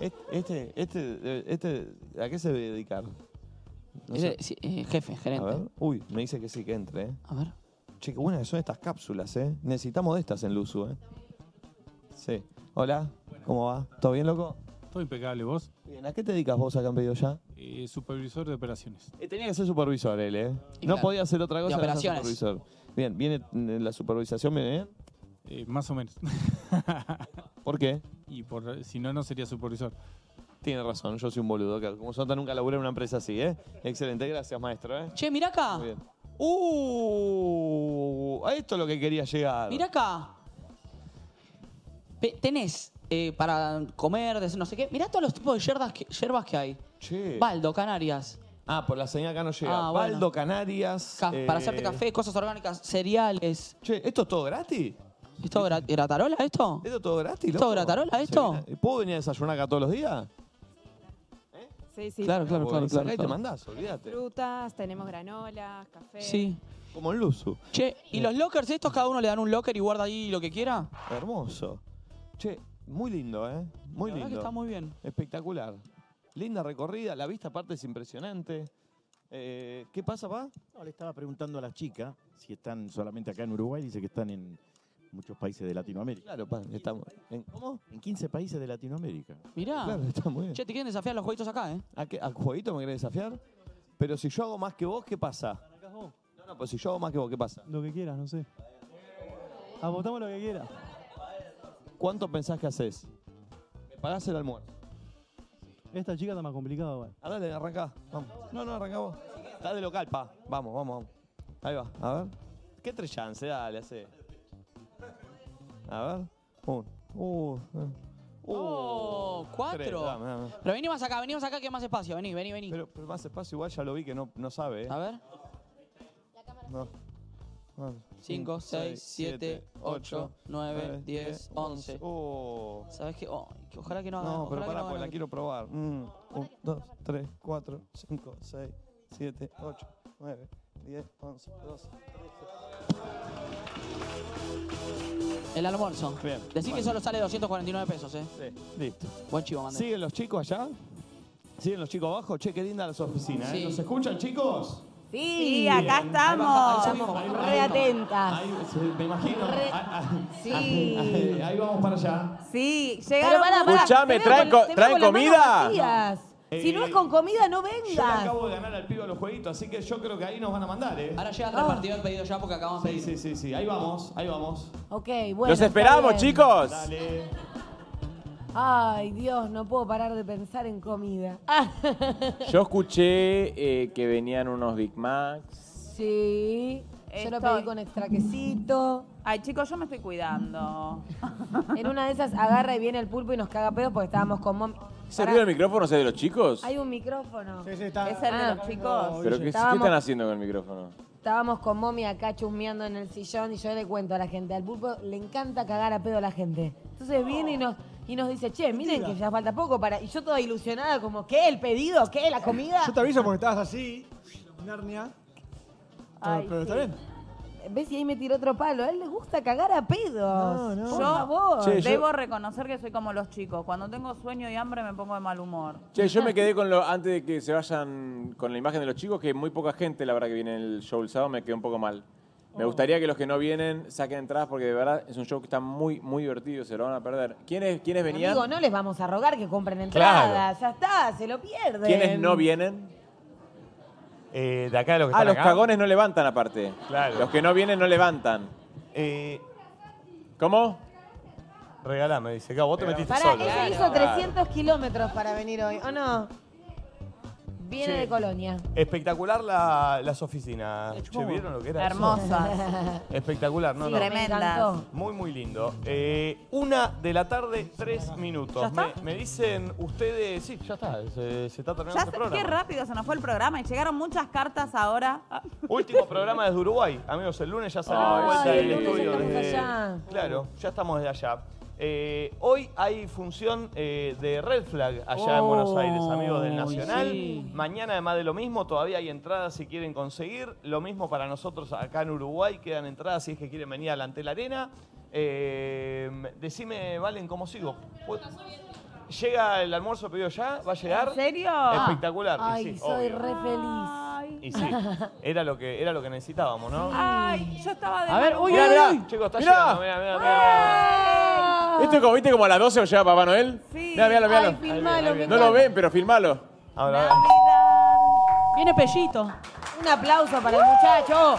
Est- Este, este, este, ¿a qué se debe dedicar? No Ese- sé. sí, eh, jefe, gerente. A ver. Uy, me dice que sí que entre, ¿eh? A ver. Che, qué buenas que son estas cápsulas, ¿eh? Necesitamos de estas en Luzu, ¿eh? Sí. Hola, ¿cómo va? ¿Todo bien, loco? Todo impecable, ¿vos? Bien, ¿a qué te dedicas vos acá en Pedido Ya? Eh, supervisor de operaciones. Eh, Tenía que ser supervisor él, ¿eh? no claro. podía hacer otra De cosa que no ser operaciones. supervisor. Bien, ¿viene mm, la supervisación? ¿Viene bien? Eh, más o menos. (laughs) ¿Por qué? Y por, si no, no sería supervisor. Tiene razón, yo soy un boludo. claro. Como Santa nunca laburé en una empresa así, ¿eh? Excelente, gracias, maestro, ¿eh? Che, mirá acá. Muy bien. ¡Uh! Uh, a esto es lo que quería llegar. Mira acá. Pe- tenés eh, para comer, des- no sé qué. Mirá todos los tipos de yerdas que- yerbas que hay. Baldo, Canarias. Ah, por la señal acá no llega. Ah, bueno. Baldo, Canarias. Ca- eh, Para hacerte café, cosas orgánicas, cereales. Che, ¿esto es todo gratis? ¿Esto gra- gratarola esto? ¿Esto todo gratis? ¿Esto loco? gratarola esto? Sí, ¿Puedo venir a desayunar acá todos los días? Sí, sí. Claro, claro, claro, claro, Acá claro. olvídate. Frutas, tenemos granolas, café. Sí. Como el Luzu. Che, ¿y los lockers estos cada uno le dan un locker y guarda ahí lo que quiera? Hermoso. Che, muy lindo, ¿eh? Muy La lindo. verdad que está muy bien. Espectacular. Linda recorrida, la vista aparte es impresionante. Eh, ¿Qué pasa, pa? No, le estaba preguntando a la chica si están solamente acá en Uruguay. Dice que están en muchos países de Latinoamérica. Claro, pa, estamos. En, ¿Cómo? En 15 países de Latinoamérica. Mirá. Claro, está muy bien. Che, te quieren desafiar los jueguitos acá, ¿eh? ¿A, qué, ¿A jueguito me querés desafiar? Pero si yo hago más que vos, ¿qué pasa? No, no, pues si yo hago más que vos, ¿qué pasa? Lo que quieras, no sé. Apostamos lo que quieras. ¿Cuánto pensás que haces? ¿Me pagás el almuerzo? Esta chica está más complicada, güey. Ah, dale, arranca. Vamos. No, no, arranca vos. Está de local, pa. Vamos, vamos, vamos. Ahí va, a ver. ¿Qué tres chances? Dale, hace. A ver. Un. Uh. eh. Oh, Tres, cuatro. dame, dame. Pero venimos acá, venimos acá que hay más espacio. Vení, vení, vení. Pero, pero más espacio igual ya lo vi que no, no sabe, ¿eh? A ver. No. Ah, Cinco, seis, siete, ocho, nueve, nueve, diez, once. Oh. ¿Sabes qué? Oh, que ojalá que no haga. No, pero ojalá que pará, no porque haga. la quiero probar. Mm, Un, dos, tres, cuatro, cinco, seis, siete, ocho, nueve, diez, once, doce, El almuerzo. Bien. Decí que Bueno. solo sale 249 pesos, ¿eh? Sí. Listo. Buen chivo, mandé. ¿Siguen los chicos allá? ¿Siguen los chicos abajo? Che, qué linda las oficinas. ¿eh? ¿Nos escuchan, chicos? Sí, Bien. acá estamos. Ahí bajamos, ahí bajamos. Re atentas. Ahí, sí, me imagino. Re- Ah, ah, Sí. (laughs) ahí, ahí vamos para allá. Sí, llegaron. pará, muchos- pará, Escuchame, te veo ¿traen con- co- te veo traen con las manos comida? vacías. Si no es con comida, no vengas. Yo le acabo de ganar al pibe a los jueguitos, así que yo creo que ahí nos van a mandar, ¿eh? Ahora llega el repartidor pedido ya porque acabamos de Sí, pedir. sí, sí, sí. Ahí vamos, ahí vamos. Ok, bueno. Los está esperamos, bien. chicos. Dale. Ay, Dios, no puedo parar de pensar en comida. Ah. Yo escuché eh, que venían unos Big Macs. (laughs) Sí. Yo lo Estoy. pedí con extra quesito. Ay, chicos, yo me estoy cuidando. (laughs) En una de esas agarra y viene el pulpo y nos caga pedos porque estábamos con mom. ¿Ese ruido del micrófono es de los chicos? Hay un Ah. micrófono. Sí, sí, está- Es el de los chicos. ¿Pero qué, qué estábamos, están haciendo con el micrófono? estábamos con mommy acá chusmeando en el sillón y yo le cuento a la gente, al pulpo le encanta cagar a pedo a la gente. Entonces viene y nos, y nos dice, che, miren que ya falta poco para. Y yo toda ilusionada, como, ¿qué? ¿El pedido? ¿Qué? ¿La comida? Yo te aviso porque estabas así, Narnia. Ay, Ah, pero está sí. bien. ¿Ves? Y ahí me tiró otro palo. A él le gusta cagar a pedos. No, Yo Por favor. debo reconocer que soy como los chicos. Cuando tengo sueño y hambre me pongo de mal humor. Che, yo me quedé con lo, antes de que se vayan con la imagen de los chicos, que muy poca gente, la verdad, que viene el show el sábado, me quedé un poco mal. Oh. Me gustaría que los que no vienen saquen entradas porque de verdad es un show que está muy, muy divertido, se lo van a perder. ¿Quiénes, quiénes venían? Amigo, no les vamos a rogar que compren entradas. Ya está, se lo pierden. ¿Quiénes no vienen? Eh, de acá los que Ah, están los acá. cagones no levantan aparte. Claro. Eh, Los que no vienen no levantan. ¿Cómo? Regalame, dice. Acá vos te metiste Pará, solo. ese hizo 300 kilómetros para venir hoy, ¿o no? Viene Sí. de Colonia. Espectacular la- las oficinas. Che, ¿Vieron lo que era? eso? Hermosas. Espectacular, no, Sí, no. tremendas. Me encantó. Muy, muy lindo. Eh, una de la tarde, tres minutos. Me, me dicen ustedes. Sí, ya está. Se, se está terminando Ya el sé- programa. qué rápido se nos fue el programa y llegaron muchas cartas ahora. Ah, Último programa desde Uruguay. Amigos, el lunes ya salimos de Ay, vuelta sí. del el lunes estudio. estamos desde- allá. Claro, ya estamos desde allá. Eh, hoy hay función eh, de Red Flag allá en Oh, Buenos Aires, amigos del Nacional. sí. Mañana, además de lo mismo, todavía hay entradas si quieren conseguir. Lo mismo para nosotros acá en Uruguay, quedan entradas si es que quieren venir a la Antel Arena. Eh, decime, Valen, ¿cómo sigo? ¿Llega el almuerzo pedido ya? ¿Va a llegar? ¿En serio? Espectacular. y Ay, sí, soy obvio. re feliz. Y sí, era lo que, era lo que necesitábamos, ¿no? Ah, Ay, yo estaba de A ver, mal uy, humor. uy, uy. Chicos, está Mirá. llegando, Ah, mirá, mirá, mirá. Ah. ¿Viste como, viste como a las 12 o llega Papá Noel? Sí. Mirá, mirá, mirá. Ay, filmalo, me No lo encanta. ven, pero filmalo. Viene Pellito. Un aplauso para el muchacho.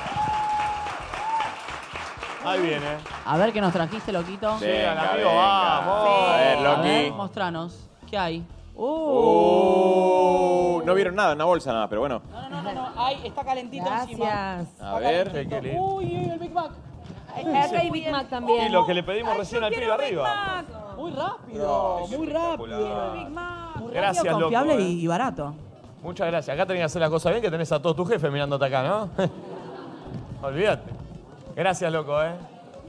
Ahí viene. A ver qué nos trajiste, loquito. Llegan, Venga, amigo, venga. vamos. A ver, Loqui. mostranos. ¿Qué hay? Uh. Oh, no vieron nada, una bolsa nada, pero bueno. No, no, no, no. Ay, está calentito encima. Gracias. A ver. Uy, uy, el Big Mac. Acá hay Big Mac también. Y lo que le pedimos recién al pibe quiero Big arriba. Muy rápido, muy rápido. Gracias, loco. confiable eh. y, y barato. Muchas gracias. Acá tenés que hacer las cosas bien, que tenés a todos tus jefes mirándote acá, ¿no? (laughs) Olvídate. Gracias, loco, ¿eh?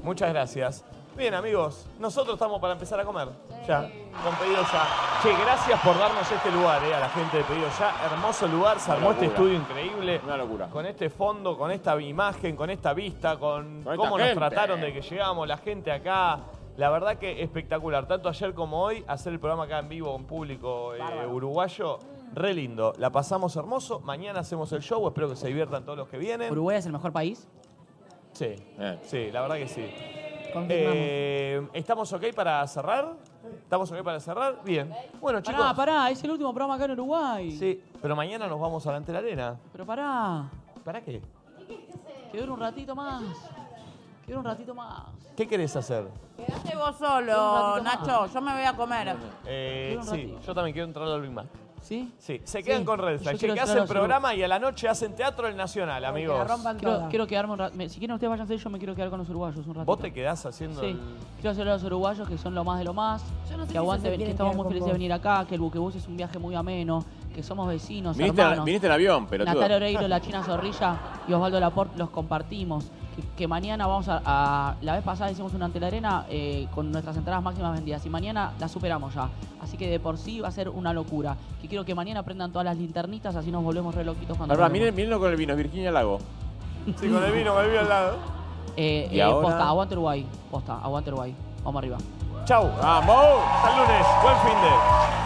Muchas gracias. Bien, amigos, nosotros estamos para empezar a comer. Ya, con pedido ya. Che, gracias por darnos este lugar, ¿eh? A la gente de pedido ya. Hermoso lugar, se Una armó este locura. estudio increíble. Una locura. Con este fondo, con esta imagen, con esta vista, con, Con esta cómo gente. nos trataron de que llegamos, la gente acá. La verdad que espectacular, tanto ayer como hoy, hacer el programa acá en vivo con público eh, uruguayo, re lindo. La pasamos hermoso, mañana hacemos el show, espero que se diviertan todos los que vienen. ¿Uruguay es el mejor país? Sí, sí, la verdad que sí. Confirmamos. Eh, ¿Estamos ok para cerrar? ¿Estamos ok para cerrar? Bien. Bueno, chicos. Pará, pará, Ah, es el último programa acá en Uruguay. Sí, pero mañana nos vamos adelante de la arena. Pero pará, ¿Para qué? que dure un ratito más. Que dure un ratito más. ¿Qué querés hacer? Quedaste vos Un solo, ratito más. Nacho. Yo me voy a comer. Eh, Quiero un sí, yo también quiero entrar al Big Mac. ¿Sí? Sí, se quedan Sí, con Red yo Flag. quiero Che, que entrar hacen al programa y a la noche hacen teatro en el Nacional, amigos. Quiero, quiero quedarme un rato. Si quieren ustedes váyanse, yo me quiero quedar con los uruguayos un ratito. Vos te quedás haciendo Sí. el- Quiero hacer a los uruguayos que son lo más de lo más. Yo no sé si que aguante, se ven- que quieren estamos quedar muy con felices de vos. venir acá, que el buquebús es un viaje muy ameno, que somos vecinos, Viniste en- hermanos. viniste en avión, pelotudo. Natalia Oreiro, la China Zorrilla y Osvaldo Laporte los compartimos. Que, que mañana vamos a, a- La vez pasada hicimos una ante la arena eh, con nuestras entradas máximas vendidas y mañana las superamos ya. Así que de por sí va a ser una locura. Que quiero que mañana prendan todas las linternitas, así nos volvemos re loquitos cuando. Ahora, nos miren, mírenlo con el vino, Virginia Lago. Sí, con el vino, me vi al Ah. lado. Eh, Y eh, ahora- Posta, aguante Uruguay. Posta, aguante Uruguay. Vamos arriba. Chau. Vamos. Hasta el lunes. Buen fin de.